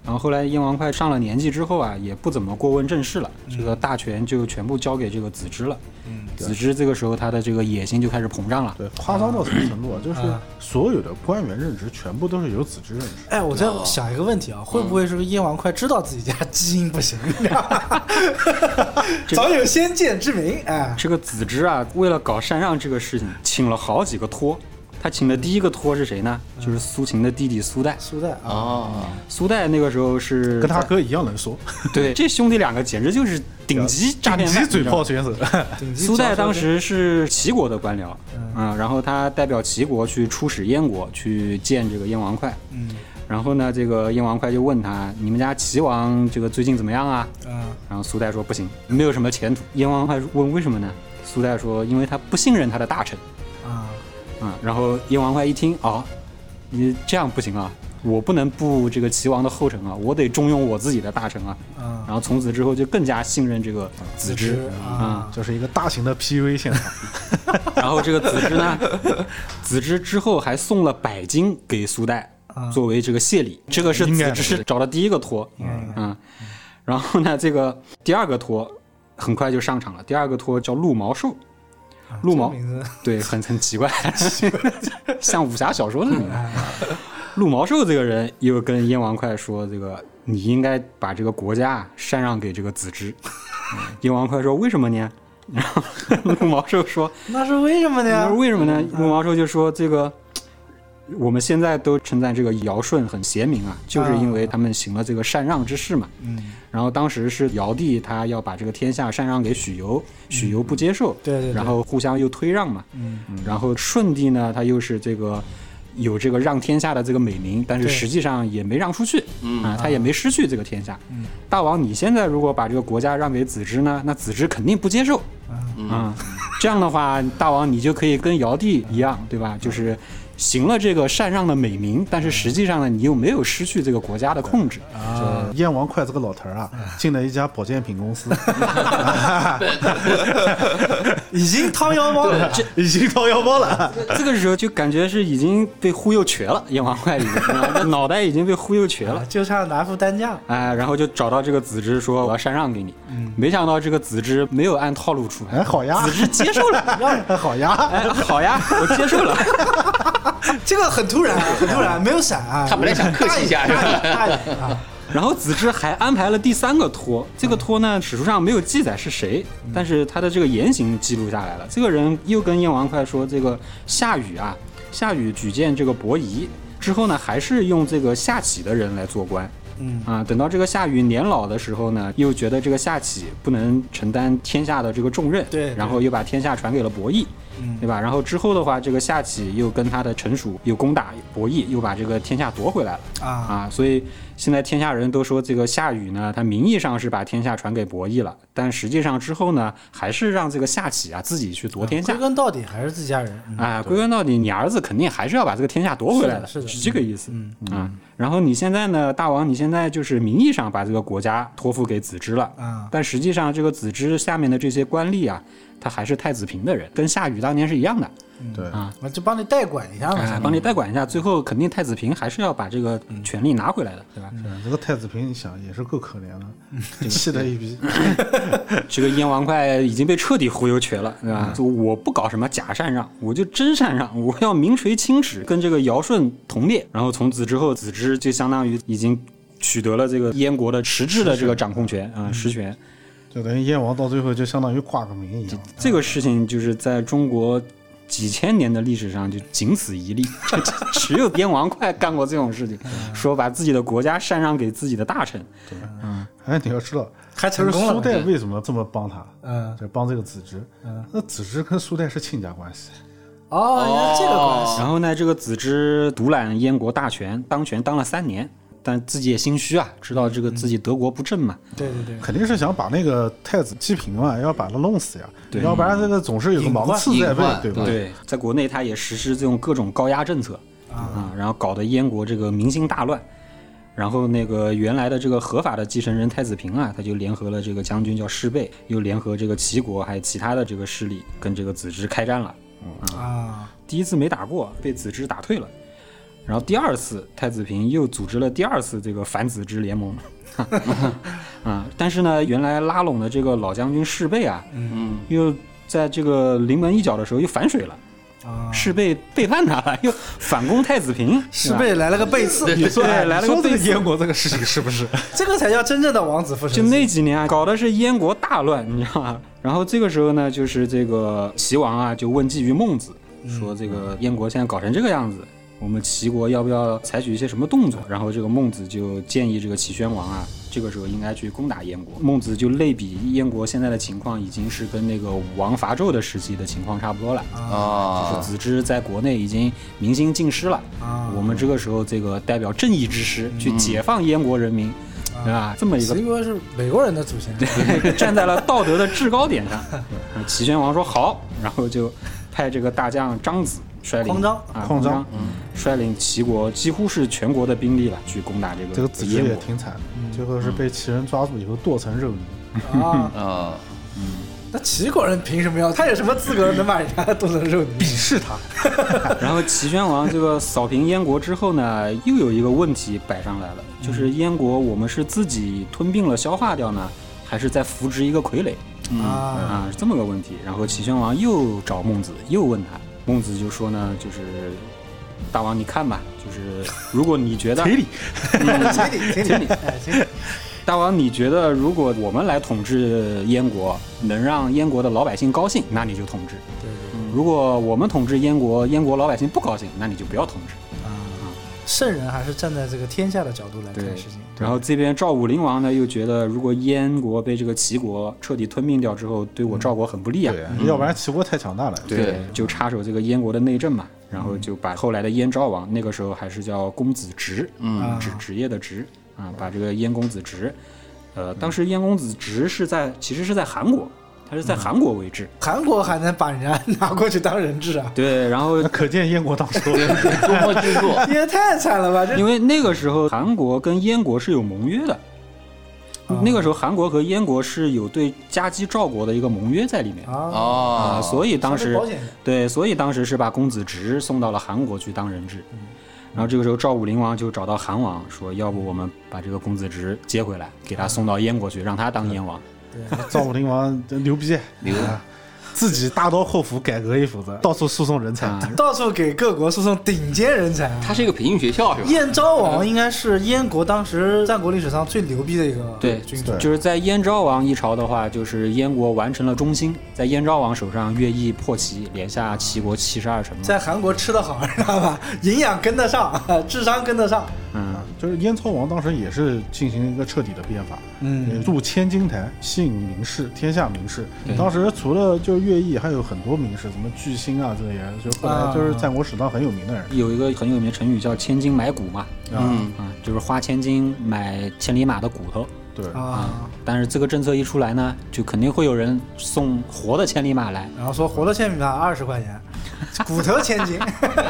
Speaker 4: 然后后来燕王哙上了年纪之后啊，也不怎么过问政事了，这
Speaker 2: 嗯
Speaker 4: 个大权就全部交给这个子之了。
Speaker 1: 嗯，
Speaker 4: 子之这个时候他的这个野心就开始膨胀了。
Speaker 2: 对，夸张到什么程度啊？就是
Speaker 1: 啊
Speaker 2: 所有的官员任职全部都是由子之任职。
Speaker 1: 哎，我在想一个问题啊，会不会是燕王快知道自己家基因不行， (laughs) 早有先见之明？哎，
Speaker 4: 这个子之啊，为了搞禅让这个事情，请了好几个托。他请的第一个托是谁呢？
Speaker 2: 嗯
Speaker 4: 就是苏秦的弟弟苏代。
Speaker 1: 苏代啊，
Speaker 3: 哦，
Speaker 4: 苏代那个时候是
Speaker 2: 跟他
Speaker 4: 在
Speaker 2: 哥一样能说，
Speaker 4: 对这兄弟两个简直就是顶级诈骗犯，
Speaker 2: 顶级嘴
Speaker 4: 你知道
Speaker 2: 炮
Speaker 4: 吗
Speaker 2: 选手。
Speaker 1: 顶级
Speaker 4: 苏代
Speaker 1: 教授
Speaker 4: 当时是齐国的官僚，啊嗯，然后他代表齐国去出使燕国，去见这个燕王哙。
Speaker 1: 嗯
Speaker 4: 然后呢，这个燕王哙就问他：“你们家齐王这个最近怎么样啊？”
Speaker 1: 啊，
Speaker 4: 然后苏代说：“不行，没有什么前途。”燕王哙问：“为什么呢？”苏代说：“因为他不信任他的大臣。”
Speaker 1: 啊，
Speaker 4: 啊、然后燕王哙一听，哦，你这样不行啊，我不能步这个齐王的后尘啊，我得重用我自己的大臣啊。
Speaker 1: 啊
Speaker 4: 然后从此之后就更加信任这个子之，
Speaker 1: 啊，
Speaker 2: 就是一个大型的 PV 现场，
Speaker 4: 然后这个子之呢，子之之后还送了百金给苏代作为这个谢礼，这个是
Speaker 2: 应该
Speaker 4: 子
Speaker 2: 的
Speaker 4: 之找的第一个托，嗯，然后呢，这个第二个托很快就上场了，第二个托叫陆毛寿，陆毛
Speaker 1: 这名字
Speaker 4: 对，很很奇怪，像武侠小说的名字。陆毛寿这个人又跟燕王哙说：“这个你应该把这个国家禅让给这个子之。嗯 (laughs) 燕王哙说：“为什么呢？” (laughs) 然后陆毛寿说
Speaker 1: 那是为什么：“
Speaker 4: 那
Speaker 1: 呢？嗯
Speaker 4: 为什么呢？”陆毛寿就说：“这个我们现在都称赞这个尧舜很贤明啊，就是因为他们行了这个禅让之事嘛。
Speaker 1: 嗯，
Speaker 4: 然后当时是尧帝他要把这个天下禅让给许攸，许攸不接受，
Speaker 1: 嗯对对对
Speaker 4: 然后互相又推让嘛，
Speaker 1: 嗯，
Speaker 4: 然后舜帝呢，他又是这个有这个让天下的这个美名，但是
Speaker 1: 对
Speaker 4: 实际上也没让出去，
Speaker 3: 嗯
Speaker 4: 啊，他也没失去这个天下。
Speaker 1: 嗯
Speaker 4: 大王，你现在如果把这个国家让给子之呢，那子之肯定不接受，
Speaker 1: 嗯
Speaker 4: 啊，这样的话，大王你就可以跟尧帝一样，对吧？就是。行了这个禅让的美名，但是实际上呢，你又没有失去这个国家的控制，
Speaker 1: 嗯啊
Speaker 2: 这燕王哙这个老头儿啊，进了一家保健品
Speaker 1: (laughs)
Speaker 2: 公司，
Speaker 1: 已经掏腰包了，
Speaker 2: 已经掏腰包了。
Speaker 4: (laughs) 这个时候就感觉是已经被忽悠瘸了，燕王哙已 (laughs) 经脑袋已经被忽悠瘸 (laughs) 了
Speaker 1: 啊。就差拿副担架了。
Speaker 4: 哎，然后就找到这个子之说我要禅让给你，没想到这个子之没有按套路出牌，
Speaker 2: 哎，好呀
Speaker 4: 嗯子，之接受了，
Speaker 2: 哎，好呀，
Speaker 4: 哎，好呀，我接受了，
Speaker 1: 这个很突然啊，很突然，没有闪啊。
Speaker 3: 他本来想客气一下
Speaker 1: 大爷大爷大爷啊，
Speaker 4: 然后子之还安排了第三个托，这个托呢史书上没有记载是谁，
Speaker 1: 嗯
Speaker 4: 但是他的这个言行记录下来了。这个人又跟燕王哙说，这个夏禹啊，夏禹举荐这个伯夷之后呢，还是用这个夏启的人来做官。
Speaker 1: 嗯
Speaker 4: 啊，等到这个夏禹年老的时候呢，又觉得这个夏启不能承担天下的这个重任，
Speaker 1: 对对
Speaker 4: 然后又把天下传给了伯益，
Speaker 1: 嗯
Speaker 4: 对吧？然后之后的话，这个夏启又跟他的臣属又攻打伯益，又把这个天下夺回来了。
Speaker 1: 啊，
Speaker 4: 啊，所以现在天下人都说这个夏禹呢，他名义上是把天下传给伯益了，但实际上之后呢，还是让这个夏启啊自己去夺天下
Speaker 1: 归。根到底还是自家人。嗯
Speaker 4: 啊，归根到底，你儿子肯定还是要把这个天下夺回来
Speaker 1: 是的是的
Speaker 4: 是这个意思。嗯啊，然后你现在呢，大王，你现在就是名义上把这个国家托付给子之了，
Speaker 1: 啊
Speaker 4: 但实际上这个子之下面的这些官吏啊，他还是太子平的人，跟夏禹当年是一样的。
Speaker 1: 嗯
Speaker 2: 对，
Speaker 1: 我就帮你代管一下嘛，
Speaker 4: 哎，帮你代管一下，最后肯定太子平还是要把这个
Speaker 1: 嗯
Speaker 4: 权利拿回来的，对吧？
Speaker 2: 嗯这个太子平，你想也是够可怜的，
Speaker 1: 嗯
Speaker 2: 气了一
Speaker 1: (laughs)
Speaker 2: 逼。
Speaker 4: 这个燕王哙已经被彻底忽悠瘸了，对吧？就我不搞什么假禅让，我就真禅让，我要名垂青史，跟这个尧舜同列。然后从此之后，子之就相当于已经取得了这个燕国的实质的这个掌控权啊、实权。
Speaker 2: 就等于燕王到最后就相当于挂个名一
Speaker 1: 嗯
Speaker 2: 样，
Speaker 4: 这个事情就是在中国几千年的历史上就仅此一例， (laughs) 这这只有燕王哙干过这种事情，说把自己的国家禅让给自己的大臣。
Speaker 2: 哎，你要知道，
Speaker 1: 还
Speaker 2: 就
Speaker 1: 成
Speaker 2: 是
Speaker 1: 功了。
Speaker 2: 苏代为什么这么帮他？
Speaker 1: 嗯
Speaker 2: 就帮这个子之。那子之跟苏代是亲家关系，
Speaker 1: 哦，原来这个关系。
Speaker 4: 然后呢，这个子之独揽燕国大权，当权当了三年，但自己也心虚啊，知道这个自己德国不正嘛，
Speaker 1: 对对对，
Speaker 2: 肯定是想把那个太子姬平嘛，要把他弄死呀，
Speaker 4: 对
Speaker 2: 要不然这个总是有个芒刺在
Speaker 3: 隐患
Speaker 2: 嗯背，对吧？
Speaker 4: 对，在国内他也实施这种各种高压政策啊、然后搞得燕国这个民心大乱。然后那个原来的这个合法的继承人太子平啊，他就联合了这个将军叫施贝，又联合这个齐国还有其他的这个势力，跟这个子之开战了。
Speaker 1: 啊，
Speaker 4: 第一次没打过，被子之打退了。然后第二次，太子平又组织了第二次这个反子之联盟， (laughs) 啊，但是呢，原来拉拢的这个老将军士贝啊，
Speaker 3: 嗯，
Speaker 4: 又在这个临门一脚的时候又反水了，
Speaker 1: 啊
Speaker 4: 士贝背叛他了，又反攻太子平，
Speaker 1: 是被来了个背刺，
Speaker 4: 你说来了个背刺，
Speaker 2: 国这个事情是不是？
Speaker 1: 这个才叫真正的王子复
Speaker 4: 就
Speaker 1: 仇记。
Speaker 4: 那几年啊，搞的是燕国大乱，你知道吗？ (laughs) 然后这个时候呢，就是这个齐王啊，就问计于孟子，说这个燕国现在搞成这个样子，我们齐国要不要采取一些什么动作？然后这个孟子就建议这个齐宣王啊，这个时候应该去攻打燕国。孟子就类比燕国现在的情况，已经是跟那个武王伐纣的时期的情况差不多了。
Speaker 1: 嗯
Speaker 4: 就是
Speaker 3: 啊，
Speaker 4: 子之在国内已经明星尽失了，
Speaker 1: 啊
Speaker 4: 我们这个时候这个代表正义之师去解放燕国人民，对吧？这么一个
Speaker 1: 齐国是美国人的祖先，
Speaker 4: 站在了道德的制高点上。呃齐宣王说好，然后就派这个大将张子率领
Speaker 1: 匡章
Speaker 4: 啊
Speaker 2: 匡
Speaker 4: 匡
Speaker 2: 章
Speaker 4: 章率领齐国几乎是全国的兵力了，去攻打这个
Speaker 2: 这个子之
Speaker 4: 燕
Speaker 2: 也
Speaker 4: 国。
Speaker 2: 挺惨的，
Speaker 3: 嗯
Speaker 2: 最后是被齐人抓住以后剁成肉泥。
Speaker 1: 啊，
Speaker 3: 啊， (laughs)
Speaker 1: 那齐国人凭什么要？他有什么资格能把人家剁成肉泥？鄙视他
Speaker 4: 然后齐宣王这个扫平燕国之后呢，又有一个问题摆上来了，就是燕国我们是自己吞并了消化掉呢，还是在扶植一个傀儡？
Speaker 1: 啊！
Speaker 4: 啊，是这么个问题。然后齐宣王又找孟子，又问他，孟子就说呢，就是大王你看吧，就是如果你觉得嗯
Speaker 2: 赔礼
Speaker 1: 嗯
Speaker 4: (laughs)
Speaker 1: 请你，请你，哎，请你，
Speaker 4: 大王你觉得如果我们来统治燕国，能让燕国的老百姓高兴，那你就统治；
Speaker 1: 对对
Speaker 4: 如果我们统治燕国，燕国老百姓不高兴，那你就不要统治。
Speaker 1: 啊，圣人还是站在这个天下的角度来看事情。
Speaker 4: 然后这边赵武灵王呢，又觉得如果燕国被这个齐国彻底吞并掉之后，对我赵国很不利啊。
Speaker 2: 对，嗯要不然齐国太强大了。
Speaker 3: 对
Speaker 4: 就插手这个燕国的内政嘛，然后就把后来的燕昭王，那个时候还是叫公子职，
Speaker 1: 啊
Speaker 4: 嗯职职业的职啊，把这个燕公子职，呃，当时燕公子职是在其实是在韩国，他是在韩国为治，
Speaker 1: 韩国还能把人家拿过去当人质
Speaker 4: (laughs)
Speaker 1: 啊？
Speaker 4: 对，然后
Speaker 2: 那可见燕国当时
Speaker 3: (laughs) 多么制作，
Speaker 1: 也太惨了吧！这
Speaker 4: 因为那个时候韩国跟燕国是有盟约的。那个时候，韩国和燕国是有对夹击赵国的一个盟约在里面
Speaker 1: 啊，
Speaker 3: 啊，
Speaker 4: 啊，所以当时
Speaker 1: 稍微保险一点
Speaker 4: 对，所以当时是把公子职送到了韩国去当人质。然后这个时候，赵武灵王就找到韩王说：“要不我们把这个公子职接回来，给他送到燕国去，让他当燕王。
Speaker 2: 赵武灵王牛逼，
Speaker 3: 牛
Speaker 2: 啊自己大刀阔斧改革一斧子，到处输送人才。
Speaker 4: 啊
Speaker 1: 到处给各国输送顶尖人才啊。
Speaker 3: 它是一个培训学校是吧？
Speaker 1: 燕昭王应该是燕国当时战国历史上最牛逼的一个
Speaker 4: 对
Speaker 1: 君主，
Speaker 4: 就是在燕昭王一朝的话，就是燕国完成了中兴，在燕昭王手上乐毅破齐，连下齐国七十二城嘛。
Speaker 1: 在韩国吃得好，知道吧？ (laughs) 营养跟得上， (laughs) 智商跟得上。
Speaker 4: 嗯，
Speaker 2: 啊就是燕昭王当时也是进行一个彻底的变法，呃
Speaker 1: 嗯，
Speaker 2: 入千金台，吸引名士，天下名士。
Speaker 4: 对
Speaker 2: 当时除了就是乐毅，还有很多名士，什么巨星啊这些人，就后来
Speaker 1: 啊
Speaker 2: 就是战国史上很有名的人。
Speaker 4: 有一个很有名的成语叫“千金买骨”嘛，
Speaker 3: 嗯，
Speaker 4: 啊，就是花千金买千里马的骨头。
Speaker 2: 对，
Speaker 1: 啊，
Speaker 4: 但是这个政策一出来呢，就肯定会有人送活的千里马来，
Speaker 1: 然后说活的铅笔吧，二十块钱，骨头千斤， (laughs)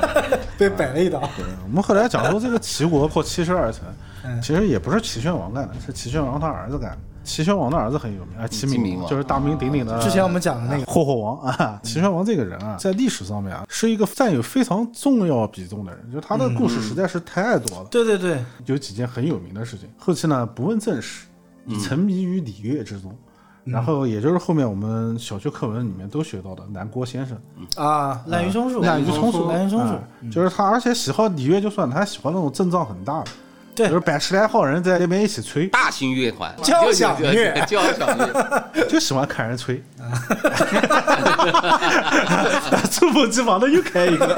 Speaker 1: 被摆了一
Speaker 2: (laughs)
Speaker 1: 刀。
Speaker 2: 对嗯我们后来讲说这个齐国破七十二层
Speaker 1: (laughs) 嗯，
Speaker 2: 其实也不是齐宣王干的，是齐宣王他儿子干的。齐宣王的儿子很有名啊，齐
Speaker 3: 齐
Speaker 2: 闵
Speaker 3: 闵王
Speaker 2: 就是大名鼎鼎的。
Speaker 1: 啊之前我们嗯讲的那个
Speaker 2: 霍霍王啊， (laughs) 齐宣王这个人啊，在历史上面啊，是一个占有非常重要比重的人，就是他的故
Speaker 1: 嗯
Speaker 2: 事实在是太多了。
Speaker 1: 对对对，
Speaker 2: 有几件很有名的事情。后期呢，不问政事，沉迷于礼乐之中。然后，也就是后面我们小学课文里面都学到的南郭先生，
Speaker 1: 啊，滥竽充数，
Speaker 2: 嗯滥竽充数，
Speaker 1: 滥竽充数
Speaker 2: 啊，就是他，而且喜好礼乐就算了，他还喜欢那种阵仗很大 (laughs) 的，
Speaker 1: 对
Speaker 2: 嗯就是百十来号人在那边一起吹，
Speaker 3: 大型乐团，
Speaker 1: 交响乐
Speaker 3: (laughs) 对对对交响乐，
Speaker 2: 就喜欢看人吹。猝不及防的又开一个，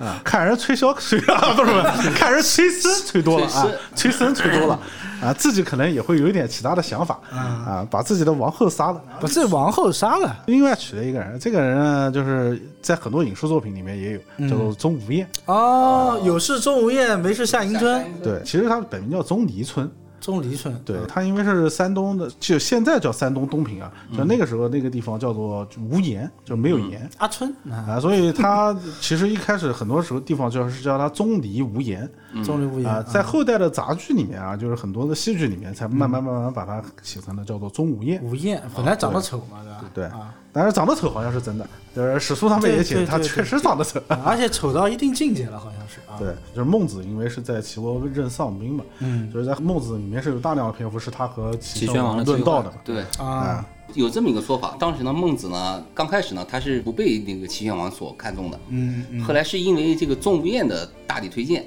Speaker 2: 啊，看人吹箫吹啊，不是不 (laughs) 是，看人吹笙吹多了啊，吹笙吹多了啊，自己可能也会有一点其他的想法啊，把自己的王后杀了。
Speaker 1: (laughs) 不是王后杀了
Speaker 2: 另外娶了一个人，这个人呢，就是在很多影视作品里面也
Speaker 1: 嗯
Speaker 2: 有，叫做钟无艳。
Speaker 1: 哦，有事钟无艳，没事夏迎春，
Speaker 2: 对，其实他本名叫钟离春，
Speaker 1: 钟离春。
Speaker 2: 对他因为是山东的，就现在叫山东东平啊，
Speaker 1: 嗯
Speaker 2: 就那个时候那个地方叫做无盐，就没有盐。
Speaker 1: 阿春啊，
Speaker 2: 啊，所以他其实一开始很多时候地方就是叫他钟离无言
Speaker 1: 钟离无嗯艳
Speaker 2: 啊，在后代的杂剧里面啊，就是很多的戏剧里面才慢慢慢慢把它写成了叫做钟无艳。
Speaker 1: 吴艳本来长得丑嘛，对吧？
Speaker 2: 啊对
Speaker 1: 啊，
Speaker 2: 但是长得丑好像是真的，就是史书上面也
Speaker 1: 对
Speaker 2: 写
Speaker 1: 对
Speaker 2: 他
Speaker 1: 对
Speaker 2: 确实长得丑。
Speaker 1: 啊而且丑到一定境界了，好像是啊。
Speaker 2: 对，就是孟子，因为是在齐国任丧兵嘛，嗯，就是在孟子里面是有大量的篇幅是他和齐
Speaker 4: 齐宣王的
Speaker 2: 论
Speaker 4: 对话
Speaker 2: 道的嘛，哎
Speaker 3: 对。
Speaker 1: 啊，
Speaker 3: 有这么一个说法，当时呢，孟子呢，刚开始呢，他是不被那个齐宣王所看中的，
Speaker 1: 嗯，
Speaker 3: 后来是因为这个钟无艳的大力推荐，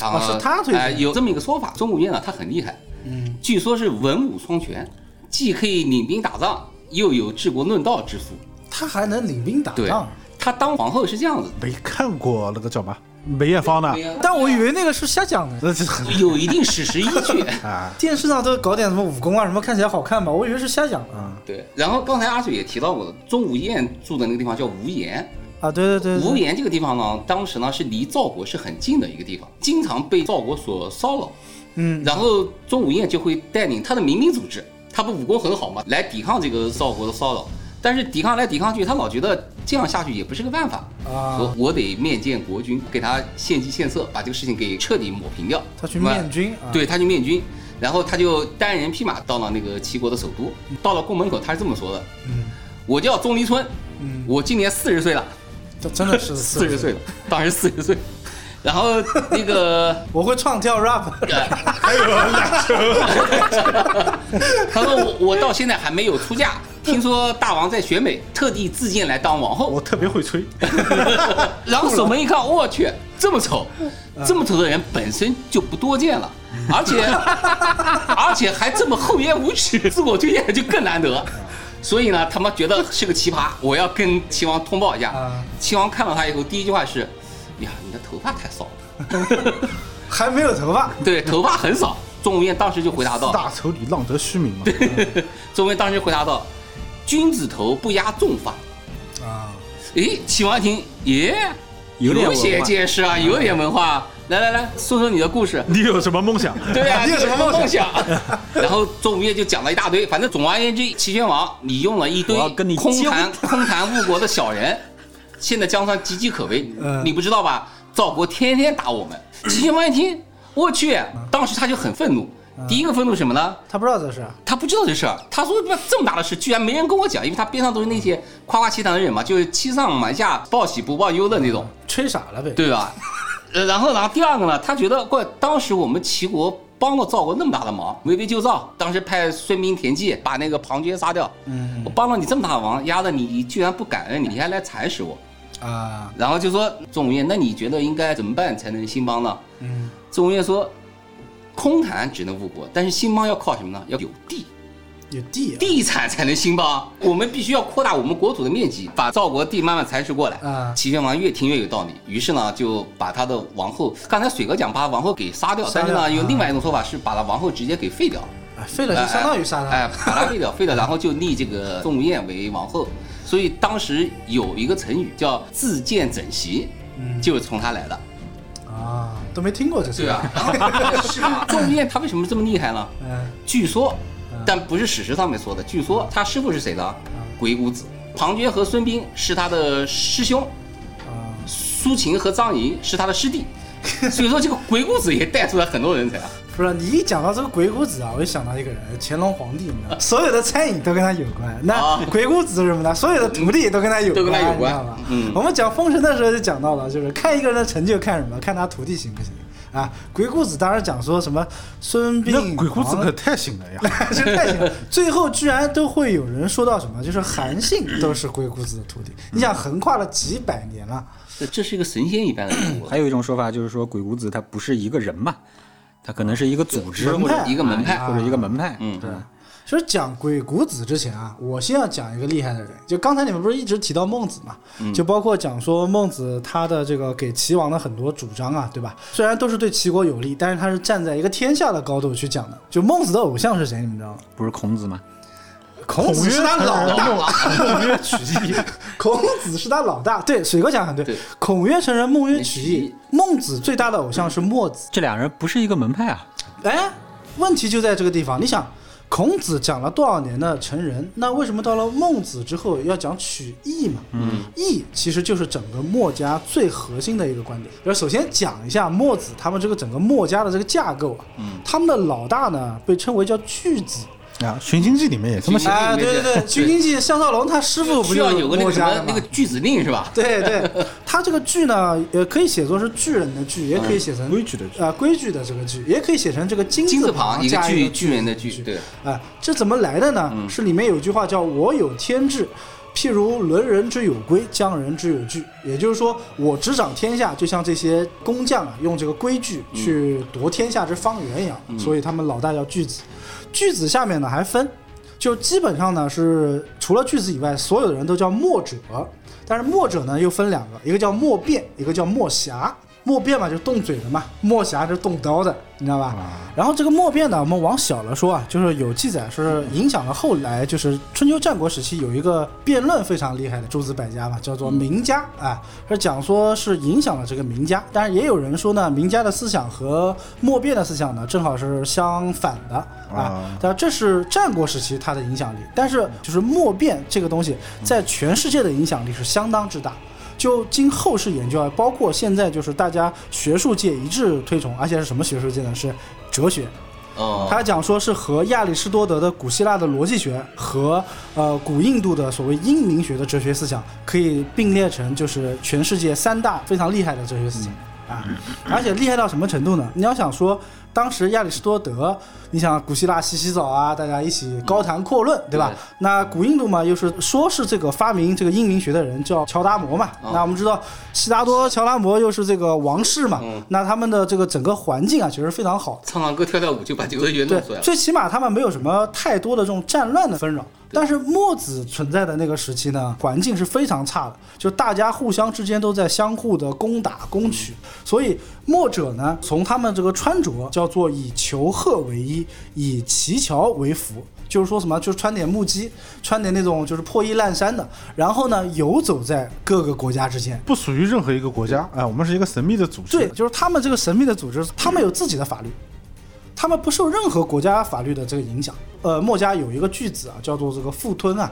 Speaker 3: 啊
Speaker 1: 哦是他推荐
Speaker 3: 哎有这么一个说法，钟无艳呢，他很厉害，
Speaker 1: 嗯，
Speaker 3: 据说是文武双全，既可以领兵打仗，又有治国论道之术，
Speaker 1: 他还能领兵打
Speaker 3: 对
Speaker 1: 仗，，
Speaker 3: 她当皇后是这样子，
Speaker 2: 没看过那个叫什么梅艳芳的
Speaker 3: 对，呀
Speaker 1: 但我以为那个是瞎讲的。
Speaker 2: 那是很
Speaker 3: 有一定史实依
Speaker 1: (laughs)
Speaker 3: 据。
Speaker 2: 啊，
Speaker 1: 电视上都搞点什么武功啊，什么看起来好看吧，我以为是瞎讲的
Speaker 3: 对，然后刚才阿水也提到过了，钟无艳住的那个地方叫无盐，
Speaker 1: 啊。对对对
Speaker 3: 无
Speaker 1: 对，
Speaker 3: 盐这个地方呢，当时呢是离赵国是很近的一个地方，经常被赵国所骚扰。
Speaker 1: 嗯，
Speaker 3: 然后钟无艳就会带领他的民兵组织，他不武功很好嘛，来抵抗这个赵国的骚扰。但是抵抗来抵抗去，他老觉得这样下去也不是个办法，
Speaker 1: 啊
Speaker 3: 说我得面见国君，给他献计献策，把这个事情给彻底抹平掉。
Speaker 1: 他去面君啊，
Speaker 3: 对，他去面君，然后他就单人匹马到了那个齐国的首都，到了宫门口，他是这么说的：
Speaker 1: 嗯
Speaker 3: 我叫钟离春，
Speaker 1: 嗯，
Speaker 3: 我今年四十岁了，
Speaker 1: 这真的是
Speaker 3: (laughs) 四十岁了，当时四十岁。然后那 (laughs) 个哎
Speaker 1: 我会唱跳 rap，
Speaker 3: (laughs)
Speaker 2: 还有那
Speaker 3: 他说我我到现在还没有出嫁，听说大王在选美，特地自荐来当王后。
Speaker 2: 我特别会吹，
Speaker 3: 然后守门一看，我去，这么丑，这么丑的人本身就不多见了，而 (laughs) 且而且还这么厚颜无耻，自我推荐就更难得。所以呢，他妈觉得是个奇葩，我要跟齐王通报一下
Speaker 1: 啊。
Speaker 3: 齐王看到他以后，第一句话是：哎呀，你的头发太少了。
Speaker 1: 还没有头发，
Speaker 3: (laughs) 对，头发很少。钟无艳当时就回答
Speaker 2: 四 (laughs)
Speaker 3: 道：
Speaker 2: 大丑女浪得虚名嘛， (laughs)
Speaker 3: 钟无艳当时回答道，君子头不压重发。
Speaker 1: 啊，
Speaker 3: 诶，齐王一听，耶，
Speaker 4: 有点文化
Speaker 3: 些见识啊，有点文化啊。来来来，说说你的故事。
Speaker 2: 你有什么
Speaker 1: (laughs)
Speaker 2: 梦想？
Speaker 3: 对啊呀、
Speaker 1: 你有什么梦
Speaker 3: 梦想？ (laughs) 然后周五夜就讲了一大堆，反正总而言之，齐宣王你用了一堆
Speaker 4: 我要跟你
Speaker 3: 空
Speaker 4: 交
Speaker 3: 谈空谈误国的小人，现在江山岌岌可危，
Speaker 1: 嗯
Speaker 3: 你不知道吧？赵国天天打我们。齐宣王一听，我去，当时他就很愤怒。第一个愤怒是什么呢？
Speaker 1: 他不知道这是啊
Speaker 3: 他不知道这事儿，他说妈这么大的事，居然没人跟我讲，因为他边上都是那些夸夸其谈的人嘛，就是欺上瞒下、报喜不报忧的那种。
Speaker 1: 吹傻了呗。
Speaker 3: (laughs) 对吧？呃， (laughs) 然后呢，第二个呢，他觉得怪，当时我们齐国帮了赵国那么大的忙，围魏救赵，当时派孙膑、田忌把那个庞涓杀掉，嗯，我帮了你这么大的忙，丫的你居然不感恩，你还来踩死我，
Speaker 1: 啊，
Speaker 3: 然后就说钟无艳，那你觉得应该怎么办才能兴邦呢？
Speaker 1: 嗯，
Speaker 3: 钟无艳说，空谈只能误国，但是兴邦要靠什么呢？要有地。
Speaker 1: 有地啊
Speaker 3: 地产才能兴邦。我们必须要扩大我们国土的面积，把赵国地慢慢蚕食过来。
Speaker 1: 啊
Speaker 3: 齐宣王越听越有道理，于是呢就把他的王后，刚才水哥讲把王后给杀掉，
Speaker 1: 杀
Speaker 3: 但是
Speaker 1: 掉
Speaker 3: 呢有
Speaker 1: 啊
Speaker 3: 另外一种说法是把他王后直接给废掉，
Speaker 1: 啊，废了就相当于杀
Speaker 3: 哎，
Speaker 1: 他，
Speaker 3: 哎把他废掉，废掉，然后就立这个钟无艳为王后。所以当时有一个成语叫“自荐枕席”，
Speaker 1: 嗯
Speaker 3: 就是从他来的。
Speaker 1: 啊，都没听过这是
Speaker 3: 对啊，，然
Speaker 1: (laughs)
Speaker 3: 后是吧？钟无艳他为什么这么厉害呢？
Speaker 1: 嗯，
Speaker 3: 据说，但不是史实上面说的。据说他师傅是谁呢？
Speaker 1: 嗯
Speaker 3: 鬼谷子。庞涓和孙膑是他的师兄，
Speaker 1: 啊，
Speaker 3: 苏秦和张仪是他的师
Speaker 1: (laughs)
Speaker 3: 弟。所以说，这个鬼谷子也带出来很多人才啊。
Speaker 1: 不是你一讲到这个鬼谷子啊，我就想到一个人，乾隆皇帝，你知道吗，所有的餐饮都跟他有关。那
Speaker 3: 啊
Speaker 1: 鬼谷子是什么呢？所有的徒弟都跟他有
Speaker 3: 都跟他有
Speaker 1: 你知
Speaker 3: 关
Speaker 1: 道吧？
Speaker 3: 嗯
Speaker 1: 我们讲封神的时候就讲到了，就是看一个人的成就看什么，看他徒弟行不行啊？鬼谷子当时讲说什么孙
Speaker 2: 那
Speaker 1: 膑、
Speaker 2: 鬼谷子
Speaker 1: 庞 (laughs)
Speaker 2: 可太行了呀！
Speaker 1: 这太行了。最后居然都会有人说到什么，就是韩信都是鬼谷子的徒弟。你想横跨了几百年了，
Speaker 3: 这这是一个神仙一般的人物，
Speaker 1: 嗯
Speaker 4: 还有一种说法就是说，鬼谷子他不是一个人嘛，他可能是一个组织
Speaker 1: 门
Speaker 4: 或
Speaker 1: 派
Speaker 4: 者
Speaker 3: 一个
Speaker 1: 哎
Speaker 3: 门
Speaker 4: 啊
Speaker 3: 派。
Speaker 4: 或者一个门派。
Speaker 3: 嗯
Speaker 4: 对，
Speaker 1: 其实讲鬼谷子之前啊，我先要讲一个厉害的人，就刚才你们不是一直提到孟子嘛，就包括讲说孟子他的这个给齐王的很多主张啊，对吧？虽然都是对齐国有利，但是他是站在一个天下的高度去讲的。就孟子的偶像是谁，你们知道吗？
Speaker 4: 不是孔子吗？
Speaker 1: 孔子是他老大，
Speaker 2: 孔曰曲艺，
Speaker 1: 孔子是他老大。对，水哥讲得很对
Speaker 3: 对，
Speaker 1: 孔曰成人，孟曰曲
Speaker 3: 孟曰曲
Speaker 1: 艺
Speaker 3: 艺。
Speaker 1: 孟子最大的偶像是墨子。
Speaker 4: 这俩人不是一个门派啊。
Speaker 1: 哎，问题就在这个地方。你想，孔子讲了多少年的成人，那为什么到了孟子之后要讲曲艺嘛？嗯，艺其实就是整个墨家最核心的一个观点。就是首先讲一下墨子他们这个整个墨家的这个架构啊，嗯，他们的老大呢被称为叫巨
Speaker 3: (laughs)
Speaker 1: 子。
Speaker 2: 啊，《寻秦记》里面也这么写，
Speaker 3: 群
Speaker 1: 哎，
Speaker 3: 里面
Speaker 1: 对对对，
Speaker 3: 是
Speaker 1: 群英记项少龙他师傅不
Speaker 3: 需
Speaker 1: 就
Speaker 3: 要
Speaker 1: 是
Speaker 3: 有个那
Speaker 1: 墨
Speaker 3: 个什
Speaker 1: 家
Speaker 3: 么
Speaker 1: 的
Speaker 3: 那
Speaker 1: 吗
Speaker 3: 个？巨子令是吧？
Speaker 1: (laughs) 对对，他这个巨呢，也可以写作是巨人的巨，也可以写成
Speaker 2: 规矩的矩
Speaker 1: 啊规矩的这个巨，也可以写成这个金
Speaker 3: 金
Speaker 1: 字
Speaker 3: 字旁一个
Speaker 1: 加
Speaker 3: 巨
Speaker 1: 巨
Speaker 3: 巨人的巨，对，
Speaker 1: 啊，这怎么来的呢？是里面有一句话叫“我有天志”，譬如伦人之有规，匠人之有矩。也就是说，我执掌天下，就像这些工匠啊，用这个规矩去夺天下之方圆一样。所以他们老大叫巨子，巨子下面呢还分，就基本上呢是除了巨子以外，所有的人都叫墨者。但是墨者呢又分两个，一个叫墨变，一个叫墨匣。墨变嘛，就是动嘴的嘛；墨匣就是动刀的，你知道吧？然后这个墨变呢，我们往小了说啊，就是有记载说是影响了后来就是春秋战国时期有一个辩论非常厉害的诸子百家嘛，叫做名家啊，是讲说是影响了这个名家，但是也有人说呢，名家的思想和墨变的思想呢正好是相反的啊
Speaker 2: 啊。
Speaker 1: 但这是战国时期它的影响力，但是就是墨变这个东西在全世界的影响力是相当之大。就经后世研究啊，包括现在就是大家学术界一致推崇，而且是什么学术界呢？是哲学。
Speaker 3: 哦，
Speaker 1: 他讲说是和亚里士多德的古希腊的逻辑学和呃古印度的所谓英明学的哲学思想可以并列成就是全世界三大非常厉害的哲学思想。
Speaker 3: 嗯
Speaker 1: 啊，而且厉害到什么程度呢？你要想说，当时亚里士多德，你想古希腊洗洗澡啊，大家一起高谈阔论，对吧
Speaker 3: 对？
Speaker 1: 那古印度嘛，又是说是这个发明这个英明学的人叫乔达摩嘛。
Speaker 3: 哦
Speaker 1: 那我们知道，悉达多、乔达摩又是这个王室嘛，
Speaker 3: 嗯
Speaker 1: 那他们的这个整个环境啊，其实非常好。
Speaker 3: 唱唱歌跳跳舞就把这个俄语
Speaker 1: 对
Speaker 3: 弄出来，了。
Speaker 1: 最起码他们没有什么太多的这种战乱的纷扰。但是墨子存在的那个时期呢，环境是非常差的，就大家互相之间都在相互的攻打攻取，所以墨者呢，从他们这个穿着叫做以裘褐为衣，以旗樵为服，就是说什么，就是穿点木屐，穿点那种就是破衣烂衫的，然后呢，游走在各个国家之间，
Speaker 2: 不属于任何一个国家，哎，我们是一个神秘的组织。
Speaker 1: 对，就是他们这个神秘的组织，他们有自己的法律，他们不受任何国家法律的这个影响。呃，墨家有一个句子啊，叫做这个傅吞啊，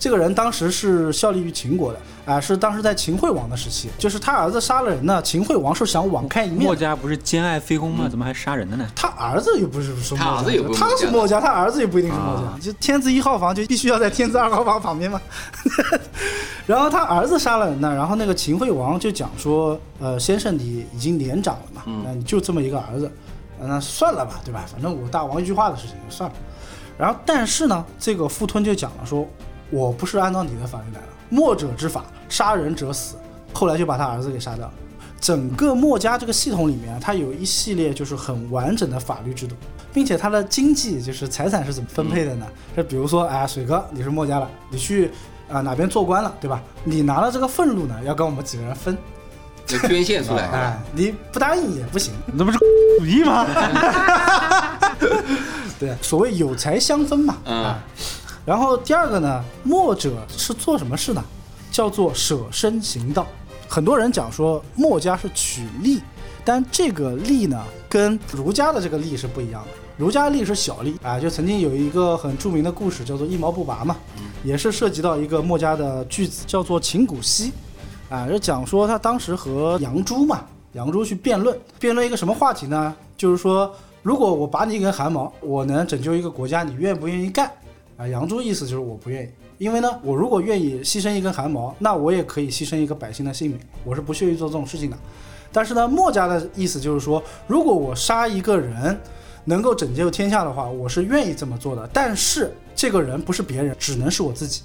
Speaker 1: 这个人当时是效力于秦国的啊、是当时在秦惠王的时期，就是他儿子杀了人呢，秦惠王是想网开一面
Speaker 4: 墨
Speaker 1: 的。
Speaker 4: 家不是兼爱非攻吗？怎么还杀人的呢？
Speaker 1: 他儿子又不是说墨家
Speaker 3: 他儿子也不是
Speaker 1: 他是墨
Speaker 3: 墨啊
Speaker 1: 家，他儿子也不一定是墨家。就天字一号房就必须要在天字二号房旁边嘛。 (laughs) 然后他儿子杀了人呢，然后那个秦惠王就讲说，呃，先生你已经年长了嘛，
Speaker 3: 嗯
Speaker 1: 那你就这么一个儿子，呃那算了吧，对吧？反正我大王一句话的事情就算了。然后但是呢，这个傅吞就讲了说，我不是按照你的法律来的，墨者之法，杀人者死。后来就把他儿子给杀掉了。整个墨家这个系统里面，它有一系列就是很完整的法律制度，并且它的经济就是财产是怎么分配的呢？就比如说，哎，水哥你是墨家了，你去啊、哪边做官了，对吧？你拿了这个俸禄呢，要跟我们几个人分，
Speaker 3: 要捐献出来。
Speaker 1: 哎，你不答应也不行。
Speaker 2: 那不是 (laughs) 主义吗？
Speaker 1: 对，所谓有财相分嘛。
Speaker 3: 嗯
Speaker 1: 啊，然后第二个呢，墨者是做什么事呢？叫做舍身行道。很多人讲说墨家是取利，但这个利呢，跟儒家的这个利是不一样的。儒家利是小利啊，就曾经有一个很著名的故事叫做一毛不拔嘛，也是涉及到一个墨家的句子，叫做秦古稀。啊，就讲说他当时和杨朱嘛，杨朱去辩论，辩论一个什么话题呢？就是说，如果我拔你一根汗毛，我能拯救一个国家，你愿不愿意干？啊，杨朱意思就是我不愿意，因为呢，我如果愿意牺牲一根汗毛，那我也可以牺牲一个百姓的性命，我是不屑于做这种事情的。但是呢，墨家的意思就是说，如果我杀一个人，能够拯救天下的话，我是愿意这么做的。但是这个人不是别人，只能是我自己。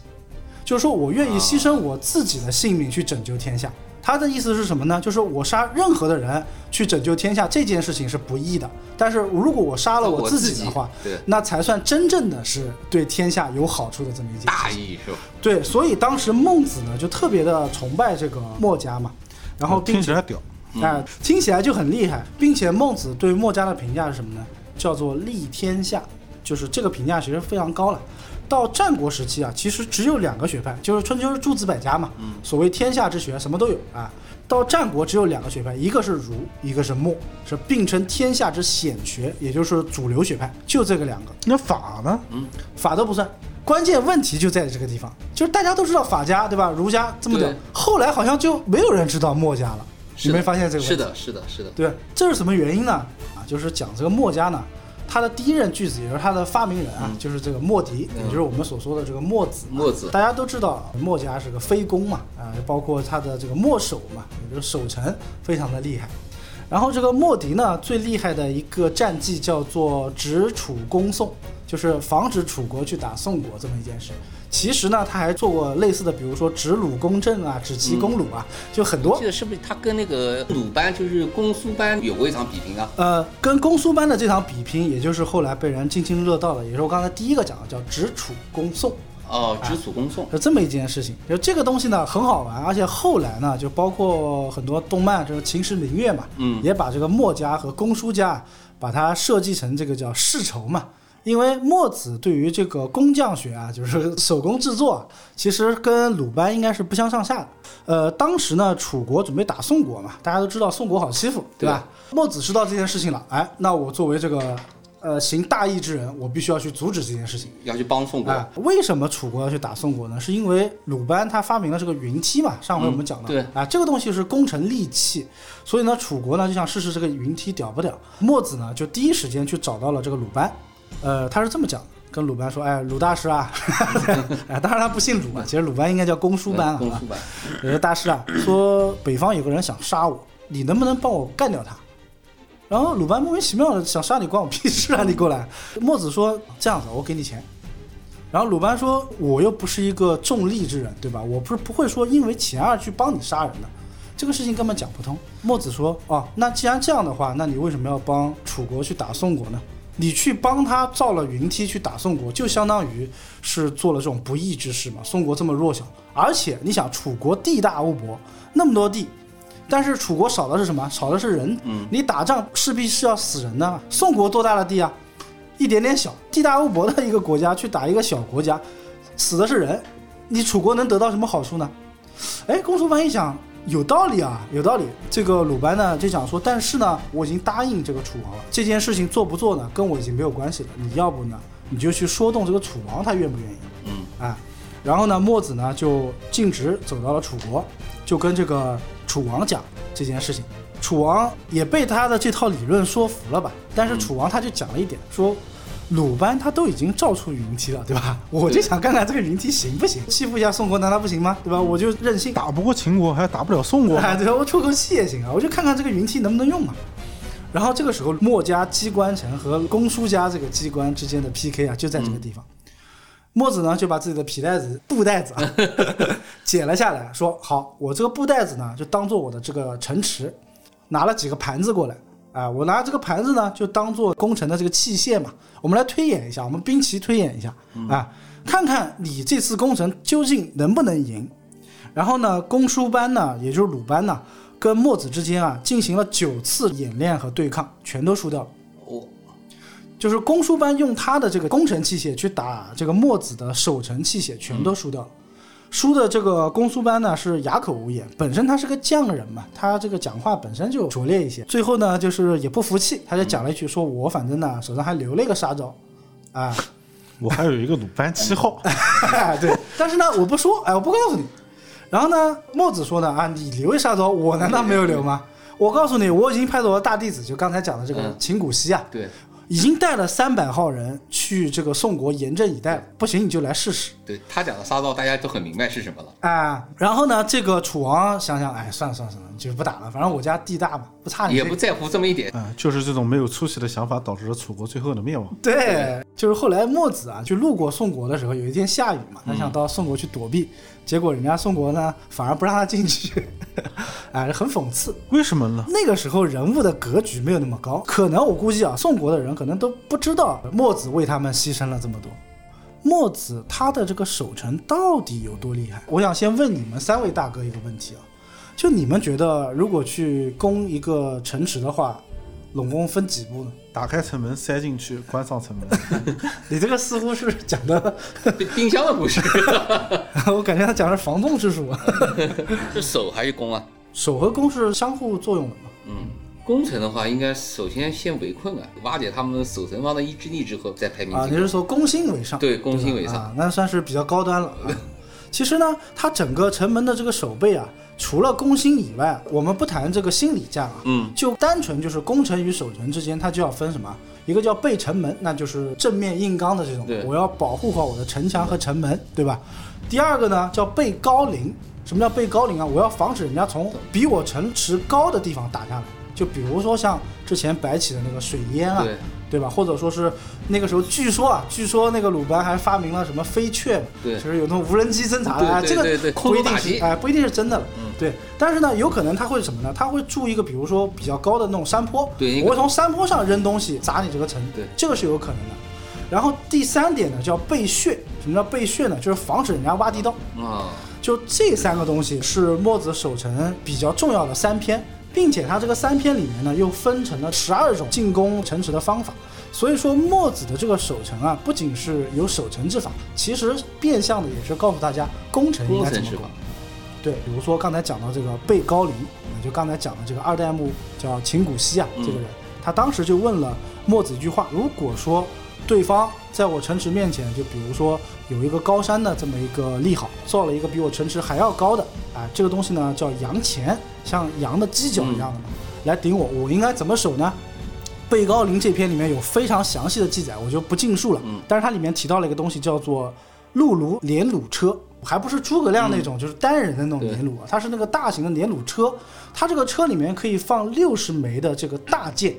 Speaker 1: 就是说我愿意牺牲我自己的性命去拯救天下。他的意思是什么呢？就是我杀任何的人去拯救天下这件事情是不义的，但是如果我 (laughs) 杀了我自己的话，
Speaker 3: 哦我自己对
Speaker 1: 那才算真正的是对天下有好处的这么一件事情。
Speaker 3: 大义是吧？
Speaker 1: 对，所以当时孟子呢就特别的崇拜这个墨家嘛， (laughs) 然后并
Speaker 2: 听
Speaker 1: 且
Speaker 2: 起来屌，
Speaker 3: 嗯
Speaker 1: 哎、听起来就很厉害，并且孟子对墨家的评价是什么呢？叫做利天下，就是这个评价其实非常高了。到战国时期啊，其实只有两个学派，就是春秋诸子百家嘛，
Speaker 3: 嗯
Speaker 1: 所谓天下之学，什么都有啊。到战国只有两个学派，一个是儒，一个是墨，是并称天下之显学，也就是主流学派，就这个两个。
Speaker 2: 那法呢？
Speaker 1: 嗯法都不算。关键问题就在这个地方，就是大家都知道法家对吧？儒家这么屌
Speaker 3: 对，
Speaker 1: 后来好像就没有人知道墨家了。
Speaker 3: 是
Speaker 1: 你
Speaker 3: 的
Speaker 1: 没发现这个问题？
Speaker 3: 是的，是的，是的。
Speaker 1: 对，这是什么原因呢？啊，就是讲这个墨家呢，他的第一任巨子，也就是他的发明人啊，就是这个墨翟，也就是我们所说的这个墨子。
Speaker 3: 墨子
Speaker 1: 大家都知道，墨家是个非攻嘛，啊、包括他的这个墨守嘛，也就是守城非常的厉害。然后这个墨翟呢，最厉害的一个战绩叫做止楚攻宋，就是防止楚国去打宋国这么一件事。其实呢，他还做过类似的，比如说止鲁攻郑啊，止齐攻鲁啊，就很多
Speaker 3: 记。得是不是他跟那个鲁班，就是公输班有过一场比拼啊？
Speaker 1: 呃，跟公输班的这场比拼，也就是后来被人津津乐道的，也是我刚才第一个讲的，叫“止楚攻宋”。
Speaker 3: 哦，知祖恭送，
Speaker 1: 有这么一件事情，就这个东西呢很好玩，啊而且后来呢，就包括很多动漫，这个《秦时明月》嘛，
Speaker 3: 嗯
Speaker 1: 也把这个墨家和公输家把它设计成这个叫世仇嘛。因为墨子对于这个工匠学啊，就是手工制作啊，其实跟鲁班应该是不相上下的。呃，当时呢，楚国准备打宋国嘛，大家都知道宋国好欺负，对吧？墨子知道这件事情了，哎，那我作为这个呃行大义之人，我必须要去阻止这件事情。
Speaker 3: 要去帮宋国
Speaker 1: 啊，为什么楚国要去打宋国呢？是因为鲁班他发明了这个云梯嘛，上回我们讲到，
Speaker 3: 嗯对
Speaker 1: 啊，这个东西是工程利器，所以呢，楚国呢就想试试这个云梯屌不屌。墨子呢就第一时间去找到了这个鲁班，呃，他是这么讲的。跟鲁班说：“哎，鲁大师啊， (laughs) 哎，当然他不姓鲁啊，其实鲁班应该叫公输班啊。
Speaker 3: 嗯公输班，
Speaker 1: 有个大师啊，说北方有个人想杀我，你能不能帮我干掉他？然后鲁班莫名其妙的想杀你，关我屁事啊！你过来。墨子说这样子，我给你钱。然后鲁班说我又不是一个重利之人，对吧？我不是不会说因为钱而去帮你杀人的，这个事情根本讲不通。墨子说哦，那既然这样的话，那你为什么要帮楚国去打宋国呢？你去帮他造了云梯去打宋国，就相当于是做了这种不义之事嘛。宋国这么弱小，而且你想，楚国地大物博，那么多地，但是楚国少的是什么？少的是人。
Speaker 3: 嗯
Speaker 1: 你打仗势必是要死人的。宋国多大的地啊？一点点小，地大物博的一个国家去打一个小国家，死的是人。你楚国能得到什么好处呢？哎，公输班一想，有道理啊，有道理。这个鲁班呢就想说，但是呢，我已经答应这个楚王了，这件事情做不做呢，跟我已经没有关系了。你要不呢，你就去说动这个楚王，他愿不愿意？
Speaker 3: 嗯，
Speaker 1: 啊，然后呢，墨子呢就径直走到了楚国，就跟这个楚王讲这件事情。楚王也被他的这套理论说服了吧？但是楚王他就讲了一点，说鲁班他都已经造出云梯了，对吧？我就想看看这个云梯行不行，欺负一下宋国难道不行吗？对吧？我就任性，
Speaker 2: 打不过秦国，还打不了宋国。
Speaker 1: 哎，对我出口气也行啊，我就看看这个云梯能不能用嘛。然后这个时候，墨家机关城和公输家这个机关之间的 PK 啊，就在这个地方。墨子呢就把自己的皮带子、布袋子啊解了下来，说：“好，我这个布袋子呢，就当做我的这个城池，拿了几个盘子过来。”啊，我拿这个盘子呢，就当做工程的这个器械嘛。我们来推演一下，我们兵棋推演一下啊，看看你这次工程究竟能不能赢。然后呢，公输班呢，也就是鲁班呢，跟墨子之间啊进行了九次演练和对抗，全都输掉了。
Speaker 3: 我
Speaker 1: 就是公输班用他的这个工程器械去打这个墨子的守城器械，全都输掉了。输的这个公输班呢是哑口无言，本身他是个匠人嘛，他这个讲话本身就拙劣一些。最后呢，就是也不服气，他就讲了一句说：“我反正呢手上还留了一个杀招，啊，
Speaker 2: 我还有一个鲁班七
Speaker 1: (laughs)
Speaker 2: 号，
Speaker 1: 对，但是呢，我不说，哎，我不告诉你。然后呢，墨子说呢，啊，你留一杀招，我难道没有留吗？我告诉你，我已经派我的大弟子，就刚才讲的这个
Speaker 3: 嗯
Speaker 1: 秦古稀啊，
Speaker 3: 对
Speaker 1: 已经带了三百号人去这个宋国严阵以待了。不行，你就来试试
Speaker 3: 对，他讲的杀招大家都很明白是什么了。
Speaker 1: 啊。然后呢，这个楚王想想，哎，算了算了算了，就不打了，反正我家地大嘛，不啊差你、这
Speaker 3: 也
Speaker 1: 个。
Speaker 3: 不在乎这么一
Speaker 1: (laughs)
Speaker 3: 点，
Speaker 2: 嗯，就是这种没有出息的想法，导致了楚国最后的灭亡。
Speaker 1: 对，就是后来墨子啊，去路过宋国的时候，有一天下雨嘛，他想到宋国去躲避，结果人家宋国呢反而不让他进去， (laughs) 哎，很讽刺。
Speaker 2: 为什么呢？
Speaker 1: 那个时候人物的格局没有那么高，可能我估计啊，宋国的人可能都不知道墨子为他们牺牲了这么多。墨子他的这个守城到底有多厉害？我想先问你们三位大哥一个问题啊，就你们觉得如果去攻一个城池的话，拢共分几步呢？ (laughs)
Speaker 2: 打开城门塞进去，关上城门。
Speaker 1: 你这个似乎是讲的，
Speaker 3: 冰冰箱的故事 (laughs)
Speaker 1: (laughs) 我感觉他讲的是防冻之术啊。 (laughs)
Speaker 3: 是守还是攻啊？
Speaker 1: 守和攻是相互作用的嘛？
Speaker 3: 嗯，攻城的话，应该首先先围困啊，瓦解他们的守城方的意志力之后，再排名
Speaker 1: 啊，
Speaker 3: 进
Speaker 1: 你是说攻心为上？
Speaker 3: 对攻心为上
Speaker 1: 啊，那算是比较高端了、啊。其实呢，它整个城门的这个守备啊，除了攻心以外，我们不谈这个心理战啊，
Speaker 3: 嗯，
Speaker 1: 就单纯就是攻城与守城之间，它就要分什么？一个叫背城门，那就是正面硬刚的这种
Speaker 3: 对，
Speaker 1: 我要保护好我的城墙和城门，对吧？第二个呢叫背高陵，什么叫背高陵啊？我要防止人家从比我城池高的地方打下来，就比如说像之前白起的那个水淹啊，
Speaker 3: 对
Speaker 1: 对吧？或者说是那个时候，据说啊，据说那个鲁班还发明了什么飞雀，
Speaker 3: 对
Speaker 1: 就是有那种无人机侦察的，哎
Speaker 3: 对
Speaker 1: 这个
Speaker 3: 对对对
Speaker 1: 不一
Speaker 3: 空中
Speaker 1: 定
Speaker 3: 打
Speaker 1: 是
Speaker 3: 击嗯
Speaker 1: 哎，不一定是真的了，对。但是呢，有可能他会什么呢？他会筑一个，比如说比较高的那种山坡，
Speaker 3: 对一个
Speaker 1: 我会从山坡上扔东西砸你这个城，
Speaker 3: 对
Speaker 1: 这个是有可能的。然后第三点呢，叫背穴，什么叫备穴呢？就是防止人家挖地道。
Speaker 3: 啊，
Speaker 1: 就这三个东西是墨子守城比较重要的三篇，并且它这个三篇里面呢又分成了十二种进攻城池的方法。所以说墨子的这个守城啊，不仅是有守城之法，其实变相的也是告诉大家攻城哎应
Speaker 3: 工
Speaker 1: 该怎
Speaker 3: 程
Speaker 1: 么
Speaker 3: 是
Speaker 1: 攻
Speaker 3: 吧。？
Speaker 1: 对，比如说刚才讲到这个贝高林，就刚才讲的这个二代目叫秦古稀啊，这个人，他当时就问了墨子一句话：如果说对方在我城池面前，就比如说有一个高山的这么一个利好，造了一个比我城池还要高的，啊，这个东西呢叫羊前，像羊的犄角一样的嘛，来顶我，我应该怎么守呢？贝高林这篇里面有非常详细的记载，我就不尽述了。
Speaker 3: 嗯
Speaker 1: 但是它里面提到了一个东西，叫做陆炉连橹车，还不是诸葛亮那种，就是单人的那种
Speaker 3: 对
Speaker 1: 连橹啊，它是那个大型的连橹车。它这个车里面可以放六十枚的这个大箭，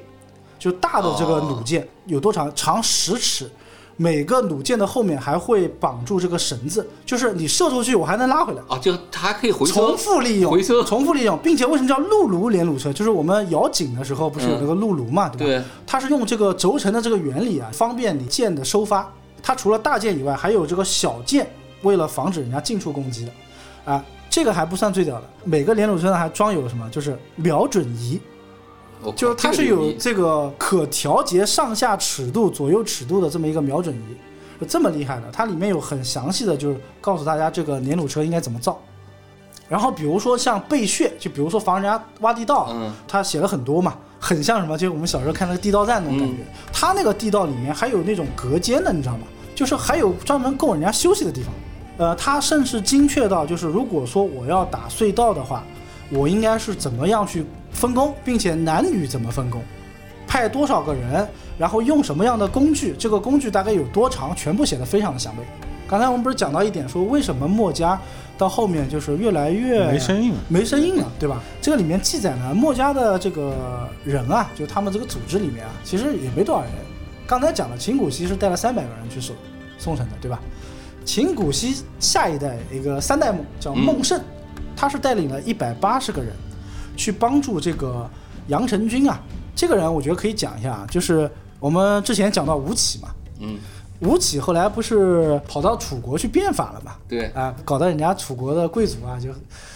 Speaker 1: 就大的这个弩箭、
Speaker 3: 哦
Speaker 1: 有多长？长十尺。每个弩箭的后面还会绑住这个绳子，就是你射出去，我还能拉回来。
Speaker 3: 哦，就它还可以回收
Speaker 1: 重复利用，
Speaker 3: 回收
Speaker 1: 重复利用，并且为什么叫陆炉连橹车？就是我们摇井的时候不是有那个陆炉嘛，对吧？
Speaker 3: 嗯对
Speaker 1: 它是用这个轴承的这个原理啊，方便你箭的收发。它除了大箭以外，还有这个小箭，为了防止人家近处攻击的。啊，这个还不算最屌的，每个连橹车呢还装有什么？就是瞄准仪，
Speaker 3: 我靠
Speaker 1: 就是它是
Speaker 3: 哦这个
Speaker 1: 有
Speaker 3: 牛逼
Speaker 1: 这个可调节上下尺度、左右尺度的这么一个瞄准仪，是这么厉害的。它里面有很详细的，就是告诉大家这个连弩车应该怎么造。然后比如说像备穴，就比如说防人家挖地道，
Speaker 3: 嗯
Speaker 1: 他写了很多嘛，很像什么，就是我们小时候看那个地道战那种感觉。他那个地道里面还有那种隔间的，你知道吗？就是还有专门供人家休息的地方。呃，他甚至精确到，就是如果说我要打隧道的话，我应该是怎么样去分工，并且男女怎么分工，派多少个人，然后用什么样的工具，这个工具大概有多长，全部写的非常的详备。刚才我们不是讲到一点，说为什么墨家到后面就是越来越
Speaker 2: 没声音了
Speaker 1: 没声音了，对吧？这个里面记载呢，墨家的这个人啊，就他们这个组织里面啊，其实也没多少人。刚才讲了，秦古熙是带了三百个人去守宋城的，对吧？秦古熙下一代一个三代目叫孟胜，他是带领了一百八十个人去帮助这个杨成军啊。这个人我觉得可以讲一下啊，就是我们之前讲到吴起嘛，
Speaker 3: 嗯，
Speaker 1: 吴起后来不是跑到楚国去变法了嘛？
Speaker 3: 对
Speaker 1: 啊，搞得人家楚国的贵族啊就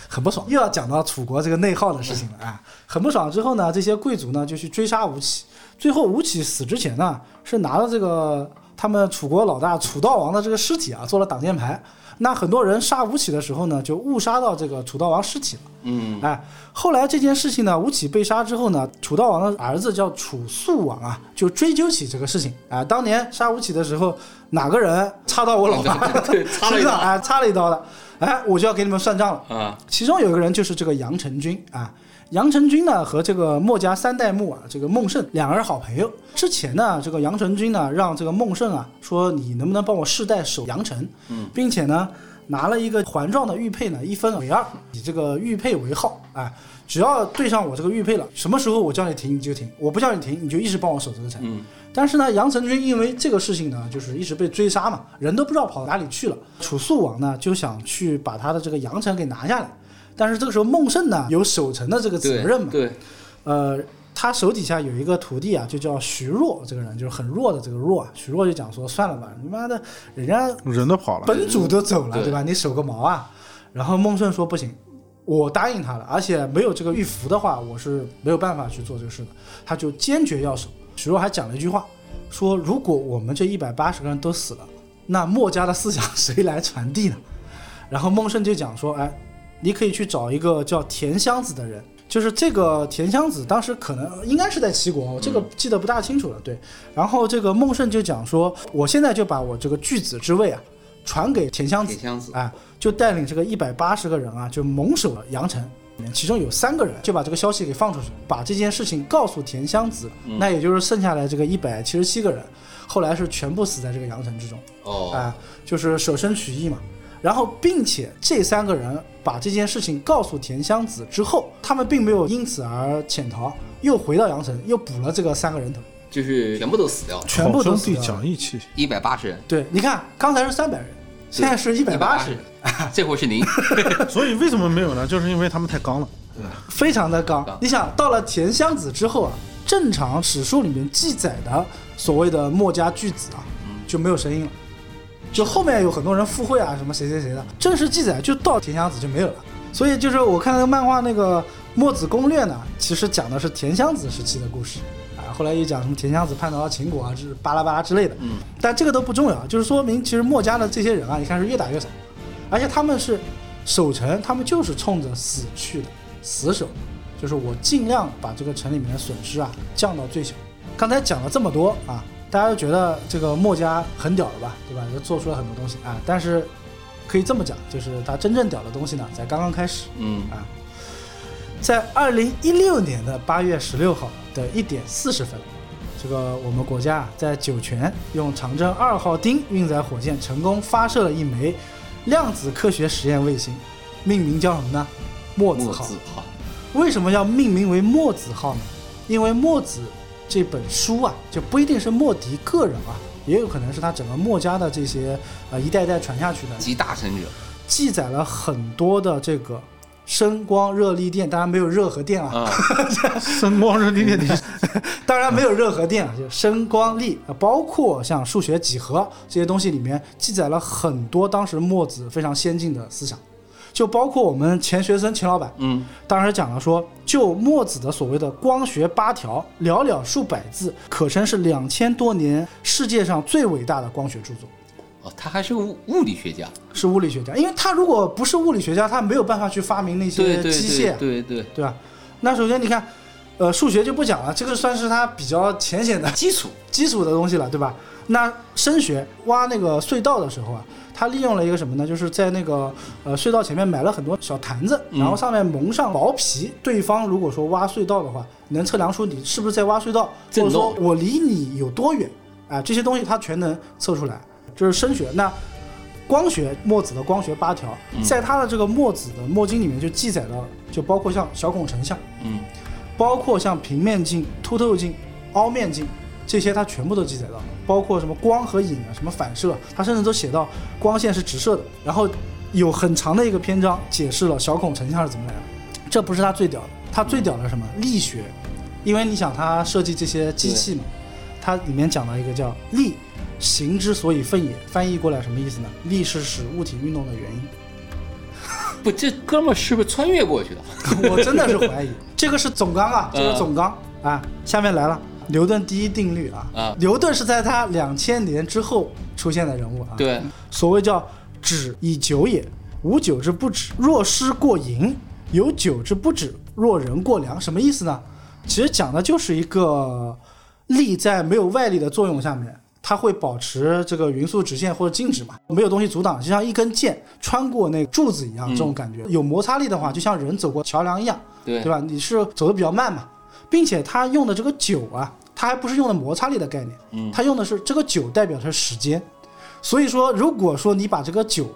Speaker 1: 很不爽，又要讲到楚国这个内耗的事情了啊，很不爽。之后呢，这些贵族呢就去追杀吴起，最后吴起死之前呢，是拿了这个他们楚国老大楚悼王的这个尸体啊做了挡箭牌。那很多人杀吴起的时候呢，就误杀到这个楚悼王尸体了。
Speaker 3: 嗯，
Speaker 1: 哎，后来这件事情呢，吴起被杀之后呢，楚悼王的儿子叫楚肃王啊，就追究起这个事情啊、当年杀吴起的时候，哪个人插到我老爸
Speaker 3: (laughs) 对插
Speaker 1: (laughs)
Speaker 3: 了一
Speaker 1: 身上
Speaker 3: 刀
Speaker 1: 啊，插了一刀的，哎，我就要给你们算账了。
Speaker 3: 啊，
Speaker 1: 其中有一个人就是这个杨成军啊。杨成军呢和这个墨家三代目啊，这个孟胜两人好朋友。之前呢，这个杨成军呢让这个孟胜啊说你能不能帮我世代守阳城，嗯，并且呢拿了一个环状的玉佩呢一分为二，以这个玉佩为号啊，只要对上我这个玉佩了，什么时候我叫你停你就停，我不叫你停你就一直帮我守这个城。
Speaker 3: 嗯
Speaker 1: 但是呢，杨成军因为这个事情呢，就是一直被追杀嘛，人都不知道跑哪里去了。楚肃王呢就想去把他的这个阳城给拿下来，但是这个时候孟胜呢有守城的这个责
Speaker 3: 对
Speaker 1: 任嘛，
Speaker 3: 对，
Speaker 1: 呃，他手底下有一个徒弟啊，就叫徐弱，这个人就是很弱的这个弱啊。徐弱就讲说，算了吧，你妈的，人家
Speaker 2: 人都跑了，
Speaker 1: 本主都走了，
Speaker 3: 对
Speaker 1: 对吧？你守个毛啊！然后孟胜说不行，我答应他了，而且没有这个玉符的话，我是没有办法去做这个事的。他就坚决要守。徐若还讲了一句话，说如果我们这一百八十个人都死了，那墨家的思想 (laughs) 谁来传递呢？然后孟胜就讲说，哎，你可以去找一个叫田襄子的人。就是这个田襄子，当时可能应该是在齐国，我这个记得不大清楚了。对，然后这个孟胜就讲说，我现在就把我这个巨子之位啊，传给田襄子
Speaker 3: 铁，箱子，
Speaker 1: 哎，就带领这个一百八十个人啊，就猛守了阳城。其中有三个人就把这个消息给放出去，把这件事情告诉田襄子，那也就是剩下来这个一百七十七个人，后来是全部死在这个阳城之中。
Speaker 3: 哦，
Speaker 1: 啊，就是舍身取义嘛。然后，并且这三个人把这件事情告诉田襄子之后，他们并没有因此而潜逃，又回到阳城，又补了这个三个人头，
Speaker 3: 就是全部都死掉，
Speaker 1: 全部
Speaker 2: 好
Speaker 1: 都
Speaker 2: 兄
Speaker 1: 死
Speaker 2: 弟
Speaker 1: 掉了。
Speaker 2: 讲义气，
Speaker 3: 一百八十人，
Speaker 1: 对，你看，刚才是三百人，现在是一百八十
Speaker 3: 180，人，
Speaker 1: (laughs)
Speaker 3: 这回是您，
Speaker 2: 所以为什么没有呢？就是因为他们太刚了。
Speaker 1: 非常的高
Speaker 3: 高。
Speaker 1: 你想到了田襄子之后啊，正常史书里面记载的所谓的墨家巨子啊，就没有声音了。就后面有很多人附会啊，什么谁谁谁的，正式记载就到田香子就没有了。所以就是我看那个漫画那个《墨子攻略》呢，其实讲的是田香子时期的故事啊，后来又讲什么田香子叛逃到秦国啊，这巴拉巴拉之类的。嗯，但这个都不重要，就是说明其实墨家的这些人啊，你看是越打越少，而且他们是守城，他们就是冲着死去的，死守，就是我尽量把这个城里面的损失啊降到最小。刚才讲了这么多啊，大家都觉得这个墨家很屌了吧，对吧？就做出了很多东西啊，但是可以这么讲，就是它真正屌的东西呢，才刚刚开始。
Speaker 3: 嗯
Speaker 1: 啊，在二零一六年的八月十六号的一点四十分，这个我们国家啊，在酒泉用长征二号丁运载火箭成功发射了一枚量子科学实验卫星，命名叫什么呢？墨子
Speaker 3: 墨
Speaker 1: 号
Speaker 3: 子。号，
Speaker 1: 为什么要命名为墨子号呢？因为墨子这本书啊，就不一定是墨翟个人啊，也有可能是他整个墨家的这些呃一代代传下去的
Speaker 3: 集大成者，
Speaker 1: 记载了很多的这个声光热力电，当然没有热和电啊，
Speaker 3: 啊，
Speaker 2: 声光热力电梯，
Speaker 1: 当然没有热和电啊，就是声光力，呃包括像数学几何这些东西里面记载了很多当时墨子非常先进的思想，就包括我们钱学森钱老板，
Speaker 3: 嗯，
Speaker 1: 当时讲了说，就墨子的所谓的光学八条，寥寥数百字，可称是两千多年世界上最伟大的光学著作。
Speaker 3: 哦，他还是物物理学家，
Speaker 1: 是物理学家，因为他如果不是物理学家，他没有办法去发明那
Speaker 3: 对
Speaker 1: 些
Speaker 3: 对
Speaker 1: 机械啊，
Speaker 3: 对对对，
Speaker 1: 对吧？那首先你看，呃，数学就不讲了，这个算是他比较浅显的
Speaker 3: 基础，
Speaker 1: 基础的东西了，对吧？那声学挖那个隧道的时候啊，他利用了一个什么呢？就是在那个呃隧道前面买了很多小坛子，
Speaker 3: 嗯
Speaker 1: 然后上面蒙上毛皮。对方如果说挖隧道的话，能测量出你是不是在挖隧道，或
Speaker 3: 震
Speaker 1: 者说
Speaker 3: 动
Speaker 1: 我离你有多远啊、这些东西他全能测出来，这是声学。那光学墨子的光学八条，
Speaker 3: 嗯
Speaker 1: 在他的这个墨子的墨经里面就记载了，就包括像小孔成像。
Speaker 3: 嗯，
Speaker 1: 包括像平面镜、凸透镜、凹面镜这些，它全部都记载到，包括什么光和影啊，什么反射，它甚至都写到光线是直射的。然后有很长的一个篇章解释了小孔成像是怎么来的。这不是它最屌的，它最屌的是什么？力学，因为你想它设计这些机器嘛，它里面讲到一个叫力。行之所以奋也，翻译过来什么意思呢？力是使物体运动的原因。
Speaker 3: 不，这哥们儿是不是穿越过
Speaker 1: (laughs)
Speaker 3: 去的？
Speaker 1: 我真的是怀疑，这个是总纲啊，
Speaker 3: 嗯
Speaker 1: 这个总纲啊，下面来了。牛顿第一定律啊，
Speaker 3: 啊
Speaker 1: 牛顿是在他两千年之后出现的人物啊。，
Speaker 3: 对，
Speaker 1: 所谓叫“止以久也，无久之不止；若失过盈，有久之不止；若人过量”，什么意思呢？其实讲的就是一个力在没有外力的作用下面，它会保持这个匀速直线或者静止嘛，没有东西阻挡，就像一根箭穿过那个柱子一样，这种感觉。有摩擦力的话，就像人走过桥梁一样，
Speaker 3: 对
Speaker 1: 对吧？你是走的比较慢嘛，并且它用的这个久啊，它还不是用的摩擦力的概念，嗯，它用的是这个久代表的是时间，所以说如果说你把这个久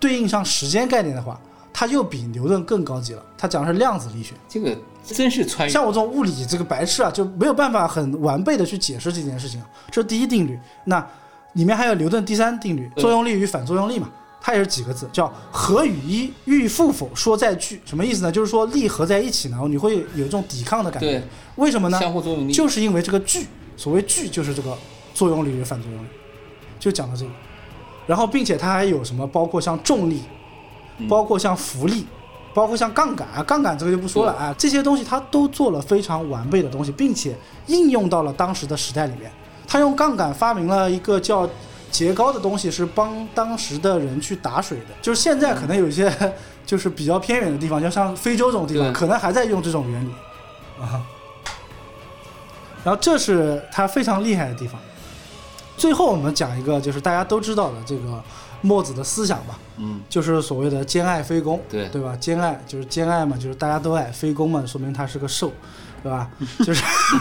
Speaker 1: 对应上时间概念的话，它又比牛顿更高级了，它讲的是量子力学。
Speaker 3: 这个真是穿越，
Speaker 1: 像我这种物理这个白痴啊，就没有办法很完备的去解释这件事情啊。这是第一定律，那里面还有牛顿第三定律，
Speaker 3: 嗯
Speaker 1: 作用力与反作用力嘛，它也是几个字，叫合与一，欲复否，说再句。什么意思呢？就是说力合在一起呢，你会有一种抵抗的感觉
Speaker 3: 对。
Speaker 1: 为什么呢？
Speaker 3: 相互作用力，
Speaker 1: 就是因为这个句，所谓句就是这个作用力与反作用力，就讲到这个。然后，并且它还有什么，包括像重力，包括像浮力，包括像杠杆啊，杠杆这个就不说了啊，这些东西它都做了非常完备的东西，并且应用到了当时的时代里面。他用杠杆发明了一个叫节高的东西，是帮当时的人去打水的。就是现在可能有一些就是比较偏远的地方，就像非洲这种地方，
Speaker 3: 对
Speaker 1: 可能还在用这种原理啊。然后这是他非常厉害的地方。最后我们讲一个就是大家都知道的这个墨子的思想吧，
Speaker 3: 嗯，
Speaker 1: 就是所谓的兼爱非攻，
Speaker 3: 对
Speaker 1: 对吧？兼爱就是兼爱嘛，就是大家都爱；非攻嘛，说明他是个兽，对吧？就是 (laughs)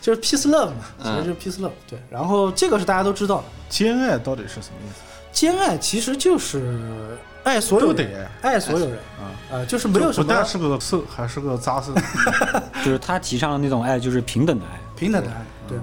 Speaker 1: 就是 peace love 嘛，其
Speaker 3: 嗯
Speaker 1: 实就是 peace love。对，然后这个是大家都知道的，
Speaker 2: 兼爱到底是什么意思？
Speaker 1: 兼爱其实就是爱所有
Speaker 2: 都
Speaker 1: 人，
Speaker 2: 得爱
Speaker 1: 爱所有人
Speaker 2: 啊，
Speaker 1: 呃，就是没有什
Speaker 2: 不但
Speaker 1: 么
Speaker 2: 是个色，还是个杂色。
Speaker 4: 哎就是他提倡的那种爱，就是平等的爱。
Speaker 1: 平等的爱。对，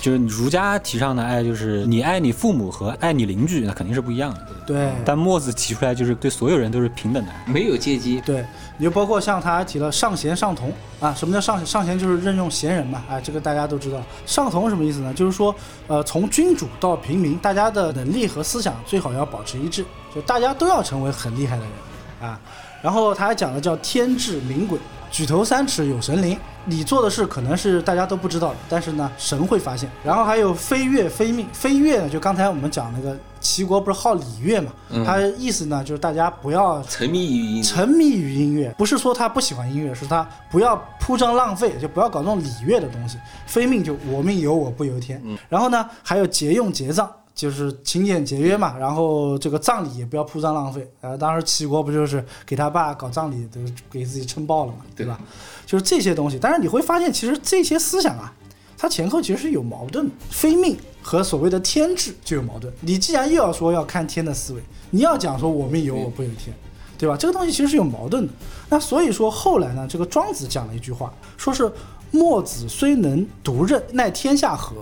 Speaker 4: 就是你儒家提倡的爱，就是你爱你父母和爱你邻居，那肯定是不一样的。
Speaker 1: 对
Speaker 4: 但墨子提出来就是对所有人都是平等的爱。
Speaker 3: 没有阶级，
Speaker 1: 对，你就包括像他还提了上贤上同啊，什么叫上上贤就是任用贤人嘛，啊，这个大家都知道。上同是什么意思呢？就是说，呃，从君主到平民，大家的能力和思想最好要保持一致，就大家都要成为很厉害的人啊。然后他还讲了叫天志明鬼，举头三尺有神灵。你做的事可能是大家都不知道的，但是呢，神会发现。然后还有飞跃非命，飞跃呢，就刚才我们讲那个齐国不是好礼乐嘛，他意思呢就是大家不要
Speaker 3: 沉迷于音乐，
Speaker 1: 沉迷于音乐，不是说他不喜欢音乐，是他不要铺张浪费，就不要搞那种礼乐的东西。非命就我命由我不由天。
Speaker 3: 嗯
Speaker 1: 然后呢，还有节用节葬，就是勤俭节约嘛。然后这个葬礼也不要铺张浪费。啊，当时齐国不就是给他爸搞葬礼，都给自己撑爆了嘛，对吧？就是这些东西。但是你会发现，其实这些思想啊，它前后其实是有矛盾的。非命和所谓的天志就有矛盾。你既然又要说要看天的思维，你要讲说我命由我不由天，对吧？这个东西其实是有矛盾的。那所以说后来呢，这个庄子讲了一句话，说是墨子虽能独任，奈天下和。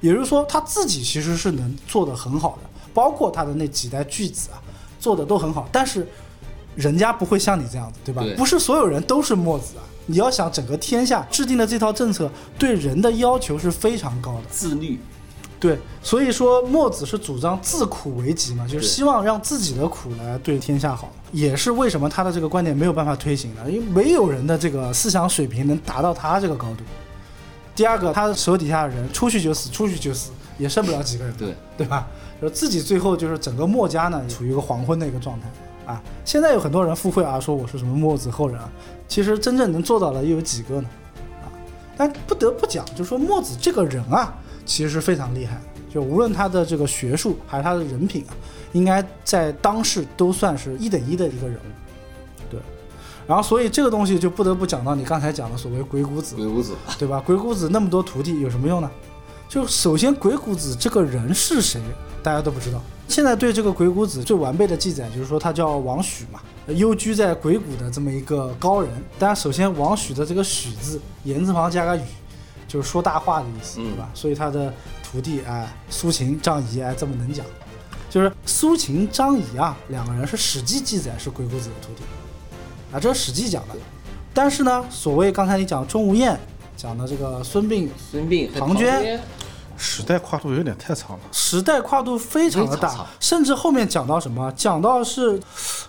Speaker 1: 也就是说，他自己其实是能做得很好的，包括他的那几代巨子啊，做的都很好。但是人家不会像你这样子，对吧？
Speaker 3: 对
Speaker 1: 不是所有人都是墨子啊。你要想整个天下制定的这套政策对人的要求是非常高的，
Speaker 3: 自律，
Speaker 1: 对，所以说墨子是主张自苦为己嘛，就是希望让自己的苦来对天下好，也是为什么他的这个观点没有办法推行的，因为没有人的这个思想水平能达到他这个高度。第二个，他手底下的人出去就死，出去就死，也剩不了几个人，
Speaker 3: 对
Speaker 1: 对吧？就是自己最后就是整个墨家呢，处于一个黄昏的一个状态啊。现在有很多人附会啊，说我是什么墨子后人啊，其实真正能做到的又有几个呢？啊但不得不讲，就说墨子这个人啊，其实是非常厉害的。就无论他的这个学术还是他的人品啊，应该在当世都算是一等一的一个人物。对，然后所以这个东西就不得不讲到你刚才讲的所谓鬼谷子，
Speaker 3: 鬼谷子，
Speaker 1: 对吧？鬼谷子那么多徒弟有什么用呢？就首先鬼谷子这个人是谁，大家都不知道。现在对这个鬼谷子最完备的记载就是说他叫王许嘛，幽居在鬼谷的这么一个高人。大家首先王许的这个许字，言字旁加个雨，就是说大话的意思，对吧？所以他的徒弟哎，苏秦、张仪哎这么能讲，就是苏秦、张仪啊两个人是《史记》记载是鬼谷子的徒弟。啊，这是《史记》讲的。但是呢，所谓刚才你讲钟无艳讲的这个孙膑，
Speaker 3: 孙膑和
Speaker 1: 庞涓
Speaker 3: 涓，
Speaker 2: 时代跨度有点太长了。
Speaker 1: 时代跨度非常的
Speaker 3: 非常
Speaker 1: 大
Speaker 3: 长，
Speaker 1: 甚至后面讲到什么，讲到是，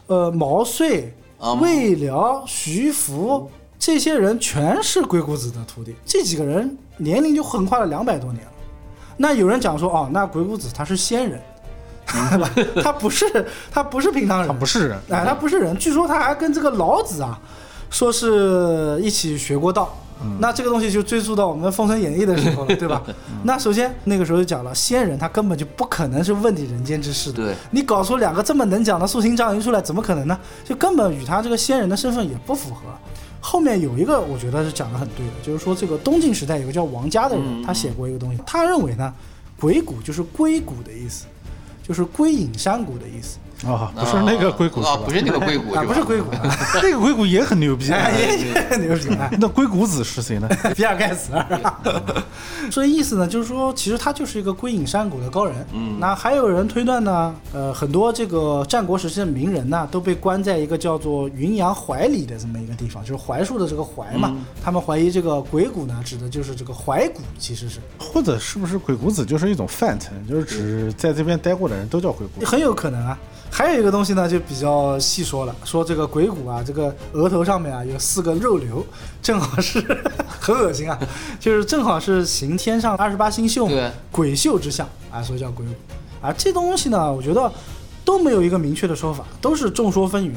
Speaker 1: 呃，毛遂
Speaker 3: 啊、
Speaker 1: 魏缭、徐福这些人全是鬼谷子的徒弟，这几个人年龄就横跨了两百多年了。那有人讲说，哦，那鬼谷子他是仙人， (laughs) 他不是他不是平常人，
Speaker 2: 他不是人，
Speaker 1: 哎，他不是人，据说他还跟这个老子啊，说是一起学过道。那这个东西就追溯到我们《封神演义》的时候了，对吧？那首先那个时候就讲了，仙人他根本就不可能是问鼎人间之事的。
Speaker 3: 对
Speaker 1: 你搞出两个这么能讲的苏秦、张仪出来，怎么可能呢？就根本与他这个仙人的身份也不符合。后面有一个我觉得是讲的很对的，就是说这个东晋时代有个叫王家的人，他写过一个东西，他认为呢，鬼谷就是硅谷的意思，就是归隐山谷的意思。
Speaker 2: 啊，哦不是那个硅谷
Speaker 3: 啊，
Speaker 2: 吧
Speaker 3: 不是那个硅
Speaker 1: (laughs)
Speaker 3: 谷，
Speaker 1: 啊，
Speaker 3: 吧
Speaker 1: 不是硅谷啊，
Speaker 2: (laughs) 那个硅谷也很牛逼。啊
Speaker 1: 哎，也牛逼啊！
Speaker 2: 那硅谷子是谁呢？
Speaker 1: 比尔盖茨啊， (laughs) 所以意思呢，就是说，其实他就是一个归隐山谷的高人。嗯，那还有人推断呢，呃，很多这个战国时期的名人呢，都被关在一个叫做云阳怀里的这么一个地方，就是槐树的这个槐嘛。他们怀疑这个鬼谷呢，指的就是这个怀古，其实是
Speaker 2: 或者是不是鬼谷子就是一种泛称，就是指在这边待过的人都叫鬼谷。
Speaker 1: 很有可能啊。还有一个东西呢，就比较细说了，说这个鬼谷啊，这个额头上面啊有四个肉瘤，正好是 (laughs) 很恶心啊，就是正好是行天上二十八星宿嘛
Speaker 3: 对，
Speaker 1: 鬼宿之相啊，所以叫鬼谷啊。这东西呢，我觉得都没有一个明确的说法，都是众说纷纭。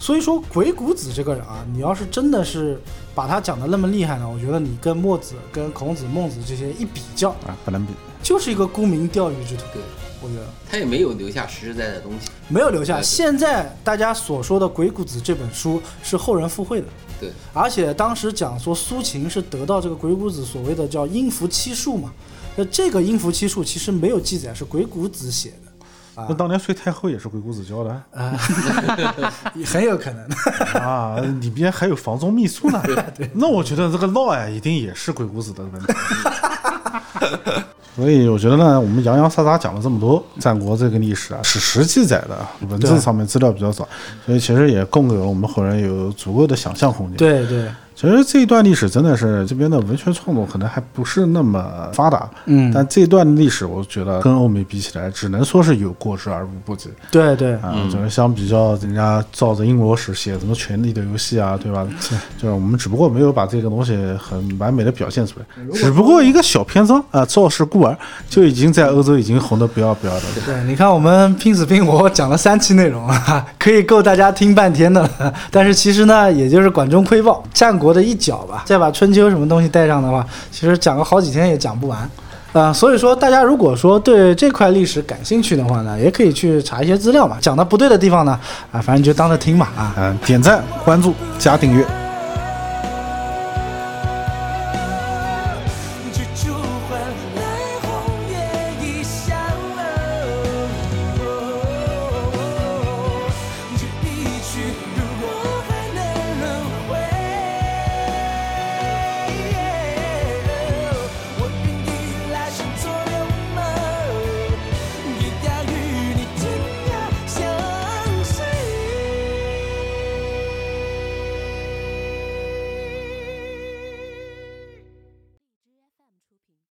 Speaker 1: 所以说鬼谷子这个人啊，你要是真的是把他讲的那么厉害呢，我觉得你跟墨子、跟孔子、孟子这些一比较，
Speaker 2: 啊，不能比。
Speaker 1: 就是一个沽名钓誉之徒。
Speaker 3: 对，
Speaker 1: 我觉得。
Speaker 3: 他也没有留下实实在在的东西，
Speaker 1: 没有留
Speaker 3: 对
Speaker 1: 下。
Speaker 3: 对
Speaker 1: 现在大家所说的《鬼谷子》这本书是后人附会的，
Speaker 3: 对，
Speaker 1: 而且当时讲说苏秦是得到这个鬼谷子所谓的叫音符七术嘛，那这个音符七术其实没有记载是鬼谷子写 (laughs) 的，
Speaker 2: 那当年隋太后也是鬼谷子教的
Speaker 1: 也很有可能。 (laughs)
Speaker 2: 啊，里边啊还有房中秘术呢。那我觉得这个闹哎，一定也是鬼谷子的问题。 (laughs) 所以我觉得呢，我们洋洋洒洒讲了这么多战国这个历史啊，史实记载的啊文字上面资料比较少，所以其实也供给了我们后人有足够的想象空间。，
Speaker 1: 对对，
Speaker 2: 其实这一段历史真的是这边的文学创作可能还不是那么发达，
Speaker 1: 嗯
Speaker 2: 但这段历史我觉得跟欧美比起来，只能说是有过之而无不及。
Speaker 1: 对对，
Speaker 2: 啊，就是相比较人家照着英国史写什么《权力的游戏》啊，对吧？就是我们只不过没有把这个东西很完美的表现出来，只不过一个小篇章啊，《赵氏孤儿》就已经在欧洲已经红的不要不要的了。
Speaker 1: 对，你看我们拼死拼活讲了三期内容啊， (laughs) 可以够大家听半天的了。但是其实呢，也就是管中窥豹，战国的一角吧。再把春秋什么东西带上的话，其实讲个好几天也讲不完。呃，所以说大家如果说对这块历史感兴趣的话呢，也可以去查一些资料嘛。讲的不对的地方呢，啊，反正你就当着听嘛啊。
Speaker 2: 嗯、点赞、关注、加订阅，